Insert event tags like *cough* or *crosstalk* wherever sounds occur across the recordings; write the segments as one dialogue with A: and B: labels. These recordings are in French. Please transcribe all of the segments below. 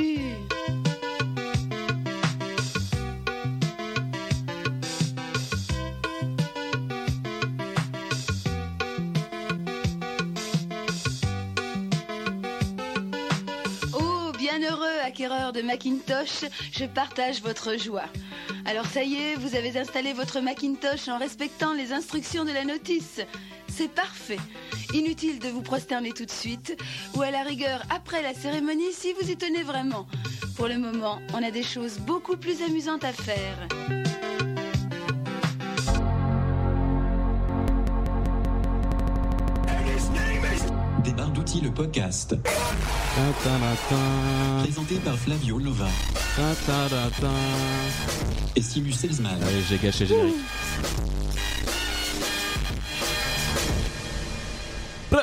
A: Salut Oh, bienheureux acquéreur de Macintosh, je partage votre joie. Alors ça y est, vous avez installé votre Macintosh en respectant les instructions de la notice. C'est parfait. Inutile de vous prosterner tout de suite, ou à la rigueur après la cérémonie si vous y tenez vraiment. Pour le moment, on a des choses beaucoup plus amusantes à faire.
B: Des barres d'outils, le podcast.
C: Tintinlatin,
B: Présenté par Flavio Lova
C: tintinlatin.
B: et Simus Selzman.
C: Allez, j'ai gâché le générique. Plop.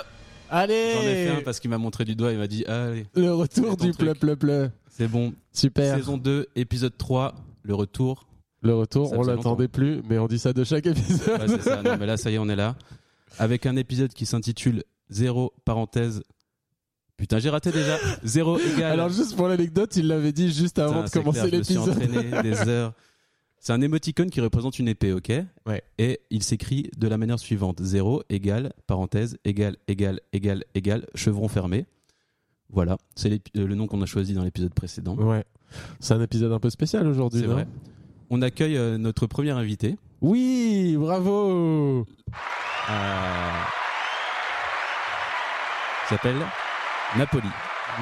C: Allez J'en ai fait un parce qu'il m'a montré du doigt, il m'a dit allez,
D: Le retour
C: Ton
D: du
C: truc.
D: pleu pleu pleu.
C: c'est bon.
D: Super.
C: Saison 2, épisode 3, le retour.
D: Le retour,
C: Ça
D: on
C: faisait
D: l'attendait plus, mais on dit ça de chaque *laughs* épisode.
C: Ouais, c'est ça. Non, mais là, ça y est, on est là. Avec un épisode qui s'intitule 0 parenthèse. Putain, j'ai raté déjà. 0 égale.
D: Alors juste pour l'anecdote, il l'avait dit juste
C: Putain,
D: avant de
C: c'est
D: commencer
C: clair, Je me
D: l'épisode.
C: suis entraîné
D: *laughs*
C: des heures. C'est un émoticône qui représente une épée, ok
D: Ouais.
C: Et il s'écrit de la manière suivante 0 égale, parenthèse, égale, égale, égale, égale, chevron fermé. Voilà, c'est l'épi- euh, le nom qu'on a choisi dans l'épisode précédent.
D: Ouais. C'est un épisode un peu spécial aujourd'hui.
C: c'est
D: non
C: vrai. On accueille euh, notre premier invité.
D: Oui, bravo.
C: euh, qui s'appelle Napoli.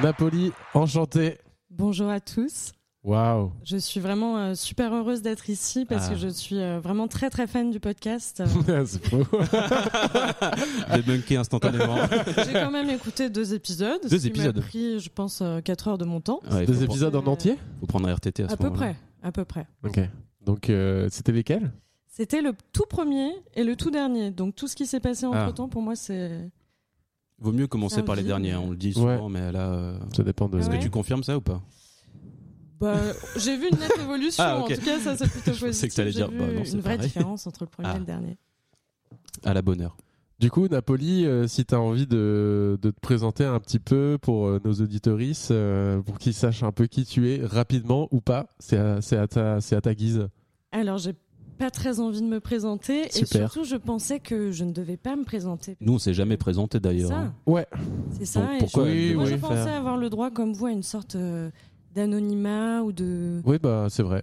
D: Napoli, enchanté.
E: Bonjour à tous.
D: Waouh. *laughs*
E: Je suis vraiment euh, super heureuse d'être ici parce
C: Ah.
E: que je suis euh, vraiment très très fan
C: *laughs*
E: du podcast. Euh,
D: c'est fou.
C: Débunké
D: *laughs*
C: instantanément.
E: J'ai quand même écouté deux épisodes.
C: Deux
E: ce qui m'a
C: épisodes.
E: pris, je pense, euh, quatre heures de mon temps.
C: Ouais,
D: Des
C: faut,
D: épisodes en
E: Euh,
D: entier
C: prendre- faut prendre un RTT à,
E: À,
C: ce
E: peu
C: moment-là.
E: près, à peu près.
D: OK. Donc euh, c'était lesquels
E: C'était le tout premier et le tout dernier. Donc tout ce qui s'est passé
C: Ah.
E: entre temps, pour moi, c'est.
C: Vaut mieux commencer
E: C'est un
C: par les
E: vide.
C: derniers, hein, on le dit
D: Ouais.
C: souvent, mais là. euh,
D: Ça dépend de
E: Est-ce
C: Est-ce
E: Ouais.
C: que tu confirmes ça ou pas
E: Bah, *laughs* j'ai vu une nette évolution.
C: Ah, ok.
E: En tout cas, ça, c'est
C: *laughs*
E: plutôt
C: Je pensais
E: positif.
C: que t'allais
E: J'ai
C: dire,
E: vu
C: bah non, c'est
E: une vraie
C: pareil.
E: différence entre le premier
C: Ah.
E: et le dernier.
C: À la bonne heure.
D: Du coup, Napoli, euh, si tu as envie de, de te présenter un petit peu pour euh, nos auditorices, euh, pour qu'ils sachent un peu qui tu es, rapidement ou pas, c'est à, c'est à ta, c'est à ta guise.
E: Alors, j'ai pas très envie de me présenter.
D: Super.
E: Et surtout, je pensais que je ne devais pas me présenter.
C: Nous, on s'est jamais présenté
E: C'est
C: d'ailleurs.
E: ça.
C: hein.
D: Ouais.
E: C'est ça.
C: Donc,
E: et
C: pourquoi
E: je-
D: Oui,
E: Moi,
D: oui,
E: je
D: faire.
E: pensais avoir le droit, comme vous, à une sorte euh, d'anonymat ou de.
D: Oui, bah c'est vrai.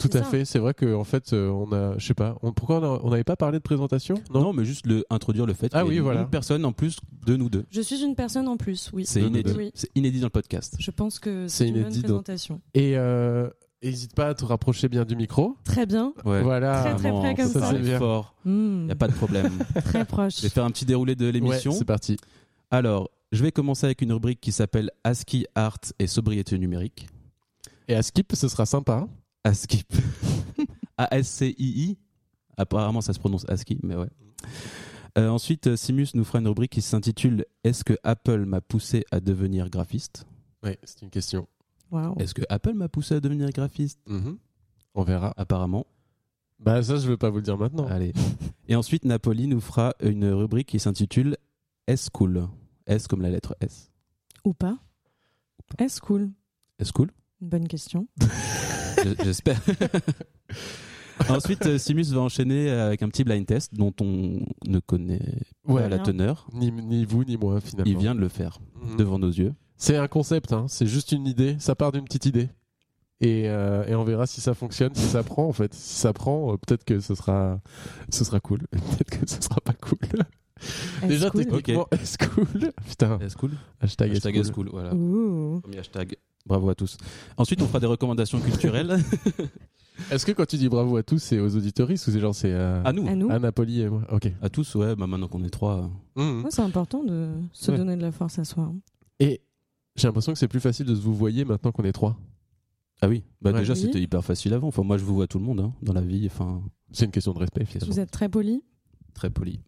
D: Tout
E: C'est
D: à
E: ça.
D: fait. C'est vrai qu'en fait, euh, on a, je sais pas, on- pourquoi on a- on n'avait pas parlé de présentation
C: Non, mais juste le, introduire le fait
D: Ah
C: qu'il y
D: oui,
C: ait une
D: voilà.
C: personne en plus de nous deux.
E: Je suis une personne en plus, oui.
C: C'est
D: De nous
C: inédit.
D: deux.
E: Oui.
C: C'est inédit dans le podcast.
E: Je pense que
D: C'est
E: c'est une bonne
D: inédit, donc.
E: présentation.
D: Et euh, n'hésite pas à te rapprocher bien du micro.
E: Très bien.
C: Ouais.
D: Voilà.
E: Très, très
C: Vraiment,
E: près comme
C: faut
D: ça.
C: parler
D: Ça, c'est bien.
C: fort.
E: Hmm,
C: Il a pas de
D: *laughs*
C: problème. *laughs*
E: Très proche.
C: je vais faire un petit déroulé de l'émission.
D: Ouais, c'est parti.
C: Alors, je vais commencer avec une rubrique qui s'appelle ASCII Art et sobriété numérique.
D: Et à skip, ce sera sympa. hein. *laughs*
C: ASCII. A-S-C-I-I. Apparemment, ça se prononce ASCII, mais ouais. Euh, ensuite, euh, Simus nous fera une rubrique qui s'intitule Est-ce que Apple m'a poussé à devenir graphiste
D: Ouais, c'est une question.
E: Waouh.
C: Est-ce que Apple m'a poussé à devenir graphiste
D: On verra.
C: Apparemment.
D: Mhm. Bah ça, je veux pas vous le dire maintenant.
C: Allez. Et ensuite, Napoli nous fera une rubrique qui s'intitule S cool. S comme la lettre S.
E: Ou pas Est-ce cool
C: S cool
E: Une bonne question.
C: J- J'espère.
D: *laughs*
C: ensuite, euh, Simus va enchaîner avec un petit blind test dont on ne connaît
D: Ouais.
C: pas la
E: Non.
C: teneur.
D: Ni, ni vous ni moi finalement.
C: Il vient de le faire
D: Mhm.
C: devant nos yeux.
D: C'est un concept. hein. C'est juste une idée. Ça part d'une petite idée. Et, euh, et on verra si ça fonctionne, si ça prend en fait. Si ça prend, euh, peut-être que ce sera, ce sera cool. *laughs* Peut-être que ce sera pas cool.
E: Est-ce
D: Déjà
E: cool Euh,
D: techniquement, est-ce cool *laughs* Putain,
C: S cool
D: Ah. hashtag, Mm. est-ce
C: Hashtag
D: cool.
C: S cool, voilà.
E: Ouh.
C: Premier hashtag. Bravo à tous. Ensuite, on fera des recommandations culturelles
D: *laughs* Est-ce que quand tu dis bravo à tous, c'est aux auditoristes ou c'est genre c'est euh,
C: à nous.
E: À nous
D: à Napoli et moi Ok.
C: À tous, ouais, bah maintenant qu'on est trois. euh,
E: Ouais, C'est important de se
D: Ouais.
E: donner de la force à soi. hein.
D: Et j'ai l'impression que c'est plus facile de se vous voyez maintenant qu'on est trois.
C: Ah oui, bah
D: Ouais.
C: déjà
E: Oui.
C: c'était hyper facile avant. Enfin, moi je vous vois tout le monde hein, dans la vie, enfin
D: C'est une question de respect. finalement.
E: Vous êtes très poli.
C: très poli.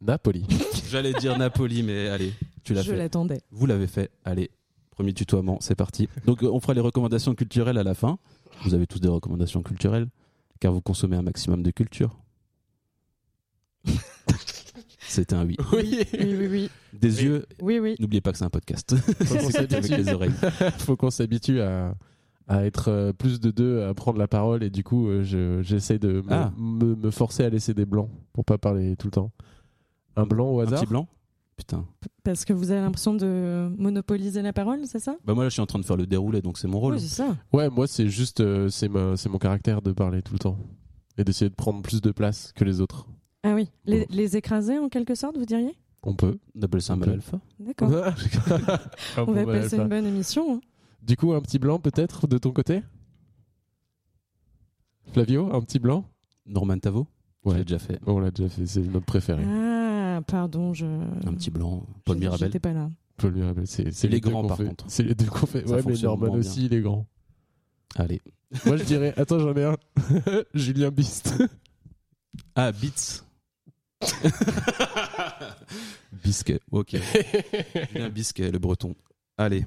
D: Napoli.
C: *laughs* J'allais dire Napoli, mais allez, tu l'as
E: Je
C: fait.
E: l'attendais.
C: Vous l'avez fait, allez, premier tutoiement, c'est parti. Donc euh, on fera les recommandations culturelles à la fin. Vous avez tous des recommandations *laughs* culturelles, car vous consommez un maximum de culture. C'était un *laughs* oui.
D: Oui.
E: *laughs*
D: *laughs*
E: Oui, oui, oui.
C: Des
D: Oui.
C: yeux,
E: Oui, oui.
C: n'oubliez pas que c'est un podcast.
D: Faut
C: *laughs*
D: qu'on
C: C'est avec les
D: s'habitue.
C: oreilles.
D: *laughs* Faut qu'on s'habitue à, à être euh, plus de deux, à prendre la parole. Et du coup, euh, je- j'essaie de me,
C: Ah.
D: me- me forcer à laisser des blancs pour pas parler tout le temps. Un blanc au
C: Un
D: hasard
C: petit blanc Putain.
E: Parce que vous avez l'impression de monopoliser la parole, c'est ça
C: Bah moi là je suis en train de faire le déroulé donc c'est mon rôle.
E: Oui, c'est ça.
D: Ouais, moi, c'est juste. euh, c'est ma- c'est mon caractère de parler tout le temps. Et d'essayer de prendre plus de place que les autres.
E: Ah oui. Les,
D: Bon.
E: les écraser en quelque sorte, vous diriez
D: On peut.
C: On appelle ça un mal
D: Ok.
C: alpha.
D: *laughs*
E: D'accord.
D: Un
E: *laughs* On
D: bon bah,
E: va
D: mal
E: passer
D: alpha.
E: une bonne émission. hein.
D: Du coup, un petit blanc peut-être de ton côté Flavio, un petit blanc
C: Norman Tavo Je
D: Ouais.
C: l'ai déjà fait.
D: On l'a déjà fait, c'est notre préféré.
E: Ah, pardon, je.
C: Un petit blanc. Paul
E: je-
C: Mirabel.
E: J'étais pas là.
D: Paul Mirabel, c'est c'est
C: Il est
D: deux
C: grand,
D: qu'on
C: par
D: fait.
C: contre.
D: C'est les deux qu'on fait.
C: Ça
D: ouais, mais
C: fonctionne
D: Norman
C: moins
D: aussi, il est grand.
C: Allez.
D: Moi, je dirais. Attends, j'en ai un. *laughs* Julien
E: *laughs*
D: Bist.
C: Ah, *laughs* Beats. Bisquet, *laughs* ok. Bien Bisquet, le breton. Allez.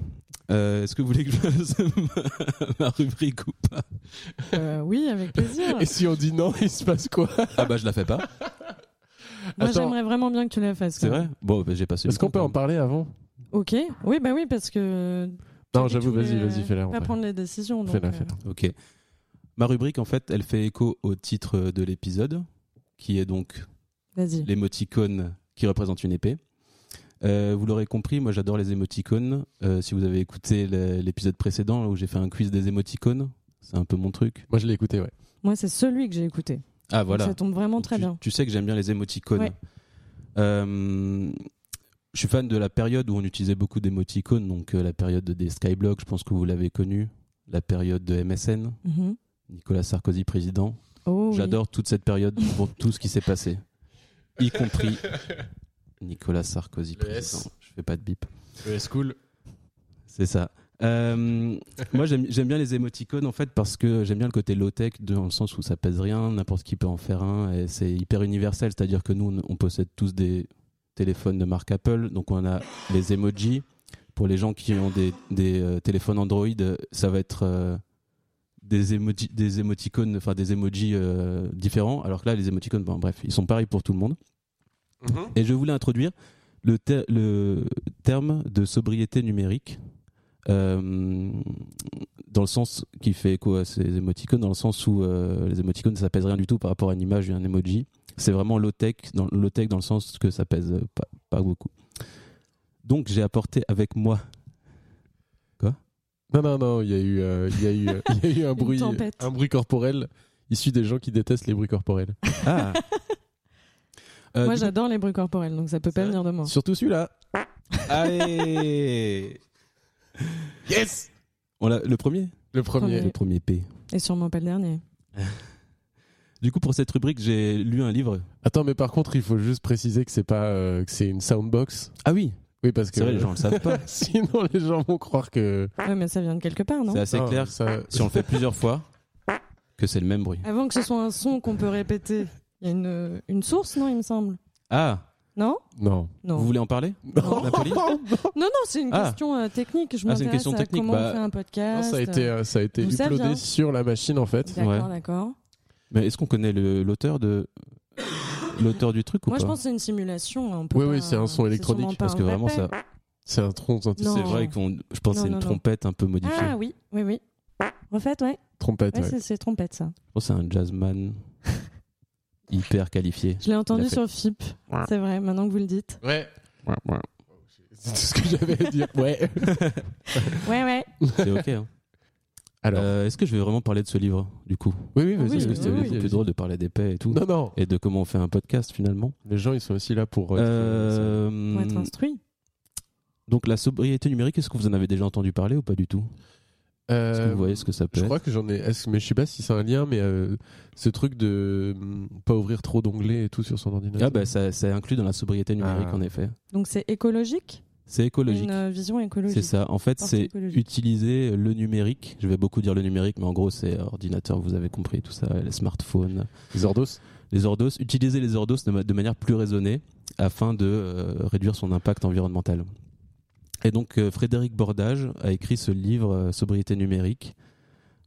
C: Euh, Est-ce que vous voulez que je fasse *laughs* ma- ma rubrique ou pas
E: Euh, oui, avec
D: *laughs*
E: plaisir.
D: Et si on dit non, il se passe quoi
C: Ah bah je la fais pas,
E: Moi,
D: Attends.
E: j'aimerais vraiment bien que tu la fasses.
C: c'est
E: quoi.
C: vrai Bon, bah, j'ai passé
D: Est-ce
C: le
D: qu'on peut
C: temps,
D: en parler avant
E: Ok. Oui, bah oui, parce que.
D: Non,
E: tu-
D: j'avoue,
E: tu
D: vas-y,
E: voulais,
D: vas-y,
E: euh,
D: fais-la. en
E: Pas
D: vrai.
E: prendre les décisions. donc,
D: Fais-la,
E: euh,
D: fais-la.
C: Ok. Ma rubrique, en fait, elle fait écho au titre de l'épisode, qui est donc
E: Vas-y.
C: l'émoticône qui représente une épée. Euh, vous l'aurez compris, moi j'adore les émoticônes. Euh, si vous avez écouté le- l'épisode précédent là, où j'ai fait un quiz des émoticônes, c'est un peu mon truc.
D: Moi, je l'ai écouté, ouais.
E: Moi, c'est celui que j'ai écouté.
C: Ah
E: Donc,
C: voilà.
E: Ça tombe vraiment très
C: tu,
E: bien.
C: tu sais que j'aime bien les émoticônes.
E: Ouais.
C: Euh, je suis fan de la période où on utilisait beaucoup d'émoticônes, donc euh, la période des Skyblock, je pense que vous l'avez connue, la période de MSN,
E: Mhm.
C: Nicolas Sarkozy président.
E: Oh, oui.
C: J'adore toute cette période pour tout ce qui s'est passé, y
D: *laughs*
C: compris Nicolas Sarkozy
D: Le
C: président.
D: S.
C: Je fais pas de bip.
D: C'est cool.
C: C'est ça. Euh, moi, j'aime j'aime bien les émoticônes en fait parce que j'aime bien le côté low-tech de- dans le sens où ça pèse rien, n'importe qui peut en faire un et c'est hyper universel. C'est-à-dire que nous, on, on possède tous des téléphones de marque Apple, donc on a les emojis. Pour les gens qui ont des, des, euh, téléphones Android, euh, ça va être euh, des, émoti- des émoticônes, enfin des emojis euh, différents. Alors que là, les émoticônes, bon, bref, ils sont pareils pour tout le monde. Et je voulais introduire le, ter- le terme de sobriété numérique, euh, dans le sens qui fait écho à ces émoticônes, dans le sens où euh, les émoticônes, ça pèse rien du tout par rapport à une image et un emoji. C'est vraiment low-tech, dans, low-tech dans le sens que ça pèse euh, pas, pas beaucoup. Donc j'ai apporté avec moi,
D: Non, non, non, il y a eu, euh, il y a eu, euh, il y a eu un
E: Une
D: bruit,
E: tempête.
D: un bruit corporel issu des gens qui détestent les bruits corporels.
C: *laughs* ah, Euh,
E: Moi,
C: du coup-
E: j'adore les bruits corporels, donc ça peut pas
D: C'est
E: venir de moi.
D: Surtout celui-là.
C: Allez Yes On l'a- Le premier
D: Le premier.
E: Premier.
C: Le premier P.
E: Et sûrement pas le dernier.
C: Du coup, pour cette rubrique, j'ai lu un livre.
D: Attends, mais par contre, il faut juste préciser que c'est pas, euh, que c'est une soundbox.
C: Ah oui,
D: Oui, parce que
C: c'est vrai, les gens le savent *laughs* pas.
D: *laughs* sinon les gens vont croire que
E: Ouais, mais ça vient de quelque part, non
C: C'est assez
D: Non,
C: clair,
D: Ça...
C: si on le fait plusieurs fois, que c'est le même bruit.
E: Avant que ce soit un son qu'on peut répéter, il y a une, une source, non, il me semble
C: Ah,
E: Non
D: Non.
E: Non.
C: vous voulez en parler
D: Non.
C: La police
E: Ah, Non, non, c'est une
C: Ah.
E: question euh,
C: Ah,
E: technique. Je
C: c'est une
E: m'intéresse
C: question
E: à
C: technique,
E: comment
C: bah,
E: on fait un
D: Non,
E: podcast.
D: ça a été,
E: euh,
D: euh, ça a été
E: D'où ça
D: uploadé
E: vient
D: sur la machine en fait.
E: D'accord,
C: Ouais.
E: d'accord.
C: Mais est-ce qu'on connaît le- l'auteur de l'auteur du truc ou
E: Moi,
C: pas
E: je pense que c'est une simulation. hein, on peut
D: Oui, oui,
E: pas-
D: c'est un son électronique,
E: sûrement pas
C: Parce
E: un
C: que
E: vrai
C: vraiment ça,
E: appel.
D: C'est un tronc anti
E: Non.
C: c'est vrai qu'on, je pense que
E: Non,
C: c'est une
E: non, non.
C: trompette un peu modifiée.
E: Ah oui, oui, oui. Refaites, ouais.
D: trompette.
E: Ouais,
D: ouais.
E: c'est- c'est trompette, ça.
C: Je pense que c'est un
E: *laughs*
C: jazzman hyper qualifié.
E: Je l'ai
C: Il a
E: entendu
C: fait.
E: sur FIP. C'est vrai, maintenant que vous le dites.
D: Ouais. C'est tout ce que j'avais à dire. Ouais.
E: Ouais, ouais.
C: C'est ok. hein.
D: *laughs* Alors.
C: Euh, est-ce que je vais vraiment parler de ce livre du coup
D: Oui, oui, vas-y.
E: Oui,
C: Parce que
E: oui,
C: c'était
E: oui,
C: beaucoup plus drôle de parler d'épais et tout
D: Non, non.
C: et de comment on fait un podcast finalement.
D: Les gens, ils sont aussi là pour. être-
C: Euh,
E: Pour être instruit.
C: donc la sobriété numérique, est-ce que vous en avez déjà entendu parler ou pas du tout
D: Euh,
C: Est-ce que vous voyez ce que ça peut
D: Je
C: être
D: crois que j'en ai. est-ce- Mais je sais pas si c'est un lien, mais euh, ce truc de hum, pas ouvrir trop d'onglets et tout sur son ordinateur.
C: Ah bah ça, ça inclut dans la sobriété numérique
D: Ah.
C: en effet.
E: Donc, c'est écologique.
C: C'est écologique.
E: Une euh, vision
C: C'est
E: écologique.
C: ça. En fait,
E: Partie
C: c'est
E: écologique.
C: utiliser le numérique. Je vais beaucoup dire le numérique, mais en gros, c'est ordinateur, vous avez compris tout ça, les smartphones,
D: Zordos.
C: les ordos. Utiliser les ordos de, ma- de manière plus raisonnée afin de euh, réduire son impact environnemental. Et donc, euh, Frédéric Bordage a écrit ce livre euh, Sobriété numérique.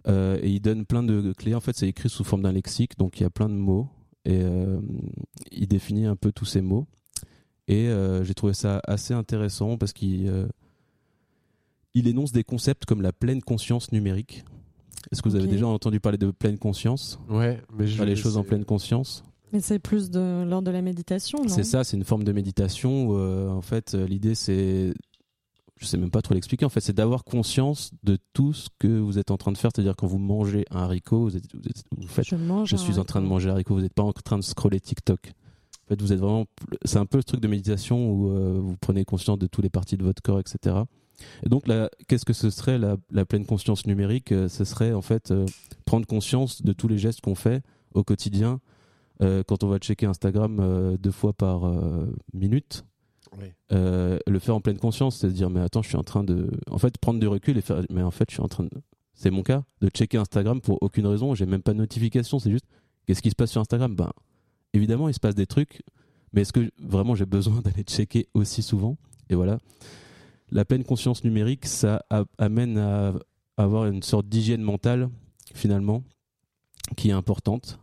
C: Euh, et il donne plein de clés. En fait, c'est écrit sous forme d'un lexique, donc il y a plein de mots. Et euh, il définit un peu tous ces mots. Et euh, j'ai trouvé ça assez intéressant parce qu'il euh, il énonce des concepts comme la pleine conscience numérique. Est-ce que vous avez
E: Ok.
C: déjà entendu parler de pleine conscience
D: Ouais, mais je
C: Faire les
D: vais
C: choses en
D: essayer.
C: pleine conscience
E: Mais c'est plus de, lors de la méditation, non
C: C'est ça, c'est une forme de méditation où, euh, en fait, euh, l'idée, c'est. Je sais même pas trop l'expliquer. En fait, c'est d'avoir conscience de tout ce que vous êtes en train de faire. C'est-à-dire, quand vous mangez un haricot, vous, êtes- vous êtes- vous faites.
E: Je mange.
C: Je
E: un
C: suis en train de
E: haricot.
C: manger un haricot, vous n'êtes pas en train de scroller TikTok. En fait, vous êtes vraiment. C'est un peu le truc de méditation où euh, vous prenez conscience de tous les parties de votre corps, etc. Et donc, là, qu'est-ce que ce serait la, la pleine conscience numérique Euh, Ce serait, en fait, euh, prendre conscience de tous les gestes qu'on fait au quotidien. Euh, quand on va checker Instagram euh, deux fois par euh, minute,
D: Ouais.
C: euh, le faire en pleine conscience, c'est de dire mais attends, je suis en train de, en fait, prendre du recul et faire, mais en fait, je suis en train de, c'est mon cas, de checker Instagram pour aucune raison, j'ai même pas de notification, c'est juste qu'est-ce qui se passe sur Instagram Ben évidemment, il se passe des trucs, mais est-ce que vraiment j'ai besoin *laughs* d'aller checker aussi souvent Et voilà, la pleine conscience numérique, ça a- amène à avoir une sorte d'hygiène mentale finalement qui est importante.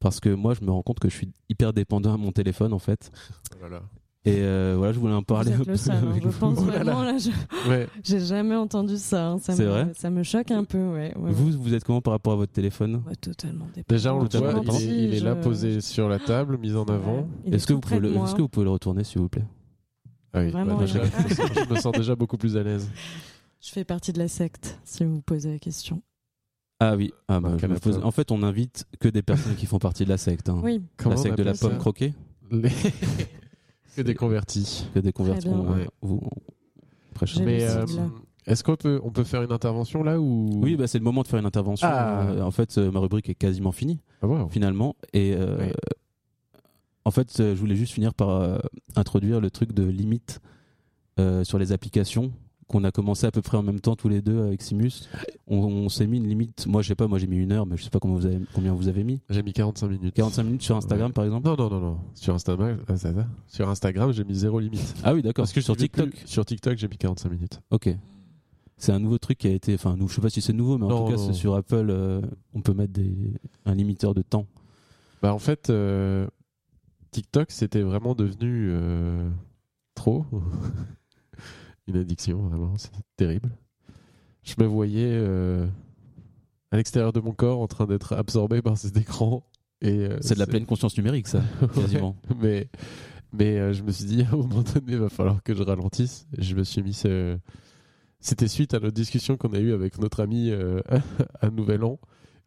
C: Parce que moi, je me rends compte que je suis hyper dépendant à mon téléphone, en fait.
D: Voilà.
C: Et euh, voilà, je voulais en parler
E: Vous
C: un
E: êtes
C: peu
E: le seul, hein,
C: avec
E: je
C: vous.
E: pense
D: Oh là là.
E: vraiment là, je-
D: Ouais.
E: j'ai jamais entendu ça. hein, ça
C: C'est
E: me-
C: vrai
E: Ça me choque un peu, ouais. ouais, ouais.
C: Vous, vous êtes comment par rapport à votre téléphone
E: Ouais, totalement dépendant.
D: Déjà, on le
C: Totalement
D: voit,
C: dépendant.
D: il est, il est là
E: Je-
D: posé sur la table, mis en avant.
E: Il
C: Est-ce que,
E: tout
C: vous pouvez
E: près de
C: le-
E: moi.
C: est-ce que vous pouvez le retourner, s'il vous plaît
D: Ah oui,
E: Vraiment,
D: déjà,
E: ouais.
D: je, me sens, je me sens déjà beaucoup plus
C: *laughs*
D: à l'aise.
E: Je fais partie de la secte, si vous vous posez la question.
C: Ah oui, ah bah,
D: Dans le
C: je me
D: canapé.
C: pose- en fait, on invite que des personnes qui font partie de la secte. hein.
E: Oui,
D: Comment
C: la
D: on
C: secte de la
D: appelle
C: pomme
D: ça
C: croquée,
D: Les- *laughs* Que des convertis.
C: que des conversions.
E: bien.
C: euh, vous- prêchent.
E: J'ai
D: Mais
E: le
D: euh,
E: sigle.
D: est-ce qu'on peut, on peut faire une intervention là ou
C: Oui, bah, c'est le moment de faire une intervention.
D: Ah.
C: Euh, En fait, euh, ma rubrique est quasiment finie.
D: Ah, wow.
C: finalement. Et euh,
D: Ouais.
C: en fait, euh, je voulais juste finir par euh, introduire le truc de limite euh, sur les applications qu'on a commencé à peu près en même temps tous les deux avec Simus. On, on s'est mis une limite. Moi, je sais pas. Moi, j'ai mis une heure, mais je sais pas comment vous avez- combien vous avez mis.
D: J'ai mis 45 minutes.
C: 45 minutes sur Instagram,
D: Ouais.
C: par exemple.
D: Non, non, non, non. Sur Instagram, ah, ça va. Sur Instagram, j'ai mis
C: *laughs*
D: zéro limite.
C: Ah oui, d'accord. Sur
D: j'ai
C: TikTok.
D: plus- Sur TikTok, j'ai mis 45 minutes.
C: Ok. C'est un nouveau truc qui a été. Enfin, nous, je sais pas si c'est nouveau, mais en
D: Non,
C: tout cas,
D: non.
C: c'est sur Apple, euh, on peut mettre des, un limiteur de temps.
D: Bah en fait, euh, TikTok, c'était vraiment devenu euh, trop *laughs* une addiction, vraiment, c'est terrible. Je me voyais euh, à l'extérieur de mon corps en train d'être absorbé par cet écran. et euh,
C: C'est de la pleine conscience numérique, ça, *laughs* quasiment.
D: *laughs* mais mais euh, je me suis dit, *laughs* à un moment donné, il va falloir que je ralentisse. Et je me suis mis ce- C'était suite à notre discussion qu'on a eue avec notre ami euh, *laughs* à Nouvel An,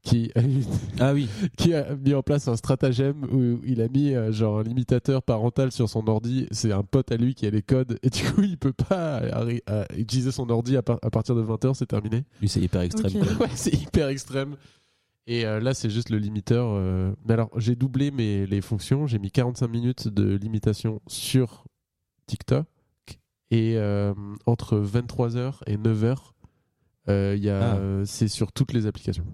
D: qui *laughs* a eu
C: Ah oui.
D: qui a mis en place un stratagème où il a mis euh, genre un limitateur parental sur son ordi. C'est un pote à lui qui a les codes et du coup il peut pas euh, arri- à- utiliser son ordi à, par- à partir de 20h, c'est terminé.
C: Lui, c'est hyper extrême.
E: Ok.
C: quoi.
D: *laughs* Ouais, c'est hyper extrême. Et euh, là c'est juste le limiteur. euh, Mais alors j'ai doublé mes, les fonctions, j'ai mis 45 minutes de limitation sur TikTok et euh, entre 23h et 9h, euh, il y a
C: Ah.
D: euh, c'est sur toutes les applications.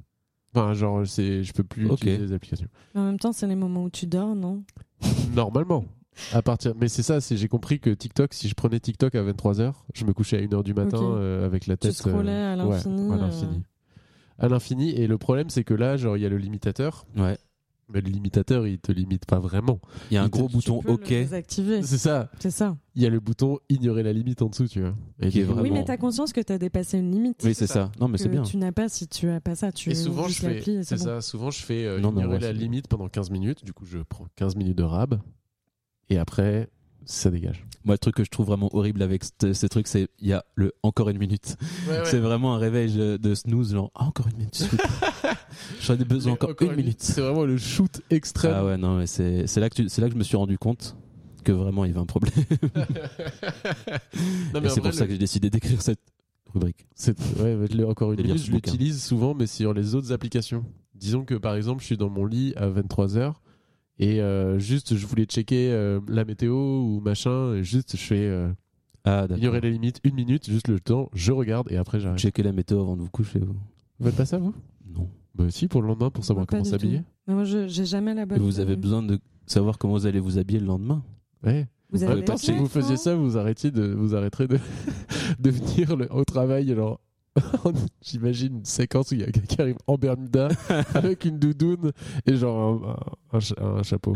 D: Enfin, genre, c'est, je peux plus
C: Ok.
D: utiliser les applications.
E: Mais en même temps, c'est les moments où tu dors, non
D: Normalement. À partir... Mais c'est ça, c'est j'ai compris que TikTok, si je prenais TikTok à 23h, je me couchais à 1h du matin
E: Ok.
D: euh, avec la
E: Tu
D: tête.
E: scrollais
D: euh,
E: à
D: ouais,
E: l'infini.
D: à
E: euh,
D: l'infini. À l'infini. Et le problème, c'est que là, genre, il y a le limitateur.
C: Ouais.
D: Mais le limitateur, il te limite pas vraiment.
C: Il y a un
D: Tu
C: gros
D: peux
E: tu
C: bouton
E: peux le
C: OK.
E: désactiver,
D: C'est ça.
E: c'est ça.
D: Il y a le bouton ignorer la limite en dessous, tu vois. Et
C: Qui est
D: du coup,
C: vraiment-
E: Oui, mais t'as conscience que t'as dépassé une limite.
C: Oui, c'est ça. Non, mais
E: que
C: c'est bien.
E: Tu n'as pas si tu as pas ça. Tu
D: Et souvent, je
E: juste
D: fais.
E: l'appli et
D: C'est
E: c'est bon.
D: ça. Souvent, je fais euh,
C: Non, mais
D: ignorer
C: ouais,
D: la
C: c'est-
D: limite pendant 15 minutes. Du coup, je prends 15 minutes de rab. Et après, ça dégage.
C: Moi, le truc que je trouve vraiment horrible avec c'te- ces trucs, c'est il y a le encore une minute.
D: Ah
C: C'est vraiment un réveil je- de snooze, genre ah, encore une minute. s'il vous plaît. J'en ai besoin
D: Mais
C: encore,
D: encore
C: une minute.
D: C'est vraiment le shoot extrême.
C: Ah ouais, non, mais c'est c'est là que tu- c'est là que je me suis rendu compte que vraiment il y avait un problème.
D: Non, mais
C: Et
D: en
C: c'est
D: vrai,
C: pour ça que j'ai décidé d'écrire cette rubrique.
D: c'est- ouais, mais je l'ai encore une
C: De lire
D: minute,
C: ce
D: je
C: bouquin.
D: l'utilise souvent, mais sur les autres applications. Disons que par exemple, je suis dans mon lit à 23h et euh, juste je voulais checker euh, la météo ou machin, et juste je fais euh,
C: Ah d'accord.
D: ignorer les limites, une minute, juste le temps, je regarde et après j'arrête.
C: Checkez la météo avant de vous coucher. Vous,
D: Vous faites pas ça vous
C: non.
D: Bah si, pour le lendemain, pour savoir
E: Pas
D: comment
E: du
D: s'habiller.
E: tout. Mais moi, je- j'ai jamais la bonne.
C: vous avez besoin de savoir comment vous allez vous habiller le lendemain.
D: Ouais.
E: Vous
D: En
E: avez
D: même temps, si
E: raison,
D: vous faisiez *laughs*
E: hein.
D: ça, vous arrêtiez de, vous arrêterez de, de venir le- au travail genre J'imagine une séquence où il y a quelqu'un qui arrive en Bermuda
E: *laughs*
D: avec une doudoune et genre un, un- un cha- un chapeau.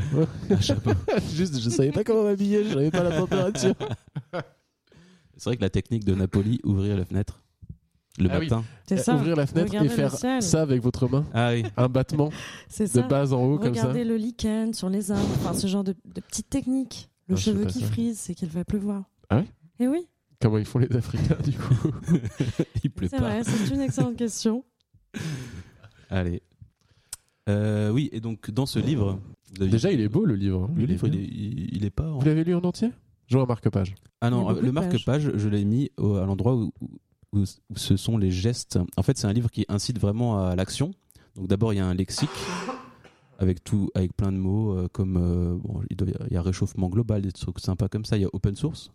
C: Un chapeau.
D: *laughs* Juste, je savais pas comment m'habiller, je savais pas la température.
C: C'est vrai que la technique de Napoli, ouvrir la fenêtre le
D: Ah oui.
C: matin.
E: *laughs* C'est ça.
D: Ouvrir la fenêtre
E: Regardez
D: et
E: le
D: faire
E: ciel.
D: ça avec votre main,
C: Ah oui.
D: un battement
E: C'est
D: de
E: ça.
D: base en haut comme ça.
E: Regardez le lichen sur les arbres. Enfin, ce genre de, de petites techniques. Le
D: Ah, je sais
E: cheveu
D: pas
E: qui
D: ça.
E: frise, c'est qu'il va pleuvoir.
D: Ah ouais
E: Eh oui.
D: Comment ils font les Africains du coup
C: Il pleut
E: C'est
C: pas.
E: vrai, c'est une
C: *laughs*
E: excellente question.
C: Allez. Euh, oui, et donc dans ce livre. vous avez-
D: Déjà, il est beau le livre. hein.
C: Le
D: Il est
C: livre, il
D: bien.
C: est, il- il est pas. en-
D: Vous l'avez lu en entier Je vois un marque-page.
C: Ah
E: Il y
C: non,
E: a beaucoup
C: le
E: de
C: marque-page, je l'ai mis au- à l'endroit où, où- où ce sont les gestes. En fait, c'est un livre qui incite vraiment à l'action. Donc d'abord, il y a un lexique avec tout, avec plein de mots euh, comme euh, bon, il, doit y avoir- il y a réchauffement global, des trucs sympas comme ça. Il y a open source,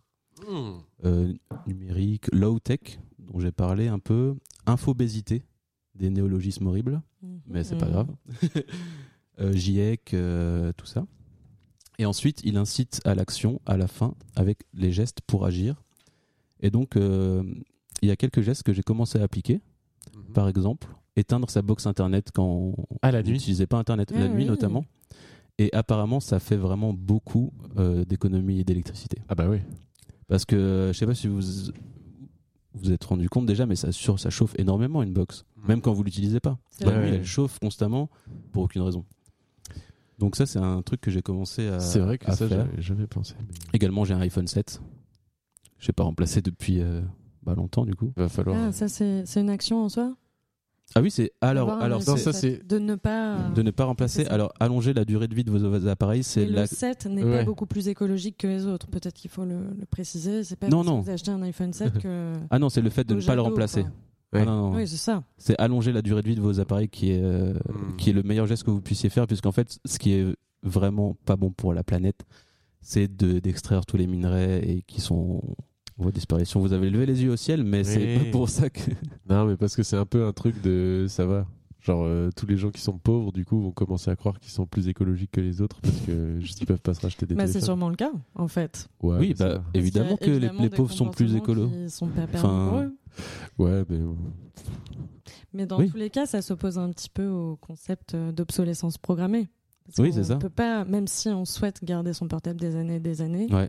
C: euh, numérique, low tech dont j'ai parlé un peu, infobésité, des néologismes horribles mais c'est pas
D: Mm.
E: Mhm.
C: grave.
D: *laughs*
C: Euh, GIEC, euh, tout ça. Et ensuite, il incite à l'action à la fin avec les gestes pour agir. Et donc, euh, il y a quelques gestes que j'ai commencé à appliquer.
D: Bah,
C: Par exemple, éteindre sa box internet quand on
D: Mm. À la nuit.
C: n'utilisait pas internet,
E: Ah
C: la nuit
E: oui.
C: notamment. Et apparemment, ça fait vraiment beaucoup euh, d'économie d'électricité.
D: Ah bah oui.
C: Parce que euh, je sais pas si vous vous êtes rendu compte déjà, mais ça, sur, ça chauffe énormément une box,
D: Mm.
C: même quand vous l'utilisez pas.
E: C'est
C: La
D: vrai.
C: nuit,
D: Ouais.
C: Bah elle chauffe constamment pour aucune raison. Donc ça, c'est un truc que j'ai commencé à,
D: C'est vrai que
C: à
D: ça,
C: faire.
D: j'avais jamais pensé. mais
C: Également, j'ai un iPhone 7. Je l'ai pas remplacé depuis euh, bah, longtemps du coup.
D: Il va falloir.
E: Ah, ça, c'est c'est une action en soi
C: Ah oui, c'est alors
E: Avoir un
C: alors
D: iPhone
C: c'est-
D: ça,
E: 7,
D: c'est-
E: De ne pas.
C: de ne pas remplacer.
E: C'est ça.
C: Alors allonger la durée de vie de vos appareils, c'est
E: Et le
C: la...
E: 7 n'est
D: Ouais.
E: pas beaucoup plus écologique que les autres. Peut-être qu'il faut le, le préciser. C'est pas
C: Non,
E: parce
C: non.
E: que vous achetez un
C: *laughs*
E: iPhone 7 que.
C: ah non, c'est le fait de
E: au
C: ne pas le
E: jado,
C: remplacer.
E: quoi.
C: Ah non, non, non.
E: Oui, c'est ça.
C: C'est allonger la durée de vie de vos appareils qui est, euh,
D: Mm.
C: qui est le meilleur geste que vous puissiez faire, puisqu'en fait, ce qui est vraiment pas bon pour la planète, c'est de- d'extraire tous les minerais et qui sont en voie de disparition. Vous avez levé les yeux au ciel, mais c'est
D: Oui.
C: pas pour ça que.
D: Non, mais parce que c'est un peu un truc de ça va. Genre, euh, tous les gens qui sont pauvres, du coup, vont commencer à croire qu'ils sont plus écologiques que les autres parce *laughs* que juste ils peuvent pas se racheter des
E: Bah, c'est
D: téléphones.
E: sûrement le cas, en fait.
D: Ouais,
C: oui,
D: mais ça
C: bah, évidemment
E: Parce
C: que
E: qu'il y a
C: les,
E: évidemment
C: les
E: des
C: pauvres sont plus
E: comportements
C: écolos.
E: qui sont pas permis
C: Enfin,
E: pour eux.
D: va. Ouais, mais bon.
E: Mais dans
C: Oui.
E: tous les cas, ça s'oppose un petit peu au concept euh, d'obsolescence programmée. Parce
C: Oui,
E: qu'on
C: c'est ça.
E: peut pas, même si on souhaite garder son portable des années et des années,
C: Ouais.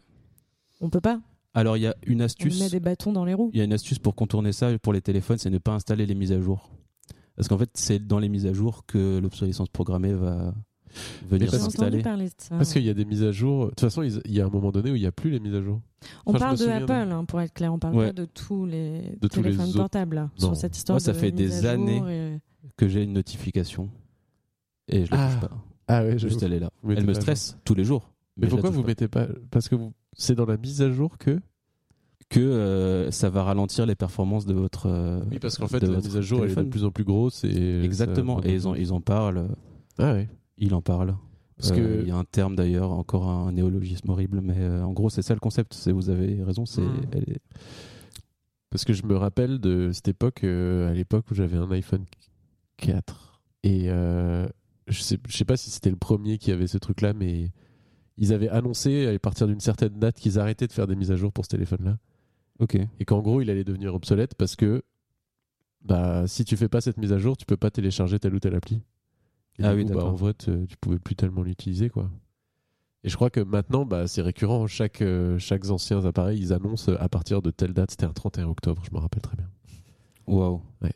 E: on peut pas.
C: Alors, il y a une
E: On met
C: astuce.
E: des bâtons dans les roues.
C: Il y a une astuce pour contourner ça pour les téléphones, c'est ne pas installer les mises à jour. Parce qu'en fait, c'est dans les mises à jour que l'obsolescence programmée va venir
D: parce
E: J'ai
D: que-
E: entendu
C: s'installer.
E: parler de ça.
D: Parce qu'il y a des mises à jour. De toute façon, ils- il y a un moment donné où il y a plus les mises à jour.
E: On
D: Enfin, je
E: parle
D: me
E: de
D: souviens
E: Apple, hein, pour être clair. On parle
C: Ouais.
E: pas de tous les
D: De tous les
E: téléphones
D: autres.
E: portables là,
D: Non.
E: sur cette histoire.
C: Moi, ça
E: de
C: fait
E: mise
C: des
E: à jour
C: années.
E: et-
C: Que j'ai une notification et je la
D: Ah.
C: touche pas.
D: Ah ouais,
C: Juste elle est là.
D: Vous mettez
C: elle me
D: pas à
C: stresse tous les jours.
D: Mais,
C: je la
D: pourquoi
C: touche
D: vous
C: pas.
D: mettez pas Parce que vous... c'est dans la mise à jour que.
C: que euh, ça va ralentir les performances de votre euh,
D: Oui, parce qu'en fait,
C: de
D: la
C: votre
D: mise à jour elle est
C: téléphone.
D: de plus en plus euh, grosse et.
C: exactement
D: ça-
C: et ils en, ils en parlent euh,
D: Ah ouais.
C: il en parle
D: Parce
C: Euh,
D: que-
C: il y a un terme d'ailleurs encore un néologisme horrible mais euh, en gros c'est ça le concept c'est vous avez raison c'est
D: Mm.
C: elle est-
D: Parce que je me rappelle de cette époque, euh, à l'époque où j'avais un iPhone 4. Et euh, je sais, je sais pas si c'était le premier qui avait ce truc-là, mais ils avaient annoncé à partir d'une certaine date qu'ils arrêtaient de faire des mises à jour pour ce téléphone-là.
C: ok
D: Et qu'en gros, il allait devenir obsolète parce que bah, si tu fais pas cette mise à jour, tu peux pas télécharger telle ou telle appli. Et
C: Ah
D: du
C: oui,
D: coup, bah,
C: d'accord.
D: en vrai, tu tu pouvais plus tellement l'utiliser, quoi. Et je crois que maintenant, bah, c'est récurrent. Chaque, euh, chaque ancien appareil, ils annoncent à partir de telle date. C'était un 31 octobre, je me rappelle très bien.
C: waouh
D: Ouais.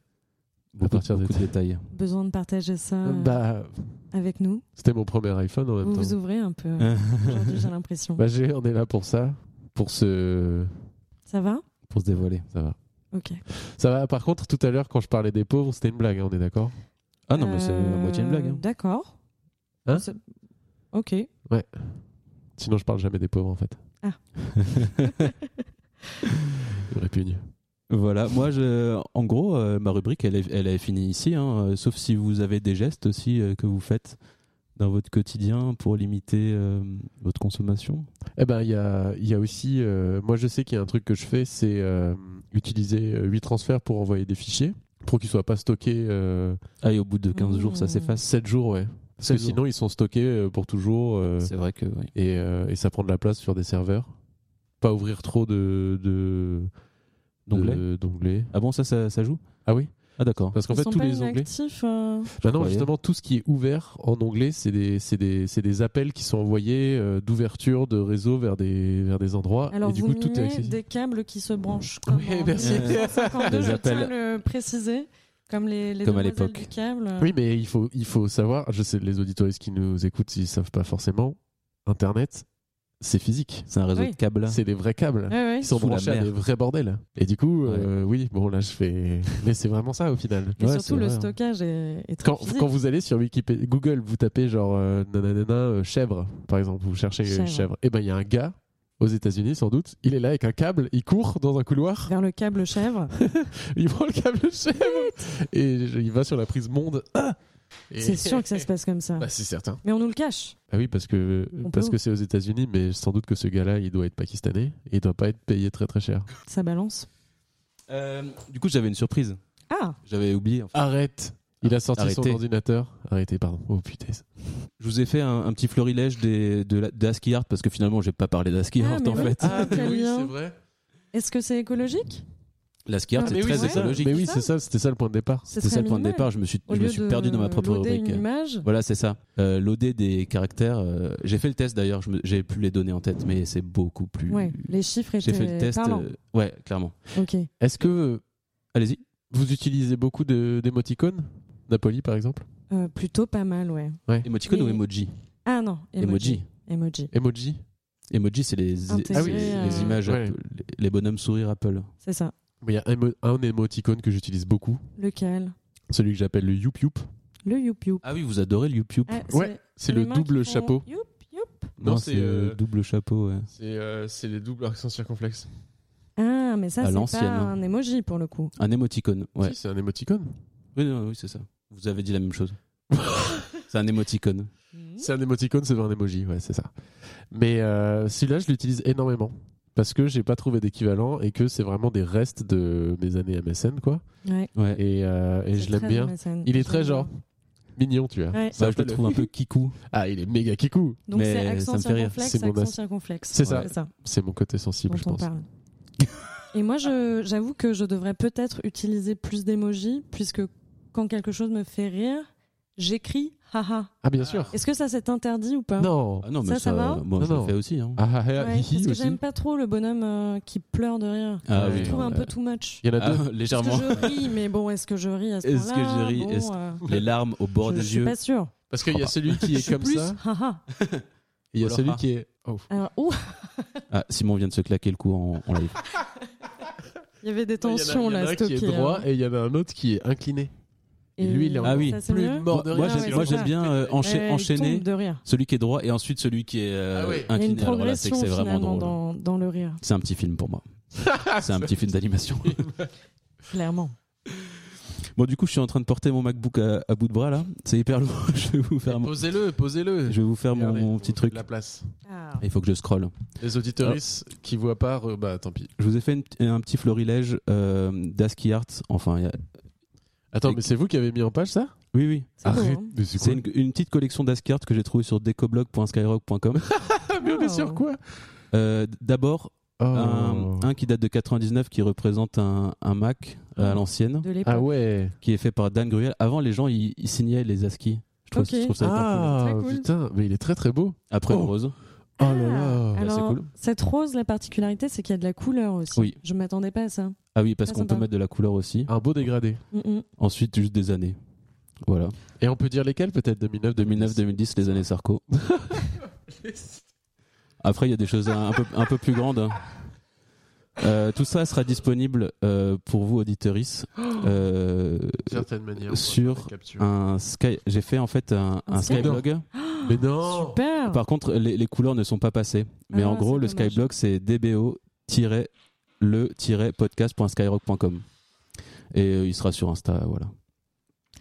C: beaucoup,
D: À partir
C: beaucoup
D: de-
C: de
D: *laughs*
C: détails
E: Besoin de partager ça euh,
D: Bah,
E: avec nous.
D: c'était mon premier iPhone en même
E: Vous
D: temps.
E: vous ouvrez un peu. hein, Aujourd'hui, j'ai l'impression.
D: Bah, j'ai- on est là pour ça, pour ce,
E: Ça va
C: pour se dévoiler
D: ça va.
E: Ok.
D: Ça va. Par contre, tout à l'heure, quand je parlais des pauvres, c'était une blague, hein, on est d'accord
C: ah non mais c'est à moitié une blague
E: Euh,
C: hein.
E: D'accord.
D: Hein
E: C'est- Ok.
D: Sinon, je parle jamais des pauvres en fait. *laughs*
E: Ah.
D: Il aurait pu mieux.
C: voilà moi je en gros euh, ma rubrique elle est, elle est finie ici hein, euh, sauf si vous avez des gestes aussi euh, que vous faites dans votre quotidien pour limiter euh, votre consommation
D: Eh ben, il y a, il y a aussi. euh, moi, je sais qu'il y a un truc que je fais, c'est euh, utiliser 8 transferts pour envoyer des fichiers, pour qu'ils soient pas stockés euh,
C: ah et au bout de 15 jours ça
E: Mmh.
C: s'efface
D: 7 jours, ouais. Parce
C: Sept
D: que
C: jours.
D: sinon, ils sont stockés euh, pour toujours. euh,
C: c'est vrai que oui.
D: et, euh, et ça prend de la place sur des serveurs. Pas ouvrir trop de de-
C: D'onglets
D: de- d'onglets.
C: Ah bon, ça, ça, ça joue
D: Ah oui
C: Ah d'accord.
D: Parce qu'en
E: Ils
D: fait,
E: sont
D: tous
E: pas
D: les onglets.
E: inactifs, euh,
D: Bah non,
C: croyais.
D: justement, tout ce qui est ouvert en onglet, c'est des, c'est des, c'est des appels qui sont envoyés euh, d'ouverture de réseau vers des, vers des endroits.
E: Alors
D: et du
E: vous
D: coup, tout est
E: minez
D: accessible.
E: des câbles qui se branchent. comme
D: Oui,
E: en
D: merci.
E: 1952,
C: Des
E: je tiens à
C: appels.
E: le préciser. Comme les, les
C: Comme à
E: demoiselles
C: l'époque.
E: du câble.
D: Oui, mais il faut, il faut savoir, je sais, les auditoristes qui nous écoutent, ils savent pas forcément, Internet, c'est physique.
C: C'est un réseau
E: Oui.
C: de câbles.
D: C'est des vrais câbles.
E: Ouais, ouais.
D: Ils sont
C: Sous la
D: branchés à
C: mer.
D: des vrais bordels. Et du coup, euh, oui, bon, là, je fais. *laughs* Mais c'est vraiment ça au final.
E: Et
D: Ouais, c'est
E: surtout, le
D: vrai, hein.
E: stockage est, est très
D: Quand,
E: physique.
D: quand vous allez sur Wikipédia, Google, vous tapez genre euh, nananana, euh, chèvre, par exemple, vous cherchez euh,
E: Chèvre.
D: chèvre, et ben il y a un gars aux États-Unis sans doute, il est là avec un câble, il court dans un couloir, *laughs*
E: Vers le câble chèvre.
D: il prend le câble chèvre et je- il va sur la prise monde. Ah Et-
E: C'est sûr que ça se passe comme ça.
D: Bah, c'est certain.
E: Mais on nous le cache.
D: Ah oui, parce que
E: On
D: parce
E: peut.
D: que c'est aux États-Unis, mais sans doute que ce gars-là, il doit être pakistanais, et il doit pas être payé très très cher.
E: Ça balance.
C: Euh, du coup, j'avais une surprise.
E: Ah
C: J'avais oublié. en fait.
D: Arrête. Il a sorti son
C: Arrêtez.
D: ordinateur. Arrêtez, pardon. Oh putain.
C: Je vous ai fait un, un petit florilège des, de, la- d'ASCII Art parce que finalement, j'ai pas parlé d'ASCII
E: Ah,
C: Art
E: mais
C: en
E: oui.
C: fait.
E: Ah, mais oui, c'est
D: vrai.
E: Est-ce que c'est écologique
C: L'ASCII Art,
E: Ah,
C: c'est
E: mais oui,
C: très
E: c'est ça.
C: écologique.
D: Mais oui,
E: Ça.
D: c'est ça, c'était ça le point de départ.
E: C'est
C: C'était
E: très
C: ça le point de
E: minimal.
C: départ. Je me suis,
E: Au
C: je
E: lieu
C: me suis
E: de
C: perdu dans ma propre
E: loader
C: rubrique.
E: une image.
C: Voilà, c'est ça. Euh, Loader des caractères. euh, j'ai fait le test d'ailleurs. je me- J'ai plus les données en tête, mais c'est beaucoup plus.
E: Ouais, les chiffres étaient
C: j'ai fait le test.
E: parlants.
C: euh, ouais, clairement.
E: Ok.
D: Est-ce que
C: Allez-y.
D: vous utilisez beaucoup de- d'émoticônes Napoli, par exemple
E: Euh, plutôt pas mal, ouais.
C: Emoticon
E: Mais-
C: ou emoji
E: Ah non, emoji.
C: Emoji.
E: Emoji.
D: Emoji
C: Emoji, c'est les,
E: Intégré,
C: les- les
E: euh,
C: images,
D: ouais.
C: Apple, les, les bonhommes sourire Apple.
E: C'est ça.
D: Il y a un, émo- un émoticône que j'utilise beaucoup,
E: Lequel
D: celui que j'appelle le youp youp.
E: Le youp youp.
C: Ah oui, vous adorez le YouTube
E: Ah,
D: Ouais, c'est
E: les
D: le
E: mains qui
D: double
E: font
D: chapeau.
E: Youp youp.
D: Non, c'est,
C: le
D: euh,
C: double chapeau. ouais.
D: C'est les doubles accents circonflexes.
E: Ah, mais
C: À
E: ça, c'est
C: l'ancienne,
E: pas
C: hein.
E: un emoji pour le coup.
C: Un émoticône, ouais.
D: c'est un émoticône.
E: Mmh.
C: Oui, non, oui, c'est ça. Vous avez dit la même
E: *laughs*
C: chose. c'est un émoticône.
D: C'est un émoticône, c'est un emoji, ouais, c'est ça. Mais euh, celui-là, je l'utilise énormément parce que j'ai pas trouvé d'équivalent et que c'est vraiment des restes de mes années MSN, quoi.
E: Ouais.
C: Ouais.
D: Et, euh, et
E: C'est
D: je l'aime
E: très
D: bien.
E: MSN.
D: Il est très genre mignon, tu vois.
E: Ouais.
D: C'est
C: Bah,
D: un
C: je
D: peu
C: le trouve un
E: *laughs*
C: peu kikou.
D: Ah, il est méga kikou.
E: Donc
C: Mais
E: c'est accent
C: ça me fait rire.
E: circonflexe,
D: C'est mon
E: accent
D: as-
E: circonflexe.
D: C'est ça.
E: C'est ça
D: C'est mon côté sensible,
E: dont
D: je
E: on
D: pense. *laughs*
E: parle. Et moi, je- j'avoue que je devrais peut-être utiliser plus d'émojis puisque quand quelque chose me fait rire, j'écris haha.
D: Ah, bien sûr.
E: Est-ce que ça c'est interdit ou pas
D: Non.
C: Ah non, mais
E: Ça,
C: ça,
E: ça va
C: moi,
D: Non,
C: je
D: non.
C: le fais aussi. hein.
D: Ah, ah, ah,
E: Ouais,
D: hihi
E: Parce que
D: aussi.
E: j'aime pas trop le bonhomme euh, qui pleure de rire.
C: Ah
E: je
D: oui,
E: le trouve
D: non,
E: un
D: là.
E: peu too much.
D: Il y en a
C: Ah,
D: deux.
E: Parce que
C: *laughs* légèrement.
E: je ris, mais bon, est-ce que je ris à ce
C: Est-ce que
E: point-là
C: je ris
E: Bon,
C: Est-ce-
E: euh,
C: *laughs* Les larmes au bord
E: je, je
C: des
E: suis
C: yeux.
E: pas sûre.
D: Parce qu'il y a
C: Ah.
D: celui qui
E: Je
D: est
E: suis
D: comme
E: plus *laughs*
D: ça,
E: haha.
D: et il y a
C: Oh là
D: celui
C: là.
D: qui est. Oh.
E: Alors, ouh,
C: Ah, Simon vient de se claquer le cou en, en live.
E: il y avait des
D: Il y en a-
E: tensions
D: il y en a
E: là,
D: un qui est
E: stockées,
D: droit
E: hein.
D: et il y en a un autre qui est incliné. et lui, il est
C: Ah oui.
E: ça, c'est
D: plus
E: mieux
D: mort de
C: Moi,
D: rire.
E: j'aime-
C: j'aime,
E: ouais,
C: moi,
E: c'est
C: j'aime
E: ça.
C: bien euh, encha-
E: Ouais, il
C: enchaîner
E: tombe de rire.
C: celui qui est droit et ensuite celui qui est euh,
D: Ah ouais.
E: Il y a une
C: incliné. Alors là, c'est que
E: progression
C: c'est vraiment
E: finalement
C: drôle.
E: dans, dans le rire,
C: C'est un petit film pour moi.
E: *laughs*
C: c'est un petit film d'animation.
E: clairement.
C: bon, du coup, je suis en train de porter mon MacBook à, à bout de bras là. C'est hyper lourd. *laughs* je vais vous faire, mon,
D: Posez-le, posez-le.
C: je vais vous faire mon,
D: Regardez,
C: mon
D: vous
C: petit
D: faites
C: truc.
D: de La place.
E: Ah,
C: Il faut que je scrolle.
D: Les auditoristes qui voient pas, re- bah tant pis.
C: Je vous ai fait une- un petit florilège euh, d'ASCII Art. Enfin, il y a-
D: Attends,
C: Et-
D: mais c'est vous qui avez mis en page ça
C: oui, oui.
E: C'est beau, hein.
D: Mais c'est
C: C'est
D: quoi
C: une, une petite collection d'ASCII Art que j'ai trouvée sur decoblog.skyrock.com.
D: Ah, mais on est sur quoi
C: Euh, D'abord, un,
D: Oh.
C: un qui date de 99 qui représente un, un Mac euh, à l'ancienne.
E: de l'époque.
D: Ah ouais.
C: qui est fait par Dan Gruel. Avant, les gens, ils, ils signaient les ASCII. Je trouve,
E: Ok.
C: je trouve ça hyper cool.
D: Ah
E: Très cool.
D: putain, mais il est très très beau.
C: Après,
D: Oh.
C: le rose.
D: Oh là là.
E: Ah,
C: Bah, c'est
E: alors,
C: cool.
E: cette rose, la particularité, c'est qu'il y a de la couleur aussi.
C: Oui.
E: Je m'attendais pas à ça.
C: Ah oui, parce
E: Ah,
C: qu'on
E: sympa.
C: peut mettre de la couleur aussi.
D: Un beau dégradé.
E: Mm, mm.
C: Ensuite, juste des années. Voilà.
D: Et on peut dire lesquels peut-être 2009, 2009,
C: 2009-2010, les années
D: *laughs*
C: Sarko. Après, il y a des choses un, un peu, un peu plus grandes. hein. Euh, tout ça sera disponible euh, pour vous, auditeuristes.
D: Oh.
C: Euh,
D: certaine manière.
C: Sur un Sky... J'ai fait en fait un,
E: Un
C: un
E: Skyblog.
C: Skyblog.
D: Mais
C: Oh.
D: non.
E: Super.
C: Par contre, les, les couleurs ne sont pas passées. Mais
E: Ah,
C: en gros,
E: c'est
C: le
E: dommage.
C: Skyblock, c'est dbo-le-podcast.skyrock.com. Et euh, il sera sur Insta, voilà.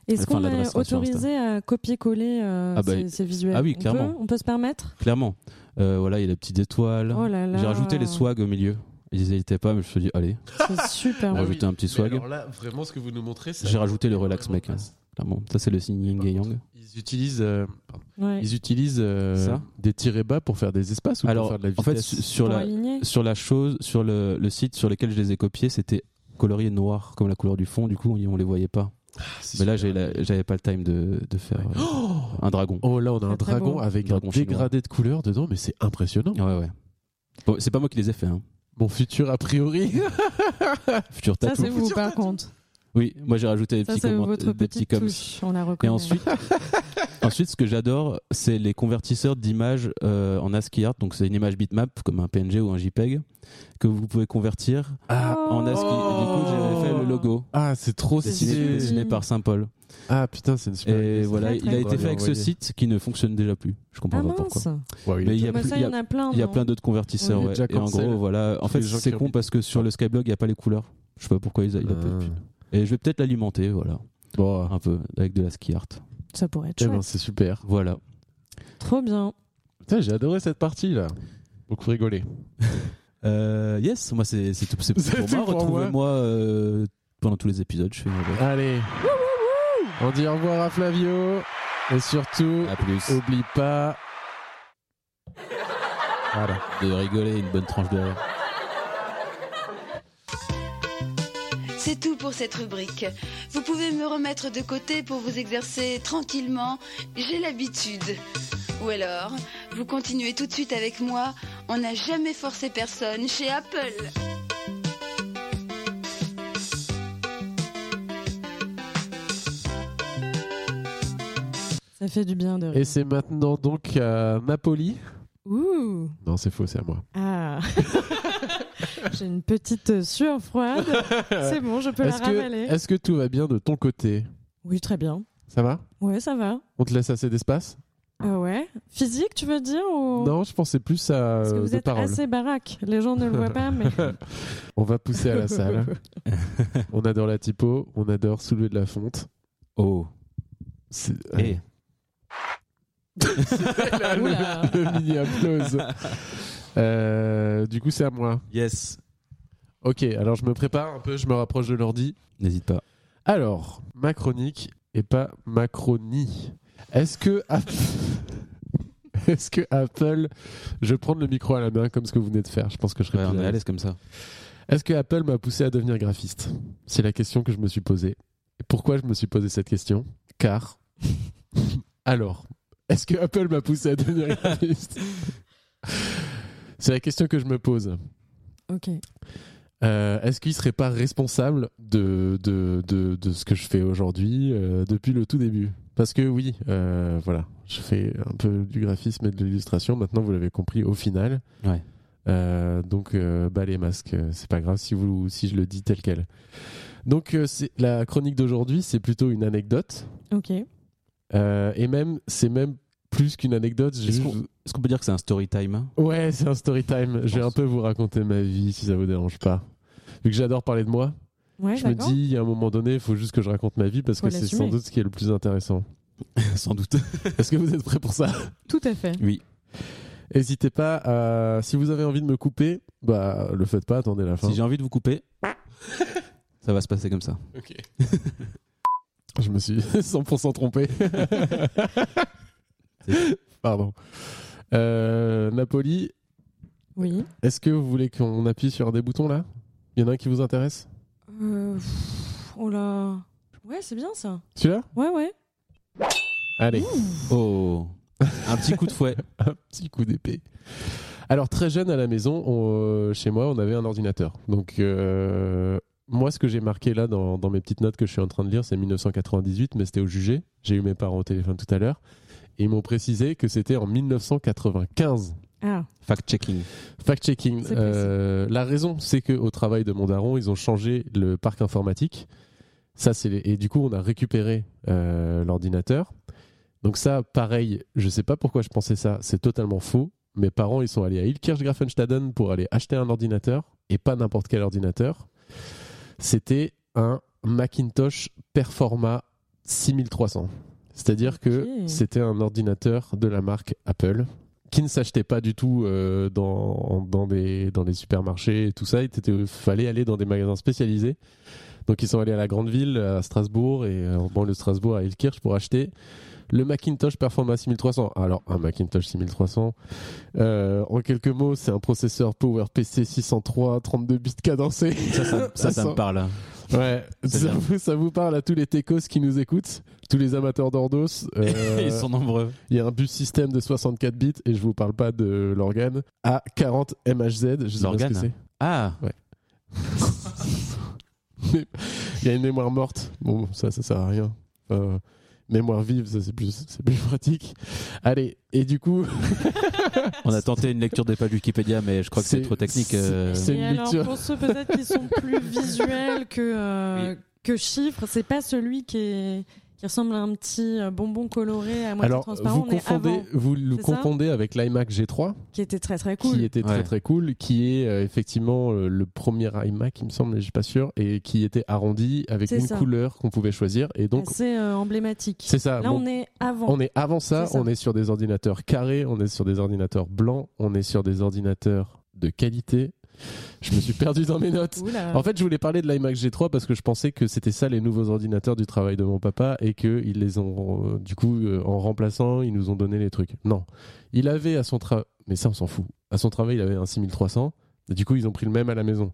E: Est-ce
C: enfin,
E: qu'on
C: l'adresse
E: est
C: sera sur Insta.
E: autorisé à copier-coller euh,
C: Ah bah,
E: ces, ces visuels
C: ah oui,
E: On
C: clairement.
E: peut- On peut, se permettre
C: Clairement. Euh, voilà, il y a les petites étoiles.
E: Oh là là.
C: J'ai rajouté les swags au milieu. Ils n'hésitaient pas, mais je me suis dit, allez,
E: C'est
C: *laughs*
E: super.
C: On va
D: Ah
E: beau.
D: oui,
C: rajouter un petit
D: mais
C: swag.
D: Alors là, vraiment, ce que vous nous montrez, ça-
C: J'ai rajouté le relax,
D: vraiment
C: mec.
D: classe.
C: clairement. Ça, c'est le signe yin et
D: Par
C: yang.
D: contre, Ils utilisent, euh, pardon,
E: Ouais.
D: ils utilisent euh,
C: Ça
D: des tirets bas pour faire des espaces ou
C: Alors,
D: pour faire de la
C: en fait,
D: vitesse
C: su- sur
E: Pour
C: la,
E: aligner.
C: sur la chose, sur le, le site sur lequel je les ai copiés, c'était coloriés noirs, comme la couleur du fond, du coup, on, on les voyait pas. Mais là, j'ai la- j'avais pas le time de, de faire euh, un dragon.
D: Ah, Oh là, on a un
E: Très, très
D: dragon
E: beau.
D: avec
C: Dragon
D: un
C: chinois.
D: dégradé de couleurs dedans, mais c'est impressionnant.
C: Ouais, ouais. Bon, c'est pas moi qui les ai fait,
E: *laughs*
C: hein.
D: Mon futur a priori.
C: Futur
E: Ça,
C: tatou.
E: c'est vous, par contre.
C: Oui, moi j'ai rajouté des
E: Ça,
C: petits,
E: c'est
C: comment-
E: votre
C: des petits
E: petite
C: coms.
E: touche. On la
C: Et
E: reconnaît. *laughs*
C: ensuite, ensuite, ce que j'adore, c'est les convertisseurs d'images euh, en ASCII art. Donc, c'est une image bitmap, comme un PNG ou un JPEG, que vous pouvez convertir
D: Ah,
C: en ASCII. Et du coup, j'avais fait le logo
D: ah, c'est trop
E: Oh. C'est
C: dessiné,
D: stylé.
C: dessiné par Saint-Paul.
D: Ah putain, c'est une super.
C: Et
D: idée, ça.
C: voilà,
E: très,
C: il
E: très
C: a
E: cool.
C: été fait avec ce
D: Envoyé.
C: site qui ne fonctionne déjà plus. Je comprends
E: Ah
C: pas pourquoi.
E: mince Ah
D: Ouais,
C: Mais il y a
E: Mais
C: plus-
E: ça,
C: il
E: il y en a plein.
C: Il y a
E: non
C: plein d'autres convertisseurs.
D: Oui,
C: ouais.
D: Jack
C: Et en
D: Cancel,
C: gros, voilà. En
D: tous
C: fait,
D: les gens
C: c'est
D: qui
C: con
D: habitent.
C: parce que sur le Skyblog, il n'y a pas les couleurs. Je sais pas pourquoi ils a- il a pas
D: Ah.
E: Euh,
C: pu. Et je vais peut-être l'alimenter, voilà,
D: Bon,
C: un peu, avec de la ski art.
E: Ça pourrait être
D: eh ben,
E: chouette.
D: c'est super.
C: Voilà.
E: Trop bien.
D: Putain, j'ai adoré cette partie là. Beaucoup rigolé.
C: Euh, yes, moi c'est c'est tout,
D: *laughs*
C: c'est
D: C'est
C: pour
D: tout
C: moi.
D: pour
C: Retrouvez-moi euh, pendant tous les épisodes. Je fais mon best.
D: Allez, on dit au revoir à Flavio et surtout,
C: À plus.
D: oublie pas. Voilà.
C: De rigoler une bonne tranche de rire.
A: C'est tout pour cette rubrique. Vous pouvez me remettre de côté pour vous exercer tranquillement, j'ai l'habitude. Ou alors, vous continuez tout de suite avec moi, on n'a jamais forcé personne chez Apple.
E: Ça fait du bien de
D: Et
E: rire.
D: c'est maintenant donc à Napoli.
E: Ouh.
D: Non, c'est faux, c'est à moi.
C: *laughs*
E: Ah. J'ai une petite sueur froide. C'est bon, je peux la
D: Est-ce
E: ravaler.
D: que, est-ce que tout va bien de ton côté
E: Oui, très bien.
D: Ça va
E: Ouais, ça va.
D: On te laisse assez d'espace
E: Ah ouais. Physique, tu veux dire ou...
D: Non, je pensais plus à
E: Oh. Parce que
D: euh,
E: vous
D: de
E: êtes
D: paroles.
E: assez baraque. Les gens ne le voient
C: *laughs*
E: pas, mais.
D: On va pousser à la salle. on adore la typo, on adore soulever de la fonte.
C: Oh.
D: C'est-
C: Eh.
D: Ah, *laughs* le-
E: Oula.
D: le mini applause. Euh, du coup, c'est à moi.
C: Yes.
D: Ok, alors je me prépare un peu, je me rapproche de l'ordi.
C: N'hésite pas.
D: Alors, ma chronique et pas Macronie. Est-ce que App- *laughs* Est-ce que Apple, je vais prendre le micro à la main comme ce que vous venez de faire. Je pense que je serai
C: Ouais,
D: plus
C: on est
D: à
C: à
D: l'aise.
C: l'aise comme ça.
D: Est-ce que Apple m'a poussé à devenir graphiste C'est la question que je me suis posée. Et pourquoi je me suis posé cette question Car. *laughs* Alors, est-ce que Apple m'a poussé à devenir *laughs* graphiste C'est la question que je me pose.
E: ok.
D: Euh, est-ce qu'il serait pas responsable de, de, de, de ce que je fais aujourd'hui euh, depuis le tout début Parce que oui, euh, voilà, je fais un peu du graphisme et de l'illustration. Maintenant, vous l'avez compris, au final.
C: Ouais.
D: Euh, donc, euh, bah, les masques, euh, c'est pas grave si, vous, si je le dis tel quel. Donc, euh, c'est- la chronique d'aujourd'hui, c'est plutôt une anecdote.
E: Ok.
D: Euh, et même, c'est même plus qu'une anecdote. j'ai
C: Est-ce
D: juste-
C: qu'on est-ce qu'on peut dire que c'est un story time hein
D: Ouais, c'est un story time. Je vais un
C: pense.
D: peu vous raconter ma vie si ça vous dérange pas. Vu que j'adore parler de moi.
E: Ouais,
D: Je me
E: d'accord.
D: dis, il y a un moment donné, il faut juste que je raconte ma vie parce
E: Faut
D: que c'est
E: l'assumer.
D: sans doute ce qui est le plus intéressant.
C: *laughs*
D: *laughs*
C: Sans doute.
D: Est-ce que vous êtes prêts pour ça
E: Tout à fait.
D: N'hésitez pas à. Si vous avez envie de me couper, bah, le faites pas, attendez la fin.
C: Si j'ai envie de vous couper, *laughs* ça va se passer comme ça.
D: Je me suis *laughs* 100% trompé. Pardon. Euh, Napoli,
E: Oui.
D: est-ce que vous voulez qu'on appuie sur des boutons là Il y en a un qui vous intéresse
E: Euh, pff, Oh là. Ouais, c'est bien ça.
D: Celui-là
E: Ouais, ouais.
D: Allez.
C: Oh. Un petit coup de fouet.
D: un petit coup d'épée. Alors très jeune à la maison, on, euh, chez moi, on avait un ordinateur. Donc euh, moi, ce que j'ai marqué là dans, dans mes petites notes que je suis en train de lire, c'est 1998, mais c'était au jugé. J'ai eu mes parents au téléphone tout à l'heure. Et ils m'ont précisé que c'était en 1995.
E: Ah.
C: Fact-checking.
D: Fact-checking.
E: C'est
D: Euh, la raison, c'est qu'au travail de mon daron, ils ont changé le parc informatique. Ça, c'est les- Et du coup, on a récupéré euh, l'ordinateur. Donc ça, pareil, je sais pas pourquoi je pensais ça, c'est totalement faux. Mes parents, ils sont allés à Ilkirch-Grafenstaden pour aller acheter un ordinateur, et pas n'importe quel ordinateur. C'était un Macintosh Performa 6300. C'est-à-dire que
E: Ok.
D: c'était un ordinateur de la marque Apple qui ne s'achetait pas du tout euh, dans, dans, des, dans les supermarchés et tout ça. Il était- euh, fallait aller dans des magasins spécialisés. Donc ils sont allés à la grande ville, à Strasbourg et euh, en banlieue de Strasbourg, à Ilkirch pour acheter Le Macintosh Performance 6300. Alors, un Macintosh 6300, euh, en quelques mots, c'est un processeur PowerPC 603, 32 bits cadencés.
F: Ça, ça, ça, ça me
C: hein. *laughs*
F: parle.
D: Ouais,
F: C'est
D: ça
F: bien.
D: vous, ça vous parle à tous les techos qui nous écoutent, tous les amateurs d'ordos. euh,
F: *laughs* Ils sont nombreux.
D: Il y a un bus système de 64 bits, et je vous parle pas de l'organe, à 40 MHZ. Je sais pas ce
F: L'organe
D: que c'est. *laughs*
F: Ah,
D: Il y a une mémoire morte. Bon, ça, ça sert à rien. Euh, mémoire vive, ça, c'est plus, c'est plus *laughs* pratique. Allez, et du coup,
F: on a tenté une lecture des pages Wikipédia, mais je crois que c'est
D: C'est-
F: trop technique.
D: c'est-
F: euh,
D: c'est- une
E: Et alors,
D: lecture.
E: pour ceux peut-être qui sont
D: *laughs*
E: plus visuels que, euh, que chiffres, c'est pas celui qui, est- qui ressemble à un petit euh, bonbon coloré à moitié
D: alors,
E: transparent.
D: vous
E: on est
D: confondez,
E: avant,
D: vous le
E: c'est ça
D: confondez avec l'iMac G3,
E: qui était très très
D: qui
E: cool.
D: était très
F: Ouais.
D: très cool, qui est euh, effectivement euh, le premier iMac, il me semble, mais je suis pas sûr, et qui était arrondi avec
E: C'est
D: une
E: ça.
D: couleur qu'on pouvait choisir. Et donc,
E: assez euh, emblématique.
D: c'est ça.
E: Là,
D: mon-
E: on est avant.
D: On est avant ça,
E: C'est ça.
D: on est sur des ordinateurs carrés, on est sur des ordinateurs blancs, on est sur des ordinateurs de qualité. Je me suis perdu dans mes notes.
E: Oula.
D: En fait, je voulais parler de l'iMac G3 parce que je pensais que c'était ça les nouveaux ordinateurs du travail de mon papa et que ils les ont euh, du coup euh, en remplaçant, ils nous ont donné les trucs. Non. Il avait à son travail mais ça on s'en fout. À son travail, il avait un 6300 et du coup, ils ont pris le même à la maison.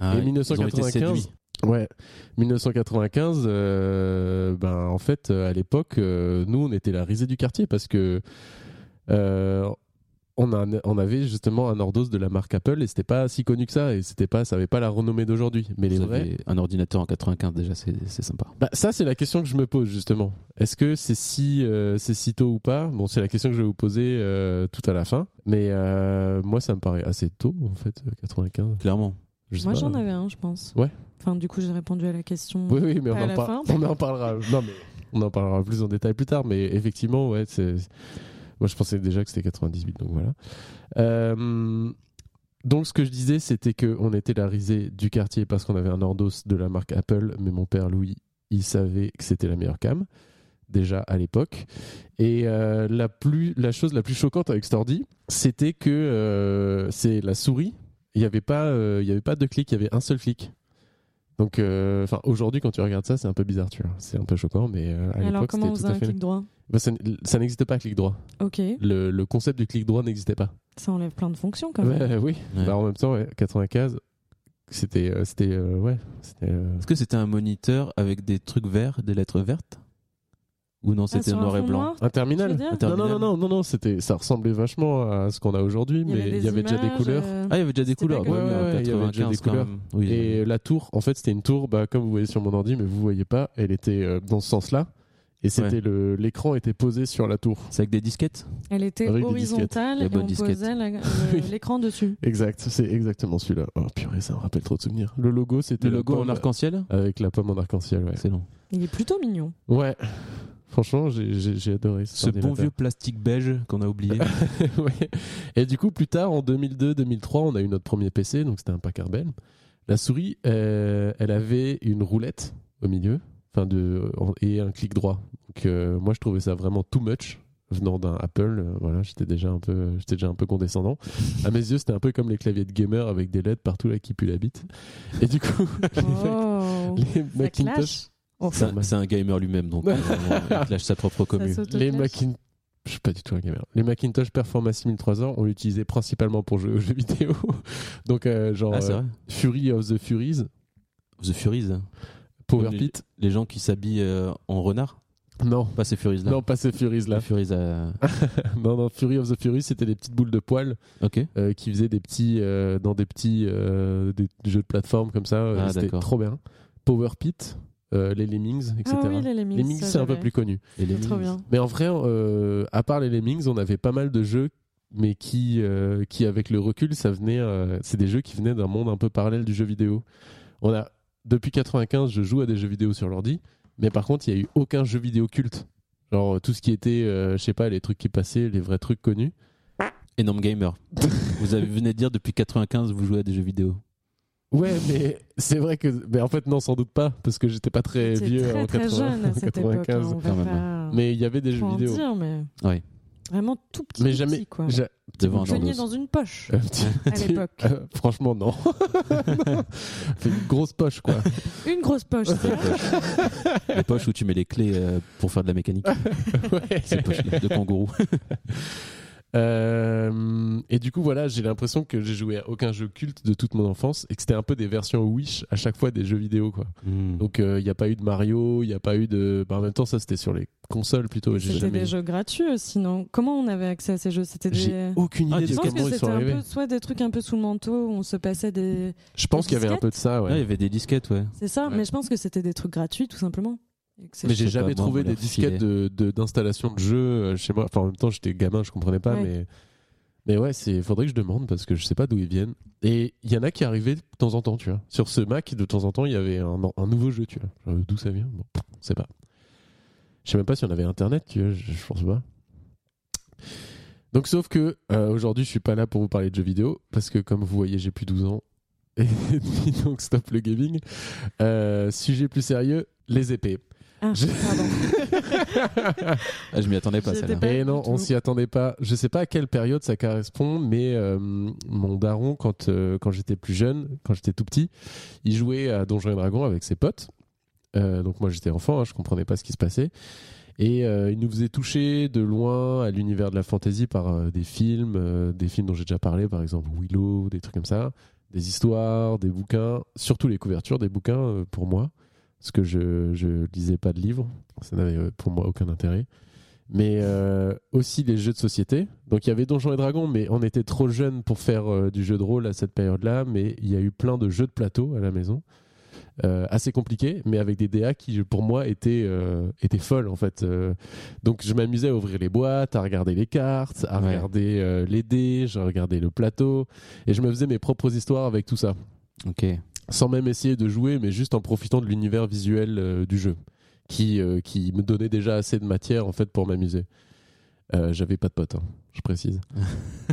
F: ah,
D: Et
F: ils ont été
D: 1995
F: séduits.
D: Ouais, 1995, euh, ben en fait, euh, à l'époque, euh, nous, on était la risée du quartier parce que euh, on, a, un- on avait justement un ordos de la marque Apple et c'était pas si connu que ça et c'était pas, ça avait pas la renommée d'aujourd'hui. Mais les
F: Vous
D: vrais,
F: avez Un ordinateur en 95 déjà, c'est c'est sympa.
D: bah, ça, c'est la question que je me pose justement. Est-ce que c'est si, euh, c'est si tôt ou pas Bon, c'est la question que je vais vous poser euh, tout à la fin. Mais euh, moi, ça me paraît assez tôt en fait, 95.
F: Clairement.
D: Je sais
E: Moi,
D: pas.
E: j'en avais un, je pense.
D: Ouais.
E: Enfin, du coup, j'ai répondu à la question.
D: Oui, oui, mais on
E: Pas à
D: en,
E: la
D: par-
E: fin.
D: on en parlera. Non, mais on en parlera plus en détail plus tard. Mais effectivement, ouais, c'est. Moi, je pensais déjà que c'était 98, donc voilà. Euh, Donc, ce que je disais, c'était qu'on était la risée du quartier parce qu'on avait un ordos de la marque Apple, mais mon père Louis, il savait que c'était la meilleure cam, déjà à l'époque. Et euh, la, plus, la chose la plus choquante avec cet ordi, c'était que euh, c'est la souris. Il n'y avait, pas, euh, il y avait pas deux clics, il y avait un seul clic. Donc, euh, enfin, aujourd'hui, quand tu regardes ça, c'est un peu bizarre, tu vois. C'est un peu choquant, mais euh, à
E: Alors,
D: l'époque, c'était
E: comment on
D: tout
E: faisait
D: à
E: un
D: fait.
E: clic droit
D: Bah, ça n- ça n'existait pas, clic droit.
E: Ok.
D: Le, le concept du clic droit n'existait pas.
E: Ça enlève plein de fonctions quand même.
D: Bah, *laughs* oui,
F: Ouais.
D: Bah, en même temps, ouais, 95, c'était. euh, c'était euh, ouais, c'était, euh,
F: Est-ce que c'était un moniteur avec des trucs verts, des lettres vertes Ou non,
E: Ah,
F: c'était
E: sur un
F: noir et
E: fond
F: blanc
E: noir,
D: un
E: tu veux
D: terminal
E: dire
F: Un ter-
D: non, non, non, non, non, non, c'était, ça ressemblait vachement à ce qu'on a aujourd'hui, mais il y avait déjà des
E: images,
D: couleurs.
E: euh,
F: Ah, il y avait déjà des
E: C'était
F: couleurs.
E: pas comme-
F: mais en
D: Ouais, ouais, il y avait déjà
F: 95,
D: des
F: quand
D: couleurs.
F: même. Oui,
D: Et la tour, en fait, c'était une tour, bah, comme vous voyez sur mon ordi, mais vous voyez pas, elle était euh, dans ce sens-là. Et c'était
F: Ouais.
D: le, l'écran était posé sur la tour.
F: C'est avec des disquettes
E: Elle était
D: Avec des
E: horizontale
F: disquettes. La
E: et
F: bonne
E: on
F: disquette.
D: *laughs*
E: posait la-
D: Oui.
E: le- l'écran dessus.
D: Exact, c'est exactement celui-là. Oh purée, ça me rappelle trop de souvenirs. Le logo, c'était
F: Le
D: la
F: logo en
D: pomme
F: arc-en-ciel
D: Avec la pomme en arc-en-ciel, ouais.
F: Excellent.
E: Il est
D: *laughs*
E: plutôt mignon.
D: Ouais. Franchement, j'ai, j'ai- j'ai adoré cet
F: Ce bon
D: ordinateur.
F: vieux plastique beige qu'on a oublié.
D: *laughs* Ouais. Et du coup, plus tard, en 2002-2003, on a eu notre premier PC, donc c'était un Packard Bell. La souris, euh, elle avait une roulette au milieu enfin de, en- et un clic droit. Donc euh, moi, je trouvais ça vraiment too much venant d'un Apple. Euh, voilà, j'étais déjà un peu, j'étais déjà un peu condescendant. À mes yeux, c'était un peu comme les claviers de gamer avec des LED partout là qui puent la bite. Et du coup, *laughs* les Mac- les, Macintosh,
E: Oh, ça clash. Oh,
F: *laughs* C'est un- c'est un gamer lui-même,
D: *laughs*
F: donc euh, vraiment, il lâche sa propre commune.
E: Ça saute
D: les
E: clash.
D: Macintosh. Je suis pas du tout un gamer. Les Macintosh Performance 6300, on l'utilisait principalement pour jouer aux *laughs* jeux vidéo. Donc, euh, genre,
F: Ah, c'est
D: euh,
F: vrai
D: Fury of the Furies,
F: The Furies, hein.
D: Power
F: Comme les-
D: Pit.
F: les gens qui s'habillent euh, en renard
D: Non,
F: Pas ces Furies là.
D: non, pas Ah. ces Furies
F: *laughs*
D: là.
F: Les Furies euh, à.
D: non, non, Fury of the Furies, c'était des petites boules de poils
F: Ok.
D: euh, qui faisaient des petits. euh, dans des petits euh, des jeux de plateforme comme ça. euh,
F: Ah,
D: c'était
F: d'accord.
D: trop bien. Power Pit, euh, les Lemmings, etc.
E: Ah oui, les Lemmings.
D: les Lemmings,
E: ça,
D: c'est un peu
E: j'avais.
D: plus connu.
F: Et les
E: C'est trop
F: Lemmings.
E: bien.
D: Mais en vrai, euh, à part les Lemmings, on avait pas mal de jeux, mais qui, euh, qui avec le recul, ça venait. euh, c'est des jeux qui venaient d'un monde un peu parallèle du jeu vidéo. On a depuis 95, je joue à des jeux vidéo sur l'ordi, mais par contre, il y a eu aucun jeu vidéo culte. Genre euh, tout ce qui était, euh, je sais pas, les trucs qui passaient, les vrais trucs connus.
F: Énorme gamer.
D: *laughs*
F: vous avez, venez de dire depuis 95, vous jouez à des jeux vidéo.
D: Ouais, mais c'est vrai que, mais en fait non, sans doute pas, parce que j'étais pas très
E: J'étais
D: vieux
E: très,
D: en
E: très
D: 80,
E: jeune à cette époque.
D: 95.
E: hein, on va
F: quand même,
E: pas-
D: Mais il y avait des
E: faut
D: jeux
E: en
D: vidéo.
E: dire, mais
F: Ouais.
E: vraiment tout petit.
D: Mais
E: tout
D: jamais,
E: petit, quoi.
D: ja-
F: devant un
E: Cogné
F: Nandos.
E: dans une
D: *laughs*
E: poche.
D: Un petit-
E: À l'époque.
D: Euh, franchement, non. *laughs* Fait une grosse
F: *laughs*
D: poche, quoi.
E: Une grosse poche. c'est vrai.
F: Les poches où tu mets les clés euh, pour faire de la mécanique.
D: Ouais.
F: Ces poches de
D: *laughs*
F: kangourou.
D: Euh, et du coup, voilà, j'ai l'impression que j'ai joué à aucun jeu culte de toute mon enfance et que c'était un peu des versions Wish à chaque fois des jeux vidéo, quoi.
F: Hmm.
D: Donc, il n'y a pas eu de Mario, il n'y a pas eu de. Bah, en même temps, ça, c'était sur les consoles plutôt. J'ai
E: C'était
D: jamais.
E: des jeux gratuits aussi, non Comment on avait accès à ces jeux C'était
D: J'ai
E: des.
D: aucune
F: Ah,
D: idée
F: tu
E: Je
D: de
E: pense
D: comment
E: que
D: ils
E: c'était
D: sont
E: un
D: arrivés.
E: peu soit des trucs un peu sous le manteau où on se passait des.
D: Je pense qu'il y avait un peu de ça, ouais.
F: Là, Ah, il y avait des disquettes, ouais.
E: C'est ça,
D: Ouais.
E: mais je pense que c'était des trucs gratuits tout simplement. Et que c'est-
D: Mais j'ai
F: Je sais pas,
D: jamais
F: moi, on
D: trouvé
F: me
D: des
F: l'a filé.
D: disquettes de- de- d'installation de, jeux euh, chez moi. Enfin, en même temps, j'étais gamin, je comprenais pas,
E: Ouais.
D: mais. Mais ouais, il faudrait que je demande parce que je sais pas d'où ils viennent. Et il y en a qui arrivaient de temps en temps, tu vois. Sur ce Mac, de temps en temps, il y avait un, un nouveau jeu, tu vois. Genre, D'où ça vient Bon, pff, on sait pas. Je sais même pas si on avait internet, tu vois, je, je pense pas. Donc, sauf que euh, aujourd'hui, je suis pas là pour vous parler de jeux vidéo parce que, comme vous voyez, j'ai plus 12 ans. *laughs* Et donc, stop le gaming. Euh, sujet plus sérieux les épées.
E: Ah,
D: Je-
E: pardon.
D: *laughs*
F: Ah, je m'y attendais pas,
E: J'étais
F: celle-là.
E: pas-
D: Et
E: du
D: Eh non, on
E: tout.
D: s'y attendait pas. Je sais pas à quelle période ça correspond, mais euh, mon daron, quand, euh, quand j'étais plus jeune, quand j'étais tout petit, il jouait à Donjons et Dragons avec ses potes. Euh, donc moi j'étais enfant, hein, je comprenais pas ce qui se passait. Et euh, il nous faisait toucher de loin à l'univers de la fantasy par euh, des films, euh, des films dont j'ai déjà parlé, par exemple Willow, des trucs comme ça, des histoires, des bouquins, surtout les couvertures des bouquins euh, pour moi, parce que je, je lisais pas de livres, ça n'avait euh, pour moi aucun intérêt mais euh, aussi les jeux de société. Donc il y avait Donjons et Dragons, mais on était trop jeunes pour faire euh, du jeu de rôle à cette période-là, mais il y a eu plein de jeux de plateau à la maison, Euh, assez compliqués, mais avec des DA qui pour moi étaient, euh, étaient folles en fait. Euh, donc je m'amusais à ouvrir les boîtes, à regarder les cartes, à
F: Ouais.
D: regarder euh, les dés, je regardais le plateau, et je me faisais mes propres histoires avec tout ça
F: Ok.
D: sans même essayer de jouer, mais juste en profitant de l'univers visuel euh, du jeu, qui, euh, qui me donnait déjà assez de matière en fait pour m'amuser. Euh, J'avais pas de potes, hein, je
F: *laughs*
D: précise.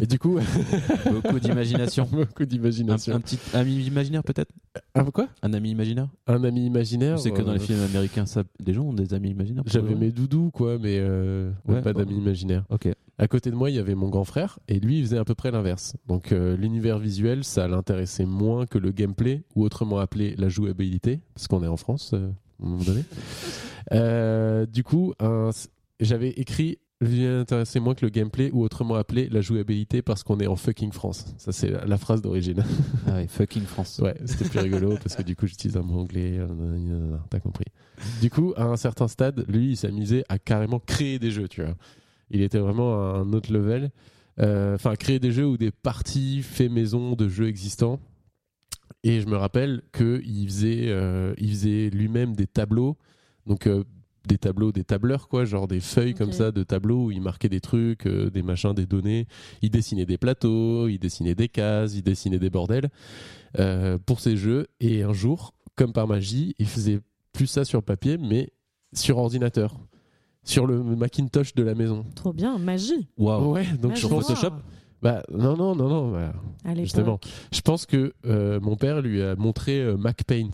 D: Et du coup, *laughs*
F: Beaucoup d'imagination. *laughs*
D: beaucoup
F: Un,
D: d'imagination.
F: un petit ami imaginaire, peut-être
D: Un, quoi
F: Un ami imaginaire
D: Un ami imaginaire.
F: C'est que dans les
D: euh,
F: films américains, ça... les gens ont des amis imaginaires. pour
D: J'avais
F: vrai.
D: mes doudous, quoi, mais euh,
F: Ouais,
D: pas
F: bon.
D: d'amis imaginaires.
F: Ok.
D: À côté de moi, il y avait mon grand frère, et lui, il faisait à peu près l'inverse. Donc, euh, l'univers visuel, ça l'intéressait moins que le gameplay, ou autrement appelé la jouabilité, parce qu'on est en France, euh, à un moment donné. Euh, du coup, un- j'avais écrit l'univers intéressait moins que le gameplay, ou autrement appelé la jouabilité, parce qu'on est en fucking France. Ça, c'est la- la phrase d'origine.
F: Ah ouais, fucking France.
D: Ouais, c'était plus rigolo parce que du coup, j'utilise un mot anglais. euh, nan, nan, nan, nan, T'as compris. Du coup, à un certain stade, lui, il s'amusait à carrément créer des jeux, tu vois. Il était vraiment à un autre level. Euh, Enfin, créer des jeux ou des parties fait maison de jeux existants. Et je me rappelle qu'il faisait, euh, il faisait lui-même des tableaux. Donc, euh, des tableaux, des tableurs, quoi, genre des feuilles
E: Ok.
D: comme ça de tableaux où il marquait des trucs, euh, des machins, des données. Il dessinait des plateaux, il dessinait des cases, il dessinait des bordels euh, pour ces jeux. Et un jour, comme par magie, il faisait plus ça sur papier, mais sur ordinateur, sur le Macintosh de la maison.
E: Trop bien, magie.
F: Waouh.
D: Ah ouais, donc
E: Magie
D: je
F: sur
D: pense.
E: noire.
F: Photoshop
D: Bah, non, non, non, non. bah,
E: À l'époque.
D: Justement. je pense que euh, mon père lui a montré euh, Mac Paint.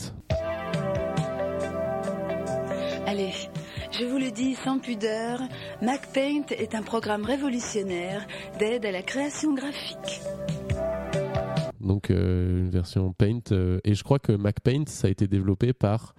A: Allez, je vous le dis sans pudeur, MacPaint est un programme révolutionnaire d'aide à la création graphique.
D: Donc euh, une version Paint. euh, et je crois que Mac Paint, ça a été développé par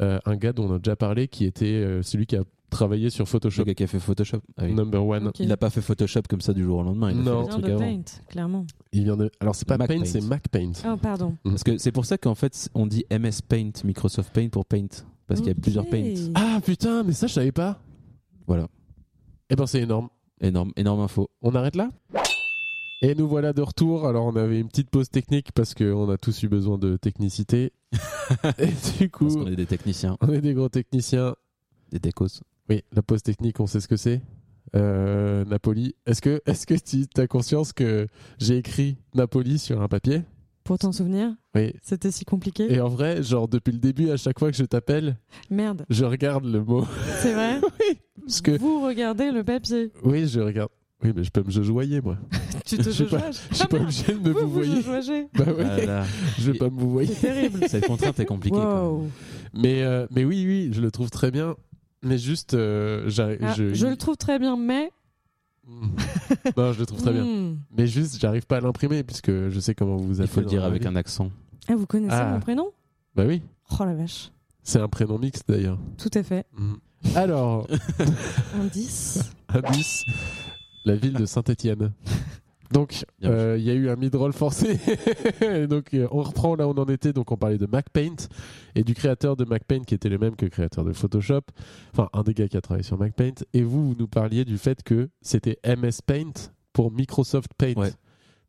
D: euh, un gars dont on a déjà parlé, qui était euh, celui qui a travaillé sur
F: Le
D: Photoshop
F: gars qui a fait Photoshop. Ah oui.
D: Number One.
E: Ok.
F: Il n'a pas fait Photoshop comme ça du jour au lendemain. Il a
D: Non.
F: fait des
E: Bien
F: trucs
E: de
F: avant.
E: Paint, clairement.
D: Il vient de. Alors c'est pas
F: Mac
D: Paint,
F: Paint.
D: c'est Mac Paint.
E: Ah, pardon.
F: Parce que c'est pour ça qu'en fait, on dit MS Paint, Microsoft Paint pour Paint. Parce qu'il y a
E: Ok.
F: plusieurs Paints.
D: Ah putain, mais ça je savais pas.
F: Voilà.
D: Eh ben c'est énorme.
F: Énorme, énorme info.
D: On arrête là Et nous voilà de retour. Alors on avait une petite pause technique parce qu'on a tous eu besoin
F: *laughs*
D: de technicité. Et du coup,
F: Parce qu'on est des techniciens,
D: on est des gros techniciens.
F: des décos.
D: Oui, la pause technique, on sait ce que c'est. Euh, Napoli, est-ce que, *laughs* est-ce que tu as conscience que j'ai écrit Napoli sur un papier
E: Pour t'en souvenir,
D: Oui.
E: c'était si compliqué.
D: Et en vrai, genre depuis le début, à chaque fois que je t'appelle,
E: Merde,
D: je regarde le mot. *laughs*
E: c'est vrai
D: Parce que
E: Vous regardez le papier.
D: oui, je regarde. Oui, mais je peux me jojoyer moi.
E: Tu te
D: Je sais pas,
E: jouages. Ah,
D: Je
E: *laughs*
D: suis pas obligé de me
E: Vous,
D: vous
E: vous
D: voyez.
E: jouagez.
D: Bah *laughs* oui,
F: Ah là,
D: je vais pas me vous voyez.
E: C'est terrible.
F: cette contrainte est compliquée. quand même.
E: Wow.
D: Mais, euh, mais oui, oui, je le trouve très bien. Mais juste, euh, j'arri-
E: Ah,
D: je,
E: je le trouve très bien, mais
D: non, je le trouve très bien.
E: *laughs* Hmm.
D: Mais juste, j'arrive pas à l'imprimer puisque je sais comment vous
F: Il
D: appelez.
F: faut le dire
D: dans la
F: avec
D: vie.
F: un accent.
E: Ah, vous connaissez
D: Ah.
E: mon prénom
D: Bah oui,
E: Oh la vache.
D: c'est un prénom mixte d'ailleurs.
E: Tout à fait.
F: Mhm. *laughs*
D: Alors,
E: Indice.
D: Abyss, la ville de Saint-Étienne. Donc,
F: Bien vu.
D: euh, il y a eu un mid-roll forcé. *laughs* Et donc, euh, on reprend là où on en était. Donc, on parlait de MacPaint et du créateur de MacPaint qui était le même que le créateur de Photoshop. Enfin, un des gars qui a travaillé sur MacPaint. Et vous, vous nous parliez du fait que c'était MS Paint pour Microsoft Paint.
F: Ouais.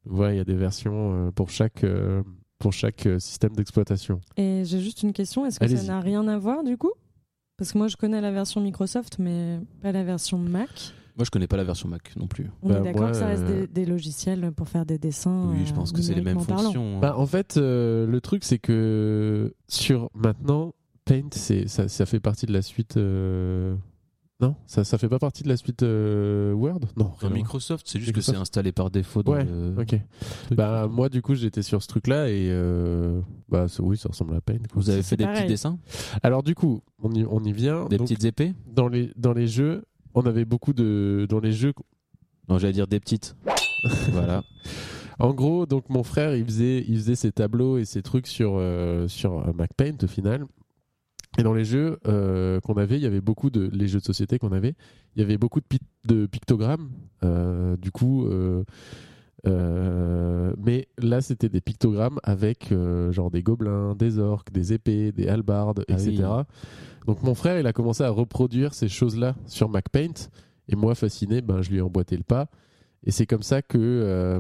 D: Voilà, il y a des versions euh, pour chaque, euh, pour chaque euh, système d'exploitation.
E: Et j'ai juste une question. Est-ce que ça
D: Allez-y.
E: n'a rien à voir du coup Parce que moi, je connais la version Microsoft, mais pas la version Mac.
F: Moi, je connais pas la version Mac non plus.
E: On
D: Bah,
E: est d'accord
D: moi,
E: que ça reste
D: euh,
E: des, des logiciels pour faire des dessins.
F: Oui, je pense
E: euh,
F: que c'est les mêmes
E: numériquement parlant.
F: fonctions. hein.
D: Bah, en fait, euh, le truc, c'est que sur maintenant, Paint, c'est, ça, ça fait partie de la suite. euh, Non, ça, ça fait pas partie de la suite euh, Word Non,
F: Enfin,
D: rien à
F: Microsoft, c'est juste que
D: Microsoft.
F: c'est installé par défaut dans
D: Ouais,
F: le
D: voir. Ok.
F: truc.
D: Bah, moi, du coup, j'étais sur ce truc-là et. euh, Bah, c'est- oui, ça ressemble à Paint. quoi.
F: Vous avez
E: C'est
F: fait des
E: pareil.
F: petits dessins
D: Alors, du coup, on y, on y vient.
F: Des
D: Donc,
F: petites épées
D: dans, les, dans les jeux, on avait beaucoup de. Dans les jeux,
F: Non, j'allais dire des
D: *laughs*
F: petites. voilà.
D: En gros, donc mon frère, il faisait, il faisait ses tableaux et ses trucs sur, euh, sur euh, MacPaint au final. Et dans les jeux euh, qu'on avait, il y avait beaucoup de les jeux de société qu'on avait, il y avait beaucoup de, pi- de pictogrammes. Euh, du coup, euh, euh, mais là, c'était des pictogrammes avec euh, genre des gobelins, des orques, des épées, des halbardes,
F: Ah
D: etc. Donc mon frère, il a commencé à reproduire ces choses-là sur MacPaint. Et moi, fasciné, ben, je lui ai emboîté le pas. Et c'est comme ça que. euh,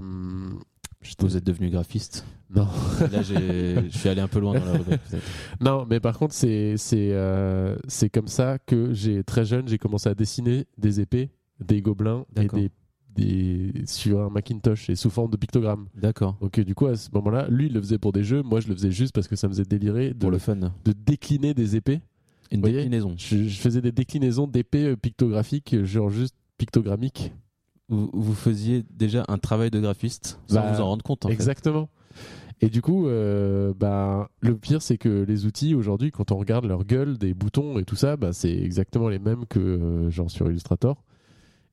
F: Vous êtes devenu graphiste.
D: Non. *laughs*
F: Là, j'ai- je suis allé un peu loin dans la rubrique. peut-être.
D: non, mais par contre, c'est c'est euh, c'est comme ça que j'ai très jeune, j'ai commencé à dessiner des épées, des gobelins et
F: D'accord.
D: des, des sur un Macintosh et sous forme de pictogrammes.
F: D'accord.
D: Donc euh, du coup, à ce moment-là, lui, il le faisait pour des jeux, moi, je le faisais juste parce que ça me faisait délirer de,
F: Pour le fun.
D: de décliner des épées.
F: Une
D: voyez
F: déclinaison.
D: Je, je faisais des déclinaisons d'épées euh, pictographiques, euh, genre juste pictogrammiques.
F: Vous, vous faisiez déjà un travail de graphiste sans
D: Bah,
F: vous en rendre compte. En fait.
D: Exactement. Et du coup, euh, bah, le pire, c'est que les outils aujourd'hui, quand on regarde leur gueule, des boutons et tout ça, bah, c'est exactement les mêmes que euh, genre sur Illustrator.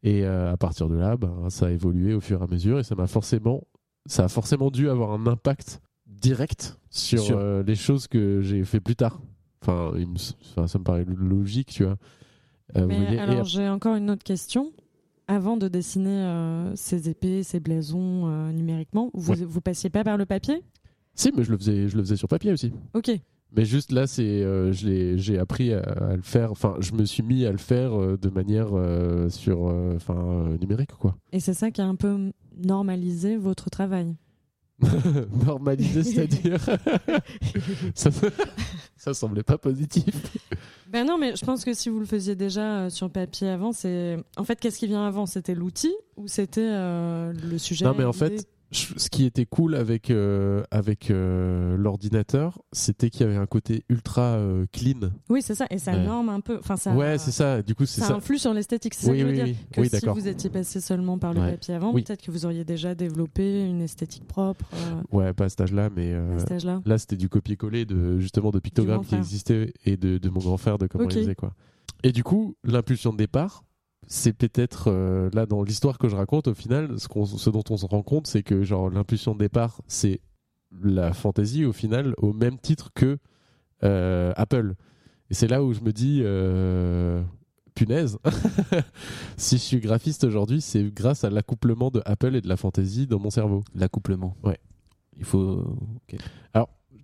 D: Et euh, à partir de là, bah, ça a évolué au fur et à mesure et ça m'a forcément, ça a forcément dû avoir un impact direct sur
F: Sur-
D: euh, les choses que j'ai fait plus tard. Enfin, il me- enfin, ça me paraît logique, tu vois. Euh, vous
E: Mais
D: voyez, et
E: alors, j'ai encore une autre question. Avant de dessiner euh, ces épées, ces blasons euh, numériquement, vous, vous passiez pas par le papier
D: Si, mais je le faisais, je le faisais sur papier aussi.
E: Ok.
D: Mais juste là, c'est, euh, je l'ai- j'ai appris à, à le faire. Enfin, je me suis mis à le faire euh, de manière euh, sur, euh, enfin, euh, numérique quoi.
E: Et c'est ça qui a un peu normalisé votre travail.
D: Normaliser, c'est-à-dire, ça, ça semblait pas positif.
E: Ben non, mais je pense que si vous le faisiez déjà euh, sur papier avant, c'est. En fait, qu'est-ce qui vient avant C'était l'outil ou c'était euh, le sujet
D: Non, mais en
E: l'idée
D: fait, je- ce qui était cool avec euh, avec euh, l'ordinateur, c'était qu'il y avait un côté ultra euh, clean.
E: Oui, c'est ça. Et ça
F: Ouais.
E: norme un peu. Enfin, ça.
D: ouais, c'est ça. Du coup, c'est
E: Ça,
D: ça.
E: influe sur l'esthétique, c'est ça
D: Oui,
E: que je veux
D: oui,
E: dire.
D: oui.
E: Que
D: Oui,
E: si
D: d'accord.
E: vous étiez passé seulement par le
F: Ouais.
E: papier avant,
D: Oui.
E: peut-être que vous auriez déjà développé une esthétique propre euh,
D: Ouais, pas à cet âge-là, mais. euh,
E: à cet âge-là.
D: Là, c'était du copier-coller de justement de pictogrammes
E: grand
D: qui
E: frère.
D: existaient et de, de mon grand frère de comment
E: Ok.
D: il faisait quoi. Et du coup, l'impulsion de départ, c'est peut-être euh, là dans l'histoire que je raconte au final, ce, qu'on- ce dont on se rend compte, c'est que genre l'impulsion de départ, c'est la fantaisie au final au même titre que euh, Apple. Et c'est là où je me dis euh, punaise. *laughs* si je suis graphiste aujourd'hui, c'est grâce à l'accouplement de Apple et de la fantaisie dans mon cerveau.
F: L'accouplement.
D: Ouais.
F: Il faut. ok.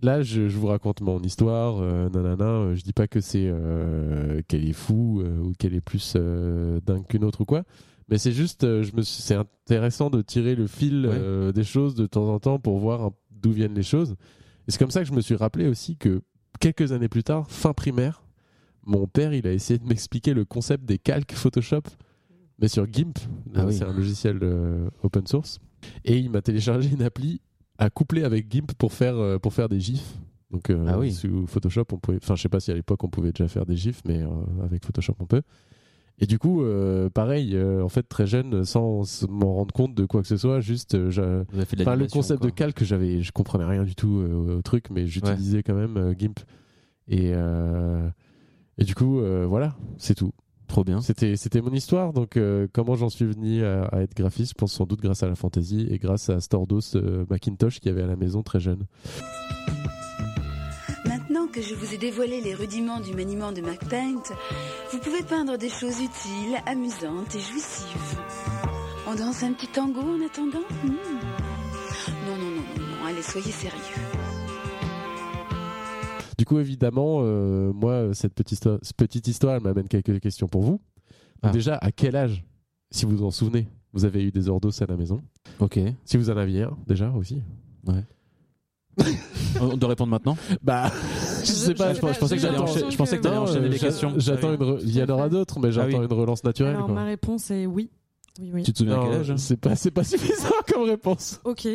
D: Là, je, je vous raconte mon histoire, euh, nanana. euh, Je dis pas que c'est euh, qu'elle est fou euh, ou qu'elle est plus euh, dingue qu'une autre ou quoi. Mais c'est juste, euh, je me suis- c'est intéressant de tirer le fil
F: Ouais.
D: euh, des choses de temps en temps pour voir un- d'où viennent les choses. Et c'est comme ça que je me suis rappelé aussi que quelques années plus tard, fin primaire, mon père, il a essayé de m'expliquer le concept des calques Photoshop, mais sur GIMP.
F: Ah
D: Euh,
F: oui.
D: C'est un logiciel euh, open source. Et il m'a téléchargé une appli à coupler avec GIMP pour faire, euh, pour faire des gifs. Donc euh,
F: Ah oui.
D: sous Photoshop, on pouvait. Enfin, je sais pas si à l'époque on pouvait déjà faire des gifs, mais euh, avec Photoshop on peut. Et du coup, euh, pareil, euh, en fait, très jeune, sans s- m'en rendre compte de quoi que ce soit, juste, euh, j'a-
F: Vous avez fait de
D: enfin, le
F: l'animation,
D: concept
F: quoi.
D: de calque, j'avais, je comprenais rien du tout euh, au truc, mais j'utilisais quand même euh, GIMP. Et, euh, et du coup, euh, voilà, c'est tout.
F: Trop bien.
D: C'était, c'était mon histoire, donc euh, comment j'en suis venu à, à être graphiste, je pense sans doute grâce à la fantaisie et grâce à Stordos euh, Macintosh qu'il y avait à la maison très jeune.
A: Maintenant que je vous ai dévoilé les rudiments du maniement de MacPaint, vous pouvez peindre des choses utiles, amusantes et jouissives. On danse un petit tango en attendant Hmm. Non, non, non, non, non, allez, soyez sérieux.
D: Du coup, évidemment, euh, moi, cette petite, histo- cette petite histoire elle m'amène quelques questions pour vous.
F: Ah.
D: Déjà, à quel âge, si vous vous en souvenez, vous avez eu des ordos à la maison
F: Ok.
D: Si vous en aviez un, déjà aussi
C: On doit répondre maintenant
D: *laughs* Bah, je sais pas,
E: je
D: je, pense- je pensais que
E: je
D: j'allais
E: pense
D: enchaîner.
C: je pensais que t'allais
D: Non,
C: enchaîner
D: euh,
C: les
D: j'a-
C: questions.
D: J'attends une. re- Il y en aura d'autres, mais j'attends
C: Ah oui.
D: une relance naturelle.
E: Alors,
D: quoi.
E: ma réponse est oui. Oui, oui.
F: Tu te souviens à
D: Non,
F: quel âge
D: c'est pas, c'est pas *laughs* suffisant comme réponse.
E: Ok.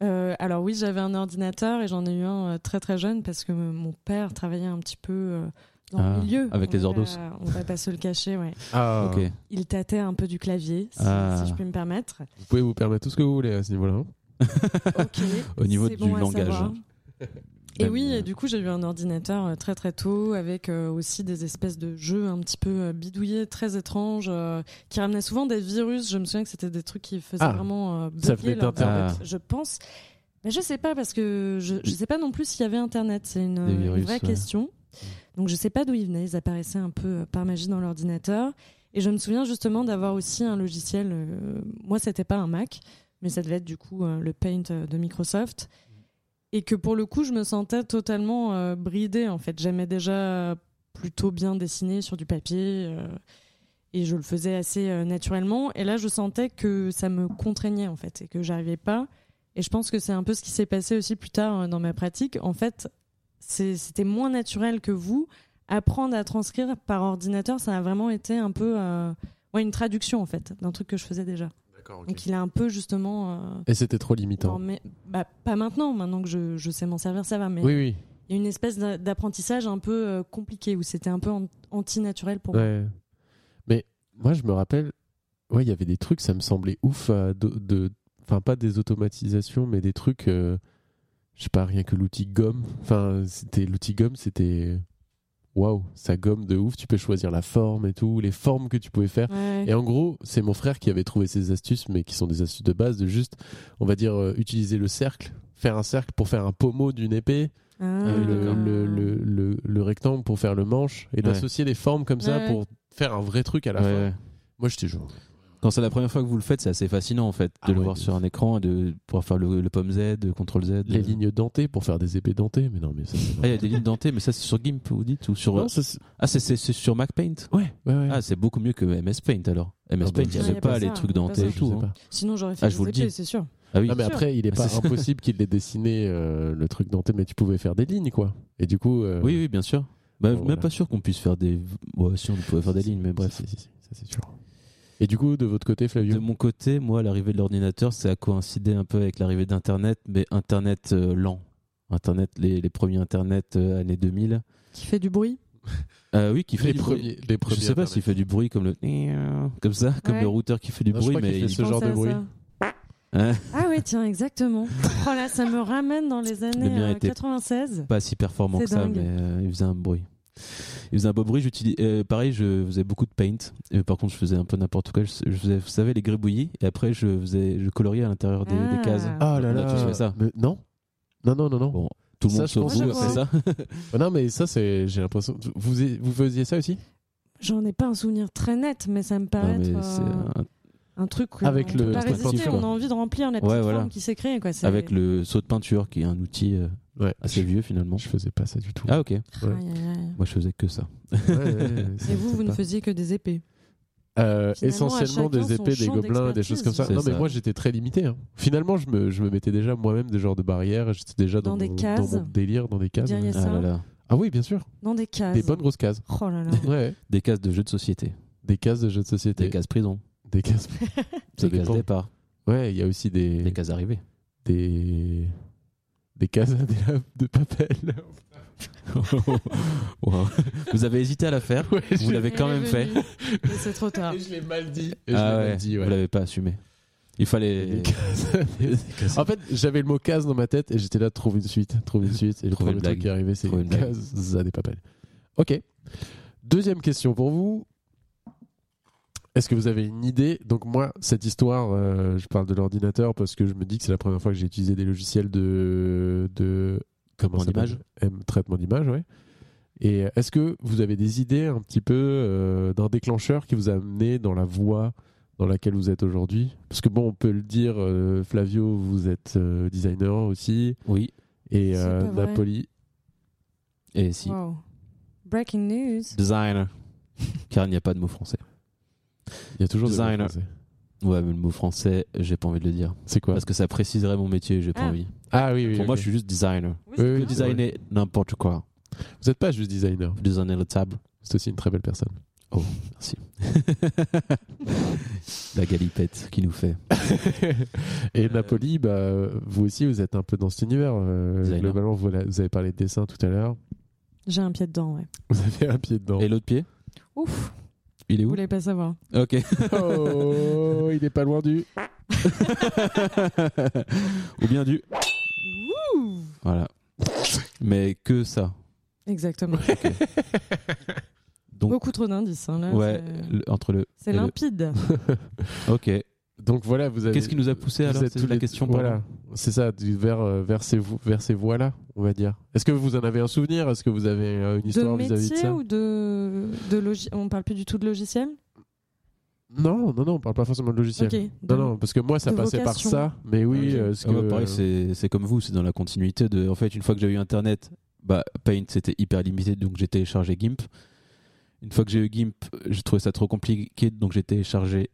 E: Euh, alors oui, j'avais un ordinateur et j'en ai eu un euh, très très jeune parce que euh, mon père travaillait un petit peu euh, dans
F: Ah,
E: le milieu.
F: avec
E: On
F: les
E: va
F: ordos.
E: pas- On va pas se le cacher, ouais.
D: Ah,
F: Ok.
E: Il tâtait un peu du clavier, si,
F: Ah.
E: si je puis
F: *laughs*
E: me permettre.
D: Vous pouvez vous permettre tout ce que vous voulez à ce niveau-là. hein.
E: Ok.
F: Au niveau
E: c'est
F: du
E: bon à
F: langage.
E: savoir. Et
F: Même,
E: oui,
F: euh,
E: et du coup, j'ai eu un ordinateur euh, très très tôt avec euh, aussi des espèces de jeux un petit peu euh, bidouillés, très étranges, euh, qui ramenaient souvent des virus. Je me souviens que c'était des trucs qui faisaient
D: Ah.
E: vraiment euh,
D: Ça
E: bugger
D: venait
E: leur
D: d'Internet.
F: ah.
E: tablette, je pense. Mais Bah, je sais pas parce que je, je sais pas non plus s'il y avait Internet. C'est une,
F: Des
E: une
F: virus,
E: vraie
F: ouais.
E: question. Donc je sais pas d'où ils venaient. Ils apparaissaient un peu euh, par magie dans l'ordinateur. Et je me souviens justement d'avoir aussi un logiciel. euh, moi, c'était pas un Mac, mais ça devait être du coup euh, le Paint euh, de Microsoft. Et que pour le coup, je me sentais totalement euh, bridée en fait. J'aimais déjà plutôt bien dessiner sur du papier euh, et je le faisais assez euh, naturellement. Et là, je sentais que ça me contraignait en fait et que j'arrivais pas. Et je pense que c'est un peu ce qui s'est passé aussi plus tard euh, dans ma pratique. En fait, c'est- c'était moins naturel que vous. Apprendre à transcrire par ordinateur, ça a vraiment été un peu euh, ouais, une traduction en fait d'un truc que je faisais déjà. Donc il a un peu justement. euh,
D: Et c'était trop
E: non,
D: limitant.
E: mais, bah, pas maintenant, maintenant que je, je sais m'en servir, ça va. Mais
D: Oui, oui.
E: il y a une espèce d'a- d'apprentissage un peu euh, compliqué où c'était un peu an- antinaturel pour moi.
D: Ouais. Mais moi, je me rappelle, ouais, il y avait des trucs, ça me semblait ouf, à do- de, enfin pas des automatisations, mais des trucs, euh, je sais pas, rien que l'outil gomme. Enfin, c'était l'outil gomme, c'était waouh, ça gomme de ouf. Tu peux choisir la forme et tout, les formes que tu pouvais faire.
E: Ouais.
D: Et en gros, c'est mon frère qui avait trouvé ces astuces, mais qui sont des astuces de base, de juste, on va dire, euh, utiliser le cercle, faire un cercle pour faire un pommeau d'une épée,
E: Ah.
D: euh,
C: Mmh.
D: le, le, le, le- le rectangle pour faire le manche, et d'associer des formes comme ça
E: Ouais.
D: pour faire un vrai truc à la
C: Ouais,
D: fin.
C: ouais.
D: Moi, j'étais genre.
C: Quand c'est la première fois que vous le faites, c'est assez fascinant en fait de
D: Ah
C: le
D: ouais,
C: voir
D: de
C: sur un écran et de pouvoir faire le, le pomme Z, le contrôle Z.
D: Les
C: le-
D: lignes dentées pour faire des épées dentées, mais non, mais ça. c'est-
C: Ah, il y a des lignes dentées, mais ça c'est sur GIMP, vous dites ou sur...
D: Non, ça, c'est-
C: Ah, c'est- c'est c'est sur Mac Paint
D: Ouais, ouais, ouais.
C: Ah, c'est beaucoup mieux que MS Paint alors. MS
D: Mm. Ah bah,
C: Paint, il n'y
D: je-
E: Ouais, y
C: avait
E: a pas
C: pas les
E: ça,
C: trucs
E: y a pas
C: dentés
E: ça.
C: et
D: Je sais
C: tout. hein.
D: pas.
E: Sinon j'aurais fait
C: Ah, je vous
E: des
C: le dis.
E: épées, c'est sûr.
C: Ah oui,
D: Non, mais
E: sûr.
D: après, il est pas
C: C'est-
D: impossible qu'il les dessiné euh, le truc denté, mais tu pouvais faire des lignes, quoi. Et du coup. euh,
C: oui, oui, bien sûr. Bah,
D: Bon,
C: même
D: voilà.
C: pas sûr qu'on puisse faire des. Ouais, si on pouvait faire des lignes, mais bref.
D: Si, si, si, ça, c'est sûr. Et du coup, de votre côté, Flavio
C: De mon côté, moi, l'arrivée de l'ordinateur, ça a coïncidé un peu avec l'arrivée d'Internet, mais Internet euh, lent. Internet, les, les premiers Internet euh, années 2000.
E: Qui fait du bruit
C: Euh, oui, qui fait
D: les
C: du bruit.
D: premiers, les
C: Je
D: premiers.
C: sais pas
D: Internet.
C: s'il fait du bruit comme le. Comme ça, comme
E: Ouais.
C: le routeur qui fait du
D: Non, je
C: bruit,
D: crois qu'il
C: mais.
D: fait
C: il-
D: ce genre
E: Pensez
D: de
E: à
D: bruit.
E: ça.
C: Hein
E: Ah ouais, tiens, exactement. Oh là, ça me ramène dans les années
C: mien
E: euh,
C: était-
E: 96.
C: pas si performant
E: C'est
C: que ça,
E: dingue.
C: mais euh, il faisait un bruit. Il faisait un beau bruit. J'utilis- euh, pareil, je faisais beaucoup de paint. Et par contre, je faisais un peu n'importe quoi. Je, je faisais, vous savez, les gribouillis. Et après, je faisais, je coloriais à l'intérieur des, des
E: Ah.
C: cases.
D: Ah là
C: On a tous
D: là.
C: fait ça.
D: Mais non. Non, non, non, non.
C: Bon, tout le
D: Ça,
C: monde
D: je
C: sauf
D: pense
C: vous
E: que
C: a fait
E: c'est-
C: ça.
D: Non, mais ça, c'est. J'ai l'impression. Vous, vous faisiez ça aussi
E: J'en ai pas un souvenir très net, mais ça
C: *laughs*
E: me
C: Non,
E: paraît
C: mais
E: être,
C: c'est
E: euh,
C: un-
E: un truc qu'on
D: Avec
E: peut
D: le-
E: pas
D: le
E: résister.
C: peinture,
E: On a
C: quoi.
E: envie de remplir la petite
C: Ouais, voilà.
E: forme qui s'est créée. Quoi. C'est-
C: avec le saut de peinture, qui est un outil euh,
D: Ouais.
C: assez vieux finalement.
D: Je faisais pas ça du tout.
C: Ah ok.
E: Aïe, aïe, aïe.
C: Moi, je faisais que ça.
D: Ouais, ouais, *laughs* ouais,
E: Et
D: c'est-
E: vous, vous ne
D: pas-
E: faisiez que des épées.
D: Euh,
E: Finalement,
D: essentiellement
E: à chacun
D: des épées,
E: son
D: des
E: champ
D: gobelins, des
E: d'expertise.
D: choses comme ça.
C: C'est
D: Non, mais
C: ça.
D: moi j'étais très limité. hein. Finalement, je me, je me mettais déjà moi-même des genres de barrières. J'étais déjà dans,
E: Dans des
D: mon,
E: cases.
D: dans mon délire, dans des
E: Vous
D: cases.
E: diriez
C: *laughs* Ah
E: ça
C: là là.
D: Ah oui, bien sûr.
E: Dans des cases.
D: Des bonnes grosses cases.
E: Oh
C: *laughs*
E: là là.
D: *laughs* Ouais.
C: Des cases de jeux de société,
D: Des cases de jeux de
C: des,
D: société.
C: cases prison,
D: Des cases.
E: *laughs*
D: Ça
C: des cases
D: dépend.
C: départ,
D: Ouais, il y a aussi des.
C: des cases
D: *laughs*
C: arrivées. *laughs*
D: Des. Des cases à des lames de papel.
C: Wow. Vous avez hésité à la faire.
D: Ouais,
C: Vous
D: *laughs* je-
C: l'avez quand
E: Elle
C: même
E: est
C: fait.
E: venue. Mais c'est
C: *laughs*
E: trop tard.
D: Et je l'ai mal dit. Et je
C: Ah
D: l'ai
C: ouais,
D: mal dit, ouais.
C: Vous l'avez pas assumé. Il
D: *laughs*
C: fallait *laughs*
D: Des cases à des- En fait, j'avais le mot case dans ma tête et j'étais là, trouve une suite, trouve une suite. Et le
C: Trouve
D: premier
C: une
D: truc
C: blague.
D: qui est arrivé, c'est
C: Trouve une blague.
D: case à des papels. Ok. Deuxième question pour vous. Est-ce que vous avez une idée Donc moi, cette histoire, euh, je parle de l'ordinateur parce que je me dis que c'est la première fois que j'ai utilisé des logiciels de, de
C: Traitement
D: ça s'appelle
C: d'image.
D: M- Traitement d'image, ouais. Et est-ce que vous avez des idées un petit peu euh, d'un déclencheur qui vous a amené dans la voie dans laquelle vous êtes aujourd'hui Parce que bon, on peut le dire, euh, Flavio, vous êtes euh, designer aussi,
C: Oui.
D: et
E: C'est
D: euh,
E: pas vrai.
D: Napoli,
C: Et si.
E: Wow. Breaking news.
C: Designer. Car il n'y a pas de mot français.
D: il y a toujours des mots
C: Designer.
D: français.
C: Ouais, mais le mot français, j'ai pas envie de le dire.
D: C'est quoi
C: Parce que ça préciserait mon métier, j'ai pas
E: Ah.
C: envie.
D: Ah oui, oui.
C: Pour moi,
D: ok.
C: je suis juste designer. Je
D: Oui, oui,
C: peux
D: c'est vrai.
C: designer n'importe quoi.
D: Vous n'êtes pas juste designer,
C: Je peux designer la
D: *laughs*
C: table,
D: c'est aussi une très belle personne.
C: la galipette qui nous fait.
D: Et
C: Euh,
D: Napoli, bah, vous aussi, vous êtes un peu dans cet univers. euh,
C: Designer.
D: globalement, vous, la- vous avez parlé de dessin tout à l'heure. *laughs*
E: J'ai un pied dedans, ouais.
D: Vous avez un pied dedans.
C: Et l'autre pied
E: Ouf,
C: Il est
E: vous
C: où
E: voulez pas savoir.
D: *laughs*
C: Ok.
D: *laughs* Oh, il est pas loin du.
C: Ou bien du. Voilà. Mais que ça.
E: Exactement.
C: Donc-
E: Beaucoup trop d'indices. hein, là,
C: ouais,
E: c'est-
C: le- entre le.
E: C'est
C: et le-
E: limpide.
C: Ok.
D: Donc voilà, vous avez.
C: Qu'est-ce qui nous a poussé
D: Euh, vous
C: alors
D: êtes
C: C'est
D: tous
C: la
D: les-
C: question.
D: Voilà, c'est ça, du- vers, euh, vers ces, vo- vers ces voies-là, on va dire. Est-ce que vous en avez un souvenir Est-ce que vous avez euh, une
E: De
D: histoire vis-à-vis de
E: métier
D: ça
E: ou de, de logi- On parle plus du tout de logiciel
D: Non, non, non, on parle pas forcément de logiciel.
E: Ok. de-
D: Non, non, parce que moi, ça
E: de
D: passait par
E: vocation.
D: ça, mais oui.
E: Ok.
D: euh, ce
C: Ah ouais,
D: que-
C: pareil, c'est- c'est comme vous, c'est dans la continuité de. En fait, une fois que j'ai eu Internet, bah, Paint c'était hyper limité, donc j'ai téléchargé GIMP. Une fois que j'ai eu GIMP, j'ai trouvé ça trop compliqué, donc j'ai téléchargé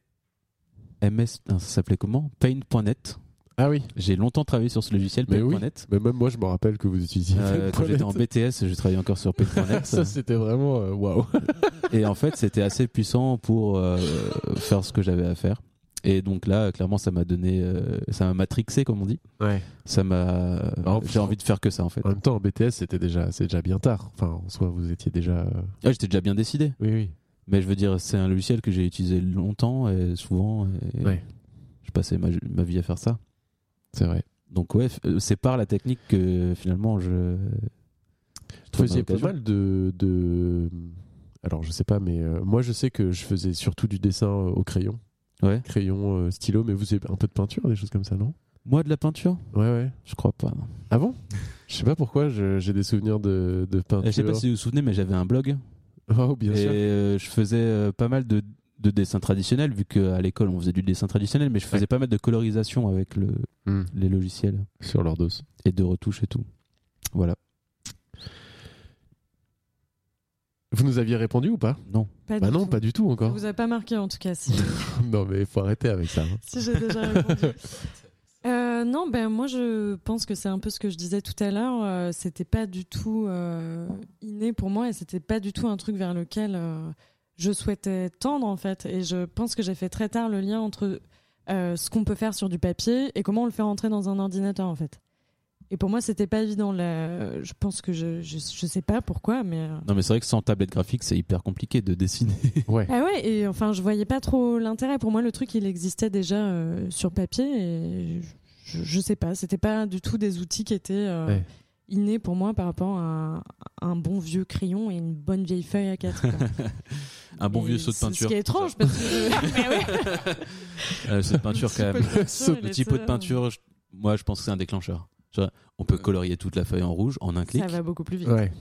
C: MS. non, Ça s'appelait comment Paint.net.
D: Ah oui,
C: J'ai longtemps travaillé sur ce logiciel,
D: Mais oui.
C: Paint.net.
D: mais même moi, je me rappelle que vous *laughs* utilisiez.
C: Euh, quand j'étais en hein. BTS, je travaillais encore sur Paint.net.
D: *laughs* Ça, c'était vraiment euh, waouh.
C: et en fait, c'était assez puissant pour euh, faire ce que j'avais à faire. Et donc là, clairement, ça m'a donné. euh, ça m'a matrixé, comme on dit.
D: Ouais.
C: Ça m'a.
D: Oh,
C: J'ai envie de faire que ça, en fait.
D: En même temps, en BTS, c'était déjà, c'est déjà bien tard. Enfin, en soi, vous étiez déjà. euh,
C: Ah, j'étais déjà bien décidé.
D: Oui, oui.
C: Mais je veux dire, c'est un logiciel que j'ai utilisé longtemps et souvent. Et
D: Ouais.
C: Je passais ma, ma vie à faire ça.
D: C'est vrai.
C: Donc, ouais, f- euh, c'est par la technique que finalement je. je
D: Vous
C: trouve
D: faisiez
C: ma
D: pas
C: vocation.
D: mal de, de. Alors, je sais pas, mais euh, moi, je sais que je faisais surtout du dessin euh, au crayon.
C: Ouais.
D: Crayon, euh, stylo, mais vous avez un peu de peinture, des choses comme ça, non
C: Moi, de la peinture
D: Ouais, ouais.
C: Je crois pas. non.
D: Ah bon Je sais pas pourquoi, je- j'ai des souvenirs de, de peinture.
C: Je sais pas si vous vous souvenez, mais j'avais un blog
D: *laughs* Oh, bien
C: et
D: sûr.
C: euh, je faisais euh, pas mal de, de dessins traditionnels, vu qu'à l'école on faisait du dessin traditionnel, mais je faisais pas mal de colorisation avec le,
D: Hmm.
C: les logiciels
D: Sur leur dos.
C: et de retouches et tout. Voilà.
D: Vous nous aviez répondu ou pas
C: Non.
E: Pas
D: Bah
E: du
D: non,
E: tout.
D: pas du tout
E: Ça
D: encore.
E: vous a pas marqué en tout
D: *laughs*
E: cas, si,
D: non, mais faut arrêter avec ça. hein.
E: *laughs* si j'ai déjà répondu. Euh, non, ben moi je pense que c'est un peu ce que je disais tout à l'heure. euh, c'était pas du tout euh, inné pour moi et c'était pas du tout un truc vers lequel euh, je souhaitais tendre en fait. Et je pense que j'ai fait très tard le lien entre euh, ce qu'on peut faire sur du papier et comment on le fait rentrer dans un ordinateur en fait. Et pour moi, c'était pas évident. Là, je pense que je, je, je sais pas pourquoi, mais. euh,
C: Non, mais c'est vrai que sans tablette graphique, c'est hyper compliqué de dessiner.
E: *laughs*
D: Ouais.
E: Ah ouais, et enfin, je voyais pas trop l'intérêt. Pour moi, le truc, il existait déjà euh, sur papier. Et je, je sais pas, c'était pas du tout des outils qui étaient euh,
D: Ouais.
E: innés pour moi par rapport à un bon vieux crayon et une bonne vieille feuille à quatre. quoi.
C: *laughs* Un bon
E: Et
C: vieux saut de
E: c'est
C: peinture.
E: Ce qui est étrange parce
C: *laughs*
E: *laughs* que. Mais ouais,
C: *laughs* Euh, saut de peinture, quand même.
E: Ce
C: Le petit pot de peinture, je- moi je pense que c'est un déclencheur. Tu vois, On peut colorier toute la feuille en rouge en un clic.
E: euh, Ça va beaucoup plus vite.
D: Ouais.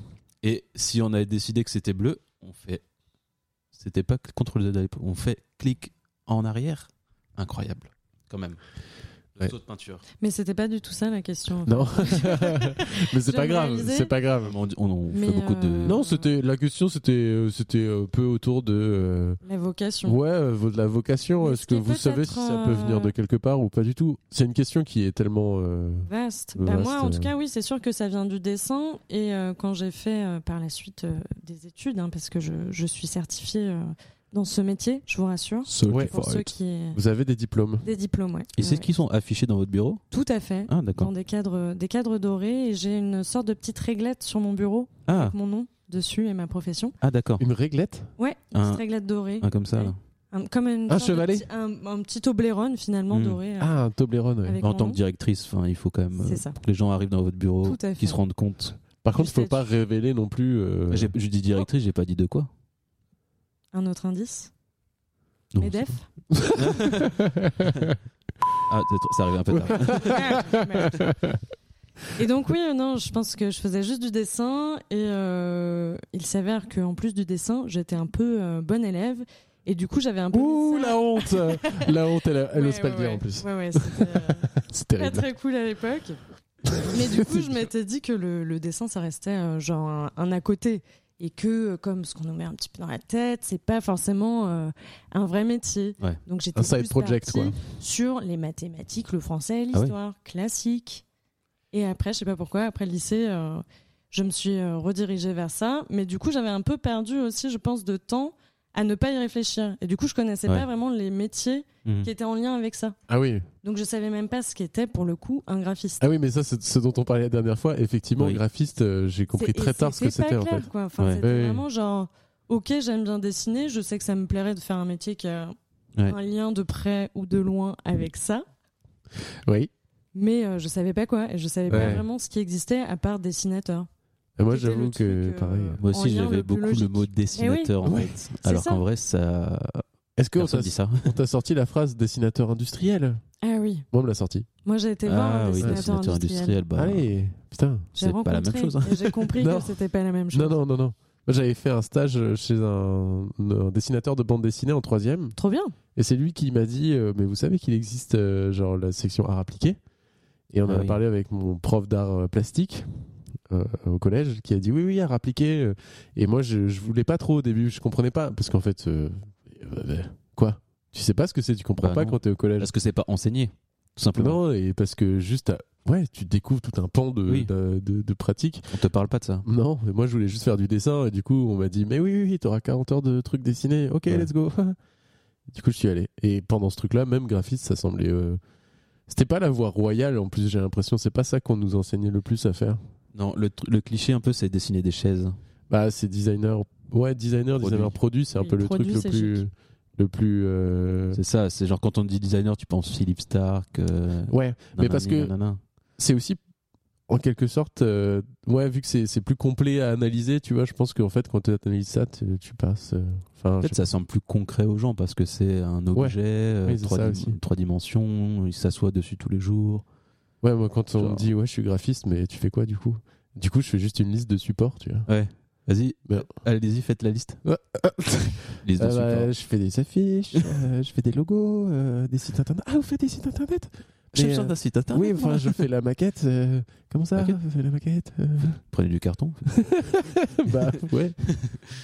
C: Et si on avait décidé que c'était bleu, on fait. C'était pas CTRL Z à l'époque. On fait clic en arrière. Incroyable, quand même. Le
D: Ouais.
C: saut de peinture.
E: Mais c'était pas du tout ça la question. *laughs*
D: Non. *laughs* mais
E: Je
D: c'est
E: viens
D: pas
E: de
D: grave,
E: réaliser.
D: c'est pas grave.
C: On, on- on
E: Mais,
C: fait beaucoup de.
E: euh,
D: Non, c'était la question, c'était euh, c'était euh, peu autour de euh,
E: La vocation.
D: ouais euh, vo- de la vocation.
E: Mais
D: Est-ce
E: ce
D: que
E: qui est
D: vous savez si
E: peut-être,
D: ça peut
E: euh,
D: venir de quelque part ou pas du tout C'est une question qui est tellement euh,
E: Vaste. Bah,
D: Vaste,
E: moi, en tout
D: euh.
E: cas, oui, c'est sûr que ça vient du dessin. Et euh, quand j'ai fait euh, par la suite euh, des études, hein, parce que je, je suis certifiée euh, dans ce métier, je vous rassure,
D: Ouais.
E: pour ceux qui.
D: Vous avez des diplômes.
E: Des diplômes, ouais.
C: Et c'est
E: Ouais.
C: ce qui sont affichés dans votre bureau
E: Tout à fait.
C: Ah, d'accord.
E: Dans des cadres, des cadres dorés. Et j'ai une sorte de petite réglette sur mon bureau,
C: Ah,
E: avec mon nom dessus et ma profession.
C: ah d'accord.
D: Une réglette
E: Ouais, une
C: Un-
E: petite réglette dorée.
C: Ah, comme ça. là.
E: Un- comme une
D: Un
E: sorte de
D: chevalet
E: petit- un, un petit Toblerone, finalement,
C: Mm.
E: doré. euh,
D: Ah, un Toblerone. ouais.
E: avec
C: En
E: mon
C: tant
E: nom.
C: que directrice, enfin, il faut quand même
E: C'est
C: euh,
E: ça.
C: que les gens arrivent dans votre bureau,
E: Tout à
C: qu'ils
E: fait.
C: se rendent compte.
D: Par contre,
E: du
D: faut pas révéler non plus. euh,
C: J'ai- Je dis directrice, j'ai pas dit de quoi.
E: Un autre indice
F: Non,
E: MEDEF
C: Ah, c'est- ça arrive un peu tard.
E: *laughs* Et donc oui, euh, non, je pense que je faisais juste du dessin et euh, il s'avère qu'en plus du dessin, j'étais un peu euh, bonne élève et du coup j'avais un peu... mis
D: Ouh,
E: ça-
D: la honte La honte, elle, elle
E: Ouais,
D: n'ose pas
E: ouais,
D: le dire
E: ouais.
D: en plus.
E: Ouais, ouais, c'était, euh,
D: C'est *laughs*
E: pas
D: terrible.
E: très cool à l'époque. Mais du coup, je m'étais dit que le, le dessin, ça restait euh, genre un, un à côté. Et que, euh, comme ce qu'on nous met un petit peu dans la tête, c'est pas forcément euh, un vrai métier.
C: Ouais.
E: Donc j'étais
D: Un side
E: plus
D: project,
E: partie
D: quoi.
E: sur les mathématiques, le français,
C: Ah ouais.
E: l'histoire classique. Et après, je sais pas pourquoi, après le lycée, euh, je me suis euh, redirigée vers ça. Mais du coup, j'avais un peu perdu aussi, je pense, de temps à ne pas y réfléchir. Et du coup, je connaissais
C: Ouais.
E: pas vraiment les métiers
C: Mhm. *laughs*
D: Hmm.
E: qui étaient en lien avec ça.
D: Ah oui.
E: Donc je savais même pas ce qu'était pour le coup un graphiste.
D: ah oui, mais ça, c'est ce dont on parlait la dernière fois. Effectivement,
C: Oui.
D: graphiste, euh, j'ai compris
E: C'est- et
D: très tard ce que c'était
E: pas
D: en
E: clair,
D: fait.
E: quoi. Enfin,
C: Ouais.
E: C'était
D: Ouais, ouais.
E: vraiment genre, ok, j'aime bien dessiner, je sais que ça me plairait de faire un métier qui a
C: Ouais.
E: un lien de près ou de loin avec ça,
D: Oui.
E: mais euh, je savais pas quoi, et je savais pas
D: Ouais.
E: vraiment ce qui existait à part dessinateur.
D: Et moi,
E: C'était le
D: j'avoue
E: truc,
D: que
E: euh,
D: pareil.
C: Moi
E: en
C: aussi,
E: lien
C: j'avais
E: le plus
C: beaucoup le
E: logique. Eh
C: mot dessinateur en
D: Ouais.
C: fait. Alors
E: ça.
C: qu'en vrai, ça.
D: Est-ce qu'on
C: Personne dit ça.
D: t'a sorti la phrase dessinateur industriel
E: Ah oui,
D: Moi, on me l'a sorti.
E: moi j'ai
D: Ah
E: été voir un
C: Ah oui,
E: dessinateur,
C: dessinateur
E: industriel.
C: industriel. bah,
D: Allez, putain.
E: J'ai
C: c'est pas la même
E: rencontré
C: chose, hein.
E: et
C: *laughs*
E: J'ai compris
D: Non.
E: que c'était pas la même chose.
D: Non, non, non, non. Moi, j'avais fait un stage euh, chez un, un dessinateur de bande dessinée en troisième.
E: Trop bien. *gasps*
D: Et c'est lui qui m'a dit euh, Mais vous savez qu'il existe euh, genre la section art appliqué Et on en
C: Ah
D: a
C: oui.
D: parlé avec mon prof d'art euh, plastique euh, au collège qui a dit Oui, oui, art appliqué. euh. Et moi, je, je voulais pas trop au début, je comprenais pas. Parce qu'en fait, euh, euh, quoi Tu sais pas ce que c'est, tu comprends
C: Bah
D: pas
C: non.
D: quand t'es au collège.
C: Parce que c'est pas enseigné, tout simplement.
D: Non, et parce que juste, à- ouais, tu découvres tout un pan de,
C: Oui.
D: de, de- de pratique.
C: On te parle pas de ça.
D: Non, mais moi je voulais juste faire du dessin et du coup on m'a dit mais oui oui, oui t'auras 40 heures de trucs dessinés, ok
C: Ouais.
D: let's go. *laughs* du coup je suis allé et pendant ce truc là même graphiste ça semblait euh, c'était pas la voie royale en plus j'ai l'impression c'est pas ça qu'on nous enseignait le plus à faire.
C: Non, le, tr- le cliché un peu, c'est dessiner des chaises.
D: Bah c'est designer ouais designer
C: Produit.
D: designer produit c'est un
E: Oui,
D: peu le
E: produit,
D: truc le
E: c'est
D: plus
E: chic.
D: le plus euh,
C: C'est ça, c'est genre quand on dit designer, tu penses Philippe Stark. euh,
D: ouais mais
C: nanani,
D: parce que
C: nanana.
D: c'est aussi en quelque sorte euh, ouais vu que c'est c'est plus complet à analyser tu vois je pense qu'en fait quand tu analyses ça tu, tu passes euh, enfin je
C: Peut-être ça semble plus concret aux gens parce que c'est un objet, euh,
D: Oui, c'est
C: trois,
D: ça
C: dim-
D: aussi.
C: trois dimensions, il s'assoit dessus tous les jours.
D: Ouais, moi, quand on
C: Genre.
D: me dit, ouais, je suis graphiste, mais tu fais quoi du coup Du coup, je fais juste une liste de supports, tu vois.
C: Vas-y, euh,
D: Ben.
C: allez-y, faites la liste.
D: Ouais.
C: *laughs* Liste de
D: Ah bah,
C: supports.
D: je fais des *laughs* affiches, euh, je fais des logos, euh, des sites internet. Ah, vous faites des sites internet
C: J'ai
D: Mais,
C: besoin
D: euh,
C: d'un site internet, hein.
D: Oui,
C: moi.
D: enfin, je fais la maquette. euh, comment ça
C: Maquette
D: Je fais la maquette euh.
C: Prenez du carton.
D: Bah, *laughs* ouais.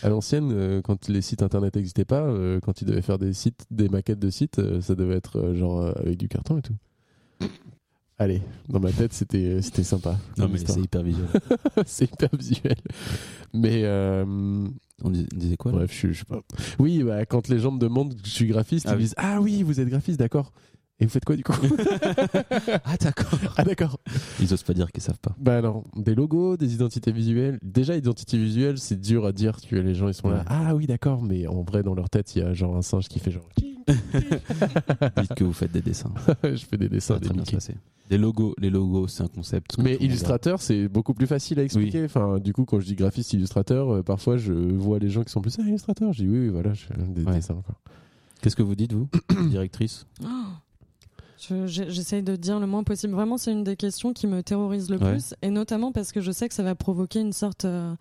D: À l'ancienne, euh, quand les sites internet n'existaient pas, euh, quand ils devaient faire des sites, des maquettes de sites, euh, ça devait être euh, genre euh, avec du carton et tout. Allez, dans ma tête, c'était euh, c'était sympa.
C: Non,
D: comme
C: mais
D: histoire.
C: c'est hyper visuel.
D: *laughs* c'est hyper visuel. Mais euh,
C: On dis- on disait quoi là
D: Bref, je, suis- je sais pas. Oui, bah, quand les gens me demandent que je suis graphiste,
C: Ah
D: ils me
C: oui.
D: disent Ah oui, vous êtes graphiste, d'accord. Et vous faites quoi
C: *laughs*
D: du coup
C: Ah, d'accord.
D: Ah d'accord.
C: *laughs* Ils osent pas dire qu'ils
D: *laughs*
C: savent pas.
D: Bah non, des logos, des identités visuelles. Déjà, identité visuelle, c'est dur à dire. Tu vois, les gens, ils sont là.
C: Ouais.
D: Ah oui, d'accord, mais en vrai, dans leur tête, il y a genre un singe qui fait genre. *laughs*
C: Dites que vous faites des dessins.
D: je fais des
C: Ça
D: dessins.
C: va Ah,
D: Des
C: très bien se
D: Mickey.
C: passer. Des logos, les logos, c'est un concept. que tout
D: Mais
C: le monde a.
D: illustrateur, c'est beaucoup plus facile à expliquer. Enfin, du coup, quand je dis graphiste, illustrateur, euh, parfois, je vois les gens qui sont plus ah, illustrateur. Je dis oui, oui, voilà, je fais des
C: Ouais.
D: dessins. quoi.
C: Qu'est-ce que vous dites,
D: *coughs*
C: vous, directrice
E: Oh. Je- je- J'essaye de dire le moins possible. Vraiment, c'est une des questions qui me terrorise le
C: Ouais.
E: plus, et notamment parce que je sais que ça va provoquer une sorte euh,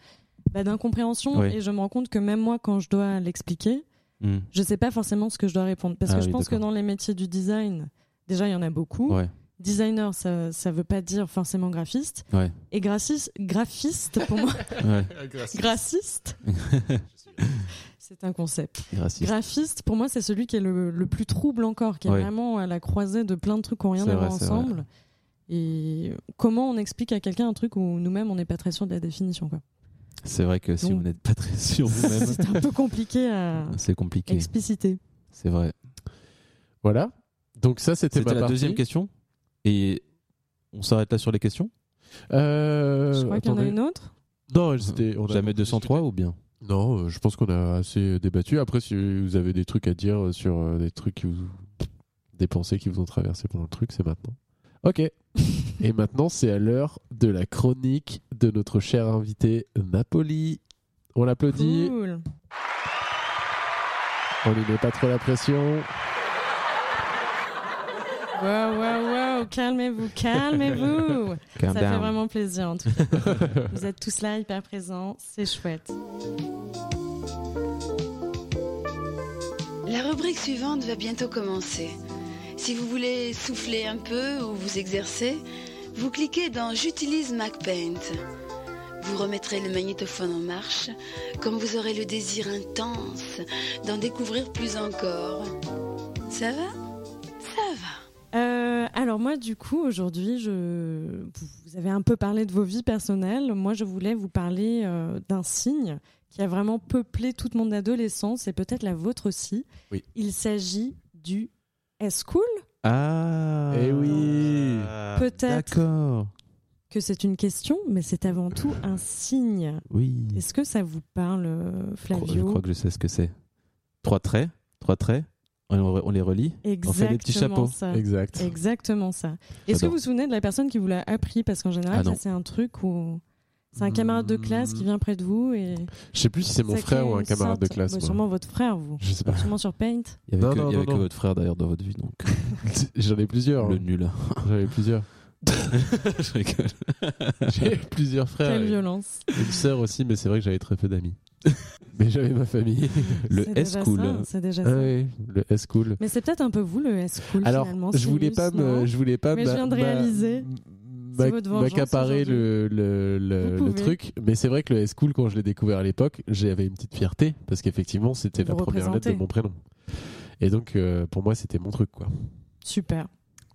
E: bah, d'incompréhension,
C: Ouais.
E: et je me rends compte que même moi, quand je dois l'expliquer,
C: Hmm.
E: je sais pas forcément ce que je dois répondre, parce
C: Ah
E: que je
C: oui,
E: pense que
C: d'accord.
E: dans les métiers du design, déjà il y en a beaucoup.
C: Ouais.
E: Designer, ça, ça veut pas dire forcément graphiste.
C: Ouais.
E: Et graphiste, graphiste pour moi, *laughs*
C: ouais.
E: graphiste, c'est un concept.
C: Raciste.
E: Graphiste, pour moi, c'est celui qui est le, le plus trouble encore, qui est
C: Ouais.
E: vraiment à la croisée de plein de trucs qui n'ont rien
C: C'est
E: à
C: vrai,
E: voir
C: c'est vrai.
E: ensemble. Et comment on explique à quelqu'un un truc où nous-mêmes, on n'est pas très sûr de la définition quoi.
C: C'est vrai que si
E: Donc-
C: vous n'êtes pas très *laughs* sûr vous-même,
E: C'est un peu compliqué à
C: c'est compliqué.
E: expliciter.
C: C'est vrai.
D: Voilà. Donc ça, c'était ma
C: C'était la
D: partie.
C: deuxième question. Et on s'arrête là sur les questions
D: Euh,
E: Je crois qu'il y en a
D: attendez.
E: une autre.
D: Non, c'était. on a-
C: Jamais 203 ou bien
D: Non, euh, je pense qu'on a assez débattu. Après, si vous avez des trucs à dire euh, sur euh, des trucs qui vous. des pensées qui vous ont traversé pendant le truc, c'est maintenant. Ok. *laughs* Et maintenant, c'est à l'heure de la chronique de notre cher invité Napoli. On l'applaudit.
E: Cool.
D: On lui met pas trop la pression.
E: Waouh, waouh, waouh, calmez-vous, calmez-vous. Ça fait vraiment plaisir en tout cas. Vous êtes tous là, hyper présents, c'est chouette.
A: La rubrique suivante va bientôt commencer. Si vous voulez souffler un peu ou vous exercer, vous cliquez dans J'utilise MacPaint. Vous remettrez le magnétophone en marche, comme vous aurez le désir intense d'en découvrir plus encore. Ça va Ça va.
E: Euh, alors moi, du coup, aujourd'hui, je... vous avez un peu parlé de vos vies personnelles. Moi, je voulais vous parler euh, d'un signe qui a vraiment peuplé toute mon adolescence et peut-être la vôtre aussi.
D: Oui.
E: Il s'agit du est-ce cool
C: Ah
D: Eh oui.
E: Ah. Peut-être.
C: D'accord.
E: que c'est une question, mais c'est avant tout un signe.
C: Oui.
E: Est-ce que ça vous parle, euh,
C: Je crois- Je
E: Flavio
C: crois que je sais ce que c'est. Trois traits, trois traits. On, on les relie.
E: Exactement
C: fait des petits chapeaux.
E: ça.
D: Exact.
E: Exactement ça. Est-ce que
C: J'adore.
E: vous vous souvenez de la personne qui vous l'a appris Parce qu'en général,
C: Ah non.
E: ça, c'est un truc où c'est un camarade de classe qui vient près de vous et.
D: Je sais plus si c'est mon
E: ça crée
D: frère ou un
E: une
D: camarade de
E: sorte-
D: classe.
E: Bah,
D: moi. Ah.
E: Sûrement votre frère, vous.
D: Je sais pas. *laughs*
E: Sûrement sur Paint.
C: Il n'y avait,
D: Non,
C: que,
D: non,
C: il y avait
D: non,
C: que
D: non.
C: votre frère d'ailleurs dans votre vie,
D: *laughs*
C: donc
D: J'en ai plusieurs. hein.
C: le nul. *laughs*
D: J'en ai plusieurs.
C: je rigole.
D: J'ai plusieurs frères.
E: Quelle
D: et
E: violence.
D: Une sœur aussi, mais c'est vrai que j'avais très peu d'amis. *laughs* mais j'avais ma famille.
E: C'est
C: Le
E: déjà ça,
C: S-Cool.
E: *laughs* C'est déjà
D: Ah
E: ça.
D: oui, le S-Cool.
E: Mais c'est peut-être un peu vous, le S-Cool.
D: Alors,
E: finalement,
D: je voulais
E: Sinus,
D: pas
E: non
D: me, je voulais pas
E: Mais je
D: m'a-
E: viens de
D: m'a-
E: réaliser.
D: m'a-
E: C'est votre vengeance
D: m'accaparer le, le, le,
E: Vous
D: le
E: pouvez.
D: truc. Mais c'est vrai que le S-Cool, quand je l'ai découvert à l'époque, j'avais une petite fierté parce qu'effectivement, c'était
E: Vous
D: la première lettre
E: représentez.
D: de mon prénom. Et donc, euh, pour moi, c'était mon truc, quoi.
E: Super.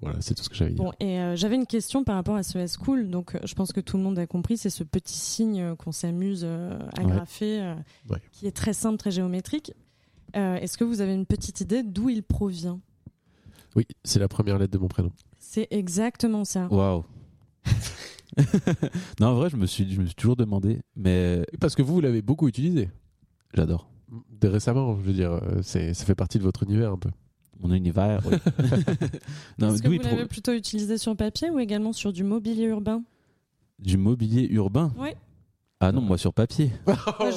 D: Voilà, c'est tout ce que j'avais dit.
E: Bon, et euh, j'avais une question par rapport à ce S-Cool. Donc, euh, je pense que tout le monde a compris. C'est ce petit signe euh, qu'on s'amuse euh, à
D: Ouais.
E: graffer, euh,
D: Ouais.
E: qui est très simple, très géométrique. Euh, Est-ce que vous avez une petite idée d'où il provient
D: Oui, c'est la première lettre de mon prénom.
E: C'est exactement ça.
C: Waouh. *laughs* non, en vrai, je me suis, je me suis toujours demandé, mais
D: Parce que vous, vous l'avez beaucoup utilisé.
C: j'adore.
D: De récemment, je veux dire, euh, c'est, ça fait partie de votre univers un peu.
C: Mon univers.
E: *laughs*
C: oui. non, mais
E: Est-ce que
C: d'où
E: vous
C: il pro-
E: l'avez plutôt utilisé sur papier ou également sur du mobilier urbain
C: Du mobilier urbain
E: Ouais.
C: Ah non, moi sur papier.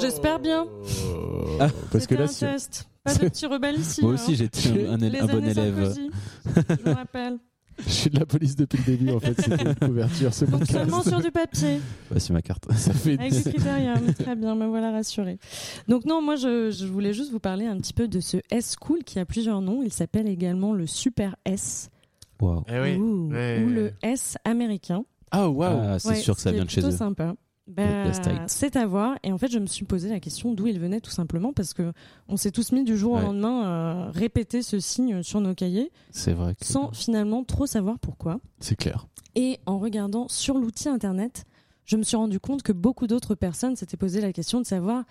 E: J'espère bien.
D: Oh,
C: Ah.
D: Parce que
E: C'était
D: là,
E: un
D: c'est-
E: test. Pas de petit rebelle ici.
C: *laughs* moi
E: hein.
C: aussi, j'étais un, un-
E: Les
C: un bon
E: années
C: élève.
E: Sarkozy, je me rappelle.
D: je suis de la police depuis le début, en fait. C'était
E: *laughs*
D: une couverture,
C: *laughs*
D: ce
E: Donc
D: podcast.
E: seulement sur du papier.
C: Voici ma carte. *laughs*
D: Ça fait
E: Avec le critérium, très bien, me voilà rassurée. Donc non, moi je, je voulais juste vous parler un petit peu de ce S-Cool qui a plusieurs noms. Il s'appelle également le Super S
C: Waouh.
D: Eh
E: ou,
D: ouais.
E: ou le S américain.
D: Ah, waouh.
C: Ah, c'est
E: Ouais,
C: sûr que
E: ce
C: ça
E: qui
C: vient
E: est
C: de chez
E: plutôt
C: eux.
E: sympa.
C: La- la
E: Bah,
C: state.
E: c'est à voir. Et en fait, je me suis posé la question d'où il venait tout simplement parce que on s'est tous mis du jour
C: Ouais.
E: au lendemain à répéter ce signe sur nos cahiers
C: C'est vrai. Que...
E: sans finalement trop savoir pourquoi.
D: C'est clair.
E: Et en regardant sur l'outil internet, je me suis rendu compte que beaucoup d'autres personnes s'étaient posé la question de savoir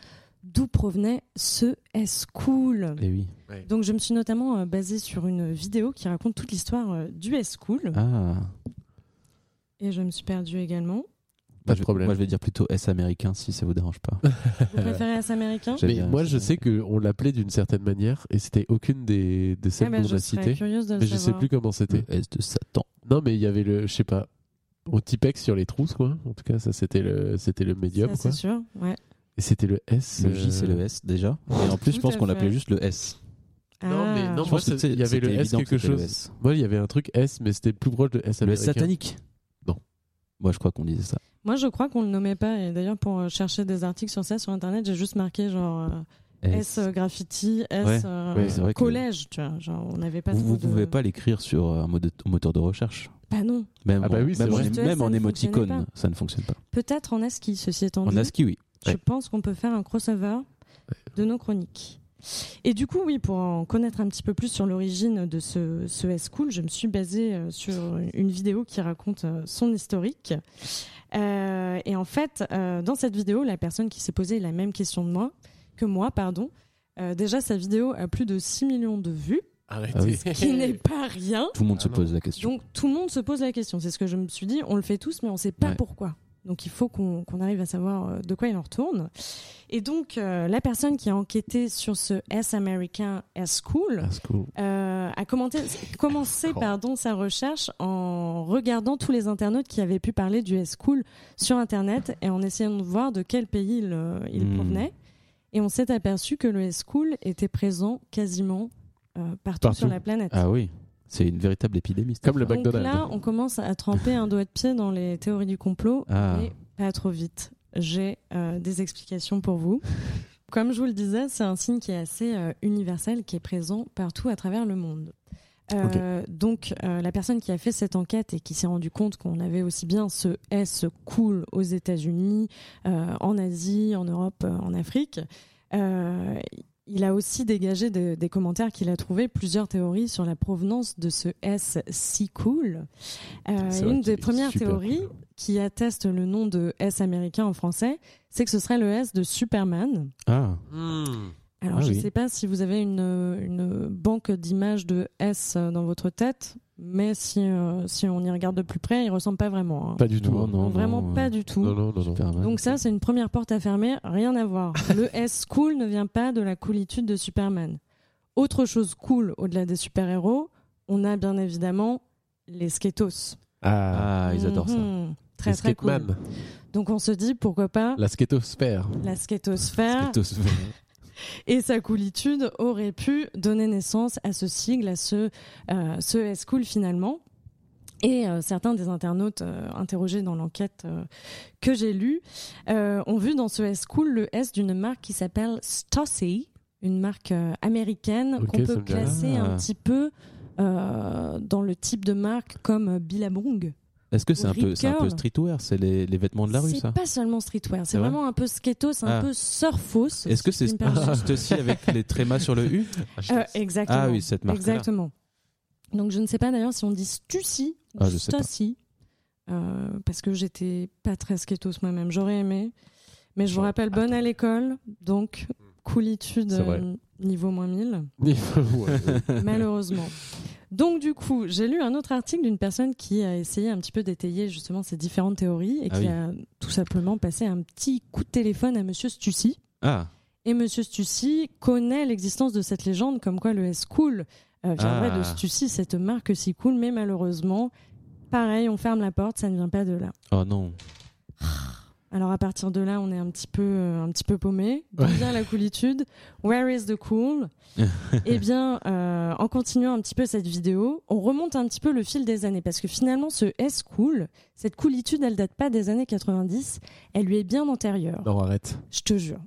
E: d'où provenait ce S-Cool.
C: Eh oui.
E: Donc je me suis notamment euh, basée sur une vidéo qui raconte toute l'histoire euh, du S-Cool.
C: Ah.
E: Et je me suis perdue également.
C: *laughs*
D: Pas
C: Moi,
D: de
C: je-
D: problème.
C: Moi, je vais dire plutôt S américain si ça vous dérange *laughs* pas.
E: Vous préférez S-Américain
C: J'ai
D: Mais
C: bien-
D: moi, je
C: j'ai-
D: sais qu'on l'appelait d'une certaine manière et c'était aucune des, de celles
E: Ah bah,
D: qu'on
E: Je
D: a
E: serais
D: citées.
E: curieuse de le
D: Mais je sais
E: savoir.
D: plus comment c'était.
C: Le S de Satan.
D: Non, mais il y avait le, je sais pas, on tipec sur les trousses, quoi. En tout cas, ça, c'était le, c'était le médium,
E: Ça,
D: quoi.
E: c'est sûr. Ouais.
D: Et c'était le S.
C: Le J, c'est
D: euh,
C: le S déjà. Et en plus, je
E: Tout
C: pense
E: à
C: qu'on
E: fait.
C: l'appelait juste le S.
D: Non, mais
E: Ah.
D: non,
C: Je
D: moi,
C: pense que
D: ça-
C: c'est-
D: il y avait le
C: c'était
D: S
C: évident que
D: quelque
C: c'était le
D: chose.
C: S.
D: Moi, il y avait un truc S, mais c'était plus proche de S
C: Le S
D: américain.
C: satanique
D: Non.
C: Moi, je crois qu'on disait ça.
E: Moi, je crois qu'on le nommait pas. Et d'ailleurs, pour euh, chercher des articles sur ça sur Internet, j'ai juste marqué genre euh, S, euh, graffiti, S
C: Ouais.
E: euh,
C: Ouais, c'est vrai que-
E: collège. Tu vois, genre, on n'avait pas.
C: Vous,
E: trop
C: vous
E: de-
C: pouvez pas l'écrire sur euh, un mode- un moteur de recherche.
E: Bah non.
C: Même,
D: Ah bah
C: en-
D: oui, c'est
C: même, en,
D: vrai.
E: Juste S,
C: même
E: ça
C: en
E: ne
C: émoticône,
E: fonctionnait
C: ça ne fonctionne pas.
E: Peut-être en ASCII, ceci étant
C: En
E: dit.
C: ASCII, oui.
E: Je pense qu'on peut faire un crossover de nos chroniques. Et du coup, oui, pour en connaître un petit peu plus sur l'origine de ce, ce S-Cool, je me suis basée euh, sur une vidéo qui raconte euh, son historique. Euh, et en fait, euh, dans cette vidéo, la personne qui s'est posée la même question de moi, que moi, pardon, euh, déjà, sa vidéo a plus de 6 millions de vues,
D: Arrêtez.
C: Ah oui.
D: *laughs*
E: qui n'est pas rien.
C: Tout le monde
D: Ah
C: se
D: non.
C: pose la question.
E: Donc tout le monde se pose la question. C'est ce que je me suis dit. On le fait tous, mais on ne sait pas
C: Ouais.
E: pourquoi. Donc il faut qu'on qu'on arrive à savoir euh, de quoi il en retourne. Et donc euh, la personne qui a enquêté sur ce S américain S cool
D: Ah, c'est cool.
E: euh, a commenté-
C: *laughs*
E: commencé
D: Oh.
E: pardon sa recherche en regardant tous les internautes qui avaient pu parler du S cool sur internet et en essayant de voir de quel pays il, euh, il
C: Hmm.
E: provenait. Et on s'est aperçu que le S-Cool était présent quasiment euh, partout,
D: Partout.
E: sur la planète.
C: Ah oui, c'est une véritable épidémie. cette
D: Comme le
C: affaire.
E: Donc
D: McDonald's.
E: là, on commence à tremper un doigt de pied dans les théories du complot,
C: Ah.
E: mais pas trop vite. J'ai euh, des explications
C: *laughs*
E: pour vous. Comme je vous le disais, c'est un signe qui est assez euh, universel, qui est présent partout à travers le monde. Euh, Donc, euh, la personne qui a fait cette enquête et qui s'est rendu compte qu'on avait aussi bien ce S cool aux États-Unis, euh, en Asie, en Europe, euh, en Afrique, euh, il a aussi dégagé de- des commentaires qu'il a trouvé plusieurs théories sur la provenance de ce S si cool. Euh,
C: C'est vrai
E: une
C: qu'il est
E: des premières
C: super
E: théories qui atteste le nom de S américain en français, c'est que ce serait le S de Superman.
C: Ah,
E: Alors,
C: Ah
E: je ne
C: oui.
E: sais pas si vous avez une, une banque d'images de S dans votre tête, mais si, euh, si on y regarde de plus près, il ressemble pas vraiment. hein.
D: Pas du tout.
C: Non, non.
E: vraiment pas du tout.
D: Non, non, non, non.
C: Superman.
E: Donc ça, c'est une première porte à fermer, rien
C: *laughs*
E: à voir. Le S cool ne vient pas de la coolitude de Superman. Autre chose cool au-delà des super-héros, on a bien évidemment les skatos.
D: Ah,
C: Ah, ils adorent ça.
E: Mhm. Très
D: les
E: très
D: Skateman,
E: cool. Donc on se dit pourquoi pas
D: la skatosphère.
E: la skatosphère
C: Skatos.
E: et sa coolitude aurait pu donner naissance à ce sigle, à ce, euh, ce S-Cool finalement. Et euh, certains des internautes euh, interrogés dans l'enquête euh, que j'ai lue euh, ont vu dans ce S-Cool le S d'une marque qui s'appelle Stossy, une marque euh, américaine
D: Ok, ça
E: qu'on peut
D: me dit rien.
E: classer
C: Ah.
E: un petit peu euh, dans le type de marque comme euh, Billabong.
C: Est-ce que c'est un,
E: Rip
C: peu, c'est un peu
E: Curl.
C: streetwear C'est les, les vêtements de la rue,
E: C'est
C: ça
E: pas seulement streetwear,
C: C'est
E: c'est
C: vrai
E: vraiment un peu skato, c'est
C: Ah.
E: un peu surfos.
C: Est-ce que
E: si
C: c'est Ah.
E: je puis me permettre.
C: juste aussi avec les trémas sur le U
E: Euh, exactement.
C: Ah oui, cette marque.
E: Exactement. Donc je ne sais pas d'ailleurs si on dit Stussy ou
C: Ah, je sais pas.
E: Stassi, euh, parce que j'étais pas très skatos moi-même, j'aurais aimé. Mais je vous
D: J'aurais-
E: rappelle, bonne à l'école, donc coolitude
D: C'est vrai.
E: euh, niveau moins 1000,
C: *laughs*
D: Ouais, ouais.
E: malheureusement. Donc du coup, j'ai lu un autre article d'une personne qui a essayé un petit peu d'étayer justement ces différentes théories et
C: Ah
E: qui
C: oui.
E: a tout simplement passé un petit coup de téléphone à Monsieur Stussy.
C: Ah,
E: Et Monsieur Stussy connaît l'existence de cette légende comme quoi le S-Cool euh, viendrait
C: Ah.
E: de Stussy, cette marque si cool, mais malheureusement, pareil, on ferme la porte, ça ne vient pas de là.
C: oh non.
E: Alors à partir de là, on est un petit peu, euh, un petit peu paumé. D'où vient la coolitude Where is the cool Eh bien, euh, en continuant un petit peu cette vidéo, on remonte un petit peu le fil des années parce que finalement, ce S cool, cette coolitude, elle date pas des années 90, elle lui est bien antérieure.
D: non, arrête.
E: Je te jure.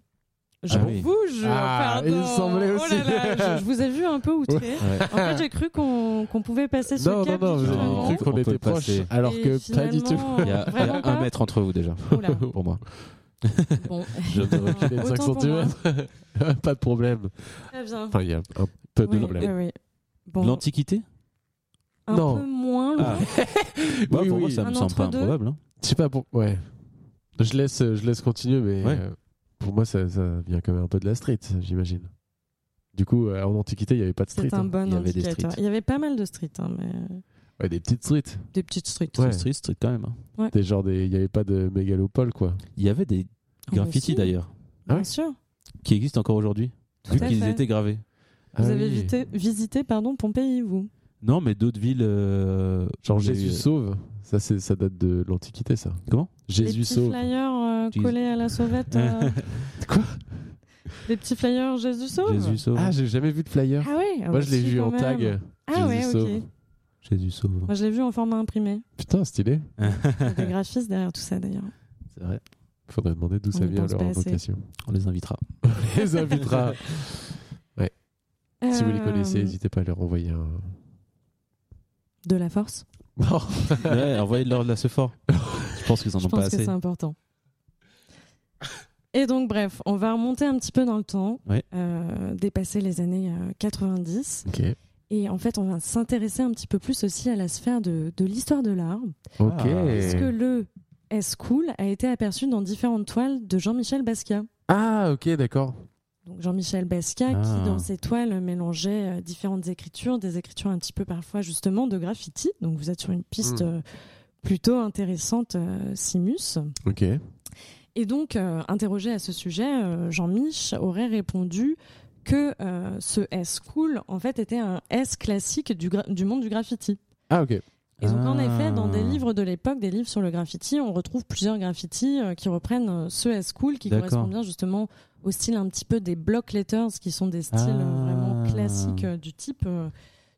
E: Je
C: Ah oui.
E: vous jure.
D: Ah,
E: pardon.
D: il semblait
E: Oh
D: aussi.
E: là là, je, je vous ai vu un peu outré.
C: Ouais.
E: En fait, j'ai cru qu'on qu'on pouvait passer ce
D: Non, non,
E: cap
D: non,
E: du
D: j'ai
E: moment.
D: cru qu'on
C: On peut
D: était proche,
C: passer.
D: alors
E: Et
D: que pas du tout.
E: finalement, euh,
C: Il y a, il y a
E: vraiment
C: un
E: pas.
C: mètre entre vous déjà,
D: *laughs*
E: Oula.
C: pour moi.
E: Bon.
C: Je me recule.
D: Il y a
E: Autant
D: 5
E: pour moi.
D: cm. *laughs* Pas de problème.
E: Très bien.
D: Enfin, il y a un peu de
E: Oui,
D: problème.
E: oui, oui. Bon,
C: L'Antiquité Ah.
E: un
D: non. Ah,
E: peu moins loin. *laughs*
C: Moi, Pour
D: oui.
C: moi, ça me
E: Un
C: semble pas
E: entre-deux.
C: improbable. hein.
D: Je sais pas pour. Ouais. Je laisse, je laisse continuer, mais
C: Ouais.
D: euh, pour moi, ça, ça vient quand même un peu de la street, j'imagine. Du coup, euh, en antiquité, il n'y avait pas de street.
E: C'est un
D: hein.
E: bon
C: Il y avait des
E: indicateur.
C: streets.
E: Il y avait pas mal de streets, hein, mais
D: Ouais, des petites streets.
E: des petites streets.
D: Ouais.
C: Street, street quand même. hein.
D: Des genres des. Il n'y avait pas de mégalopole, quoi.
C: Il y avait des
E: Ah, bah
C: graffitis
E: si,
C: d'ailleurs,
E: Bien
D: Ah ouais.
E: sûr.
C: qui existent encore aujourd'hui, vu
E: à
C: qu'ils
E: fait.
C: étaient gravés.
D: Ah
E: vous avez
D: oui.
E: visité, visité pardon, Pompéi, vous
C: Non, mais d'autres villes. euh,
D: Genre
C: il y a eu-
D: Jésus sauve. Ça, c'est, ça date de l'antiquité, ça.
C: Comment
E: Les
D: Jésus
E: petits
D: sauve.
E: flyers euh,
C: Jésus-
E: collés à la sauvette. euh,
D: *laughs* Quoi
E: Les petits flyers Jésus sauve
C: Jésus sauve.
D: Ah, j'ai jamais vu de flyer.
E: Ah ouais ah
D: moi,
E: bah
D: je l'ai
E: si,
D: vu
E: quand
D: en
E: même.
D: tag.
E: Ah
D: Jésus
E: ouais, ok.
D: sauve.
C: Jésus sauve.
E: Moi, je l'ai vu en format imprimé.
D: Putain, stylé. *laughs*
E: Il y a des graphistes derrière tout ça, d'ailleurs.
C: *laughs* C'est vrai.
D: Faudrait demander d'où
E: On
D: ça
E: y
D: vient
E: pense
D: leur
E: pas assez.
D: invocation. *laughs*
C: On les invitera.
D: On les
E: *laughs*
D: invitera. Si vous les
E: Euh,
D: connaissez, n'hésitez pas à leur envoyer un.
E: De la force.
D: Non.
C: *laughs* ouais, envoyez-leur de la Sephora. Je pense qu'ils en
E: Je
C: ont pas
E: pense que
C: assez.
E: c'est important. Et donc, bref, on va remonter un petit peu dans le temps,
C: Ouais.
E: euh, dépasser les années euh, 90.
D: Ok.
E: Et en fait, on va s'intéresser un petit peu plus aussi à la sphère de, de l'histoire de l'art.
D: Ok.
E: Ah, Parce que le S-Cool a été aperçu dans différentes toiles de Jean-Michel Basquiat.
D: Ah, ok, d'accord.
E: Donc Jean-Michel Basquiat
C: Ah.
E: qui dans ses toiles mélangeait euh, différentes écritures, des écritures un petit peu parfois justement de graffiti. Donc vous êtes sur une piste
D: Mm.
E: euh, plutôt intéressante, euh, Simus.
D: Ok.
E: Et donc euh, interrogé à ce sujet, euh, Jean-Mich aurait répondu que euh, ce S cool en fait était un S classique du, gra- du monde du graffiti.
D: Ah, ok.
E: Et donc, en
C: Ah.
E: effet, dans des livres de l'époque, des livres sur le graffiti, on retrouve plusieurs graffitis euh, qui reprennent euh, ceux à school, qui
C: D'accord.
E: correspondent bien justement au style un petit peu des block letters, qui sont des styles euh, vraiment
C: Ah.
E: classiques euh, du type, euh,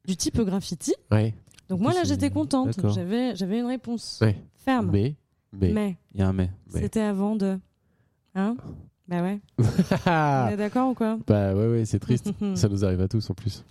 E: du type graffiti.
D: Ouais.
E: Donc,
C: Ok,
E: moi, là,
C: c'est-
E: j'étais contente.
C: d'accord.
E: J'avais j'avais une réponse
D: Ouais.
E: ferme.
D: Mais, mais,
E: Ah, Mais
C: Il y a un mais.
D: mais.
E: c'était avant de. Hein Bah ouais.
C: Ah.
E: On est d'accord ou quoi
D: *laughs* bah ouais, ouais, c'est
E: *laughs*
D: triste. Ça nous arrive à tous en plus.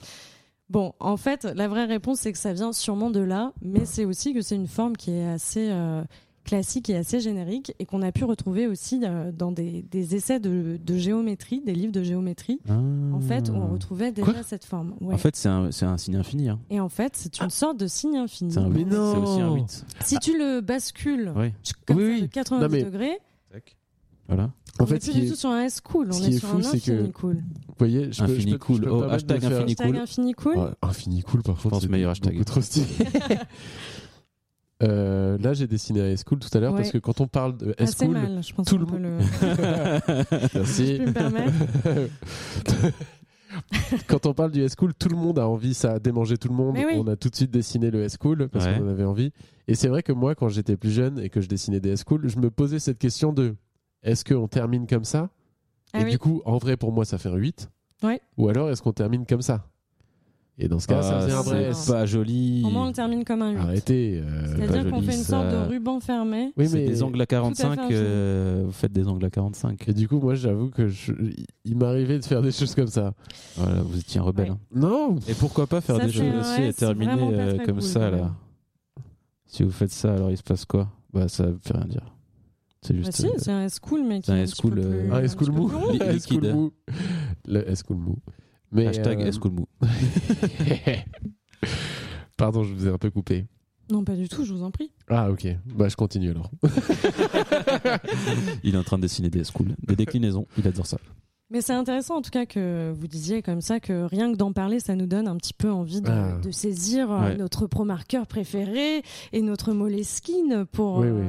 E: Bon, en fait, la vraie réponse, c'est que ça vient sûrement de là, mais c'est aussi que c'est une forme qui est assez euh, classique et assez générique, et qu'on a pu retrouver aussi euh, dans des, des essais de, de géométrie, des livres de géométrie, en fait, où
D: Mmh.
E: on retrouvait déjà
C: Quoi
E: cette forme. Ouais.
C: Ah. En fait, c'est un, c'est un signe infini. hein.
E: et en fait, c'est
D: Ah.
E: une sorte de signe infini.
C: C'est un
D: Mais
C: huit. C'est
D: non.
C: aussi un 8.
E: Si tu le bascules
C: Oui.
E: comme
D: Ah. Oui,
E: ça,
D: oui.
E: de 90
D: Non, mais-
E: degrés,
D: *laughs*
C: Voilà. *laughs*
E: on
D: En
E: n'est
D: fait,
E: plus
D: ce qui
E: du
D: est-
E: tout sur un S cool,
D: ce
E: on
D: qui
E: est,
D: est
E: sur
D: fou,
E: un
D: c'est que-
E: infini cool.
D: vous voyez, je peux,
C: Infini
D: je peux- je
C: cool.
D: peux me
C: Oh,
D: permettre
C: hashtag
D: de faire-
C: infini
E: Hashtag
C: cool.
E: infini cool.
D: Ouais, infini cool, par contre.
C: pense
D: c'est
C: meilleur hashtag.
D: beaucoup trop
E: *laughs*
D: stylé. Euh, là, j'ai dessiné un S-Cool tout à l'heure
E: Ouais.
D: parce que quand on parle de
E: Ah, c'est
D: S-Cool,
E: mal, je pense
D: tout
E: qu'on
D: le
E: peut le...
C: Ah,
E: Si *laughs*
D: merci.
E: je puis me permettre.
D: *laughs* Quand on parle du S-Cool, tout le monde a envie, ça a démangé tout le monde.
E: Mais oui.
D: On a tout de suite dessiné le S-Cool parce
C: Ouais.
D: qu'on en avait envie. Et c'est vrai que moi, quand j'étais plus jeune et que je dessinais des S-Cool, je me posais cette question de est-ce qu'on termine comme ça
E: Ah
D: Et
E: oui.
D: du coup, en vrai, pour moi, ça fait un 8.
E: Ouais.
D: Ou alors, est-ce qu'on termine comme ça Et dans ce cas, ça
C: Ah,
D: faisait un vrai
E: non.
D: S.
C: c'est pas joli.
E: Au moins, on le termine comme un 8.
D: Arrêtez. euh,
E: C'est-à-dire
C: pas
E: qu'on
C: joli,
E: fait une
C: bah, ça.
E: sorte de ruban fermé.
D: Oui,
C: c'est
D: mais
C: des angles à 45.
E: infini.
C: euh, vous faites des angles à 45.
D: Et du coup, moi, j'avoue que je- il m'arrivait de faire des *laughs* choses comme ça.
C: Voilà, vous étiez un rebelle.
E: Ouais.
C: hein.
D: Non,
C: Et pourquoi pas faire
E: Ça,
C: des
E: c'est
C: choses
E: un
C: aussi
E: ouais,
C: et
E: c'est vraiment
C: terminer
E: pas
C: euh,
E: très
C: comme
E: cool,
C: ça
E: quand
C: là
E: même.
C: Si vous faites ça, alors il se passe quoi Bah ça fait rien dire. C'est
E: Bah
C: juste.
E: si,
C: euh,
E: c'est un S-Cool, mais qui
C: un
E: est un
C: S
E: petit peu
C: cool, euh,
E: plus-
D: Ah, un
E: un
D: S cool
E: petit peu
D: mou.
E: plus
C: *laughs*
E: long.
C: long.
D: S cool
C: Liquide.
D: mou. hein. Le S cool mou. Mais,
C: Hashtag
D: euh,
C: Escoulmou.
D: *laughs* Pardon, je vous ai un peu coupé.
E: Non, pas du tout, je vous en prie.
D: Ah, ok. Bah, je continue alors.
C: Il est en train de dessiner des schools, des déclinaisons. Il adore ça.
E: Mais c'est intéressant en tout cas que vous disiez comme ça que rien que d'en parler, ça nous donne un petit peu envie de,
D: Ah.
E: de saisir euh,
C: Ouais.
E: notre pro-marqueur préféré et notre Moleskine pour,
D: Oui,
E: euh,
D: oui.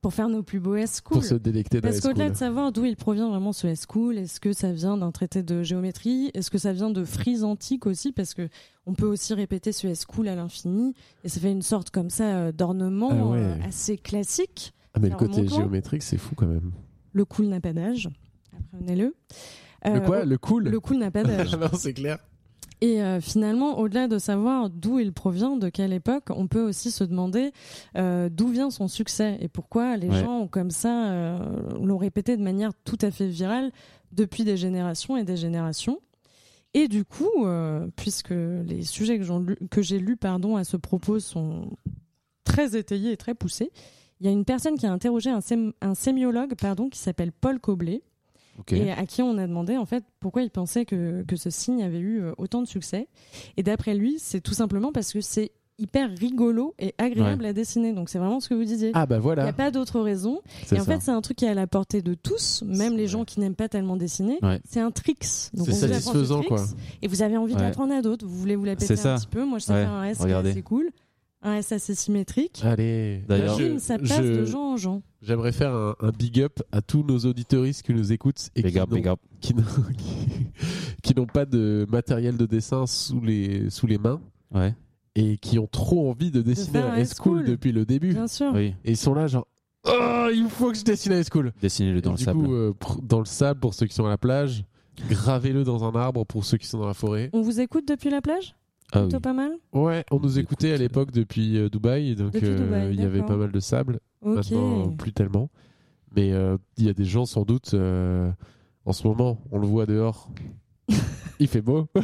E: pour faire nos plus beaux S-Cool.
D: Pour se délecter d'un
E: Parce
D: S
E: qu'au-delà
D: cool.
E: de savoir d'où il provient vraiment ce S-Cool, est-ce que ça vient d'un traité de géométrie Est-ce que ça vient de frises antiques aussi Parce que on peut aussi répéter ce S-Cool à l'infini et ça fait une sorte comme ça euh, d'ornement
D: Ah ouais.
E: euh, assez classique.
D: Ah, mais le
E: Alors,
D: côté
E: mon plan-
D: géométrique, c'est fou quand même.
E: Le cool n'a pas d'âge, apprenez-le.
D: le
E: Euh,
D: quoi Le cool *laughs* Ah,
E: le cool n'a pas d'âge.
D: Non, c'est clair.
E: Et euh, finalement, au-delà de savoir d'où il provient, de quelle époque, on peut aussi se demander euh, d'où vient son succès et pourquoi les
C: Ouais.
E: gens ont comme ça euh, l'ont répété de manière tout à fait virale depuis des générations et des générations. Et du coup, euh, puisque les sujets que j'en lu- que j'ai lus pardon, à ce propos sont très étayés et très poussés, il y a une personne qui a interrogé un, sém- un sémiologue pardon, qui s'appelle Paul Coblet,
C: Ok.
E: et euh, à qui on a demandé en fait pourquoi il pensait que, que ce signe avait eu euh, autant de succès. Et d'après lui, c'est tout simplement parce que c'est hyper rigolo et agréable à dessiner. Donc c'est vraiment ce que vous disiez.
D: Ah, bah
E: Il n'y
D: voilà.
E: a pas d'autre raison.
D: C'est
E: Et en
D: ça.
E: fait, c'est un truc qui est à la portée de tous, même les gens qui n'aiment pas tellement dessiner.
C: Ouais.
E: C'est un tricks. Donc
D: C'est
E: on vous apprend ce
D: satisfaisant, quoi.
E: tricks, Et vous avez envie de
C: Ouais.
E: l'apprendre à d'autres. Vous voulez vous la péter
C: C'est ça.
E: un petit peu. Moi, je sais
C: Ouais.
E: faire un S qui est
C: Regardez.
E: assez cool. Un S assez symétrique.
D: Allez.
C: D'ailleurs-
D: Là, je-
E: Bim, ça passe
D: je-
E: de gens en gens.
D: J'aimerais faire un, un big up à tous nos auditeuristes qui nous écoutent et
C: Big
D: qui
C: up,
D: n'ont-
C: big up.
D: *laughs* qui n'ont- qui- qui n'ont pas de matériel de dessin sous les, sous les mains
C: Ouais.
D: et qui ont trop envie de dessiner
E: faire un
D: un S-Cool
E: S-Cool.
D: depuis le début.
E: Bien sûr.
C: Oui.
D: Et ils sont là genre oh, il faut que je dessine un S-Cool.
C: Dessinez-le dans
D: Et
C: le
D: du
C: sable.
D: coup, euh, pr- dans le sable pour ceux qui sont à la plage, gravez-le dans un arbre pour ceux qui sont dans la forêt.
E: On vous écoute depuis la plage
C: ah oui.
E: Plutôt pas mal
D: Ouais, on nous
C: Écoute,
D: écoutait à l'époque depuis euh, Dubaï, donc
E: Depuis Dubaï,
D: il y avait pas
E: d'accord.
D: mal de sable.
E: Ok.
D: Maintenant, euh, plus tellement. Mais euh, il y a des gens, sans doute, euh, en ce moment, on le voit
E: *laughs*
D: dehors. il fait beau. *laughs*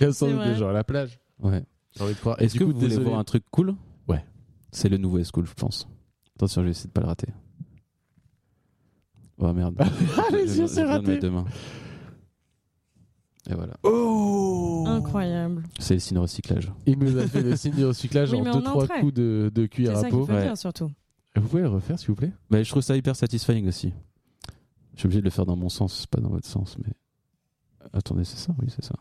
D: il y a sans
E: C'est
D: doute
E: vrai.
D: des gens à la plage.
C: Ouais.
D: J'ai envie de croire. Et
C: Est-ce
D: du
C: que
D: coup,
C: vous voulez
D: désolé.
C: voir un truc cool
D: Ouais.
C: C'est le nouveau S-Cool, je pense. Attention, je vais essayer de pas le rater. Oh
D: *laughs*
C: merde.
D: Ah, les
C: J'ai
D: yeux,
C: besoin-
D: c'est
C: j'ai besoin de mes
D: raté.
C: deux mains. Et voilà.
D: Oh
E: Incroyable.
C: C'est le signe recyclage.
D: Il nous a fait le signe du recyclage
E: Oui,
D: en
E: mais
D: 2
E: en
D: trois
E: entrée.
D: coups de, de cuillère
E: C'est
D: à
E: ça qu'il faut
D: peau.
C: Ouais.
E: faire surtout.
D: Vous pouvez le refaire, s'il vous plaît
C: Mais je trouve ça hyper satisfying aussi. Je suis obligé de le faire dans mon sens, pas dans votre sens, mais. Attendez, c'est ça Oui, c'est ça.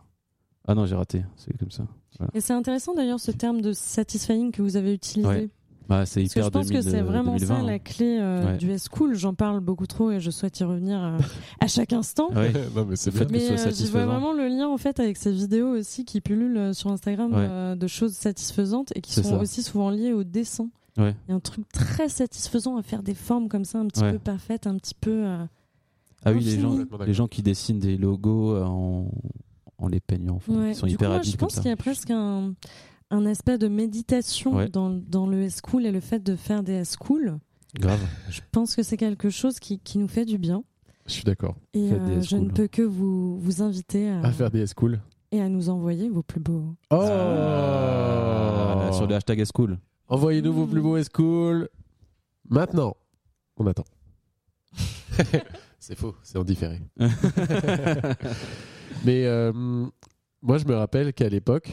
C: Ah non, j'ai raté. C'est comme ça.
E: Et c'est intéressant d'ailleurs ce terme de satisfying que vous avez utilisé.
C: Ouais. Bah, c'est
E: Parce que
C: hyper
E: je pense
C: 2000,
E: que c'est vraiment
C: 2020.
E: ça
C: hein.
E: la clé euh,
C: Ouais.
E: du S-Cool. J'en parle beaucoup trop et je souhaite y revenir
C: *laughs*
E: euh, à chaque instant.
C: Ah Ouais.
D: *laughs* non, mais c'est
C: Le fait
D: bien.
C: que ce soit
E: Mais euh, j'y vois
C: satisfaisant.
E: vraiment le lien en fait avec ces vidéos aussi qui pullulent euh, sur Instagram
C: Ouais.
E: euh, de choses satisfaisantes et qui
C: C'est
E: sont
C: ça.
E: aussi souvent liées au dessin.
C: Ouais.
E: Il y a un truc très satisfaisant à faire des formes comme ça, un petit
C: Ouais.
E: peu parfaites, un petit peu. euh,
C: Ah oui, les
E: Infini.
C: gens,
D: Complètement
C: les
D: d'accord.
C: gens qui dessinent des logos euh, en, en les peignant, enfin,
E: ouais.
C: ils sont
E: Du
C: hyper
E: coup, moi,
C: habiles
E: je
C: comme
E: pense
C: ça.
E: qu'il y a presque un, un aspect de méditation
C: Ouais.
E: dans, dans le S-Cool et le fait de faire des S-Cool.
C: Grave.
E: Je pense que c'est quelque chose qui, qui nous fait du bien.
D: Je suis d'accord.
E: Et
C: Faites des
E: euh, je ne
C: S-Cool.
E: peux que vous, vous inviter à,
D: À faire des S-Cool.
E: et à nous envoyer vos plus beaux.
D: Oh
C: Ah, sur le hashtag School.
E: *laughs*
D: Envoyez-nous vos plus beaux S-Cool. Maintenant. On attend. c'est faux, c'est en différé.
C: Ah,
D: *laughs* Mais euh, moi, je me rappelle qu'à l'époque,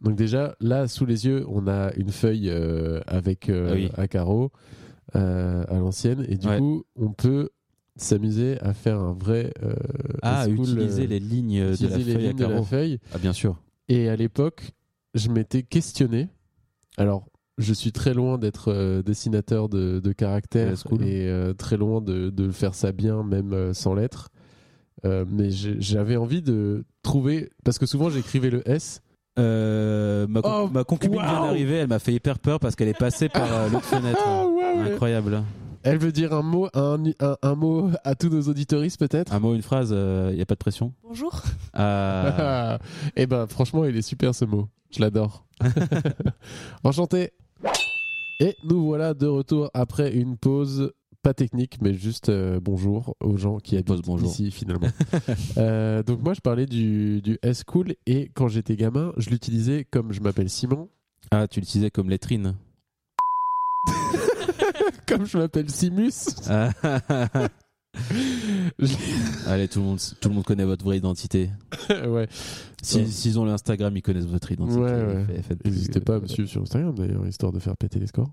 D: donc déjà, là, sous les yeux, on a une feuille euh, avec euh,
C: Ah oui.
D: un carreau euh, à l'ancienne. Et du
C: Ouais.
D: coup, on peut s'amuser à faire un vrai. euh,
C: Ah,
D: S-Cool,
C: utiliser
D: euh,
C: les lignes euh, de la
D: utiliser
C: feuille
D: les
C: à
D: lignes de la
C: carreaux.
D: feuille.
C: Ah, bien sûr.
D: Et à l'époque, je m'étais questionné. Alors, je suis très loin d'être euh, dessinateur de, de caractères
C: Ouais, c'est cool.
D: et euh, très loin de, de faire ça bien, même euh, sans lettres. Euh, mais j'ai- j'avais envie de trouver. Parce que souvent, j'écrivais le S.
C: Euh, ma, con-
D: Oh,
C: ma concubine vient
D: wow.
C: d'arriver, elle m'a fait hyper peur parce qu'elle est passée par euh, l'autre
D: Ah,
C: fenêtre. Incroyable.
D: Elle veut dire un mot, un, un- un mot à tous nos auditoristes, peut-être
C: Un mot, une phrase, il n'y a pas de pression.
E: Bonjour.
C: Ah,
D: *laughs* Eh ben, franchement, il est super ce mot. Je *laughs* l'adore. Enchanté. Et nous voilà de retour après une pause, pas technique, mais juste euh, bonjour aux gens qui habitent
C: pause bonjour.
D: ici *laughs* finalement. Euh, donc moi, je parlais du, du S-Cool et quand j'étais gamin, je l'utilisais comme je m'appelle Simon.
C: Ah, tu l'utilisais comme lettrine. *laughs*
D: Comme je m'appelle Simus. *laughs*
C: Ah. Allez, tout le, monde, tout le monde connaît votre vraie identité.
D: ouais.
C: Si-
D: Ouais.
C: S'ils ont le Instagram, ils connaissent votre identité.
D: Ouais, ouais.
C: Faites- faites plus,
D: N'hésitez pas à me
C: euh,
D: suivre sur Instagram d'ailleurs, histoire de faire péter les scores.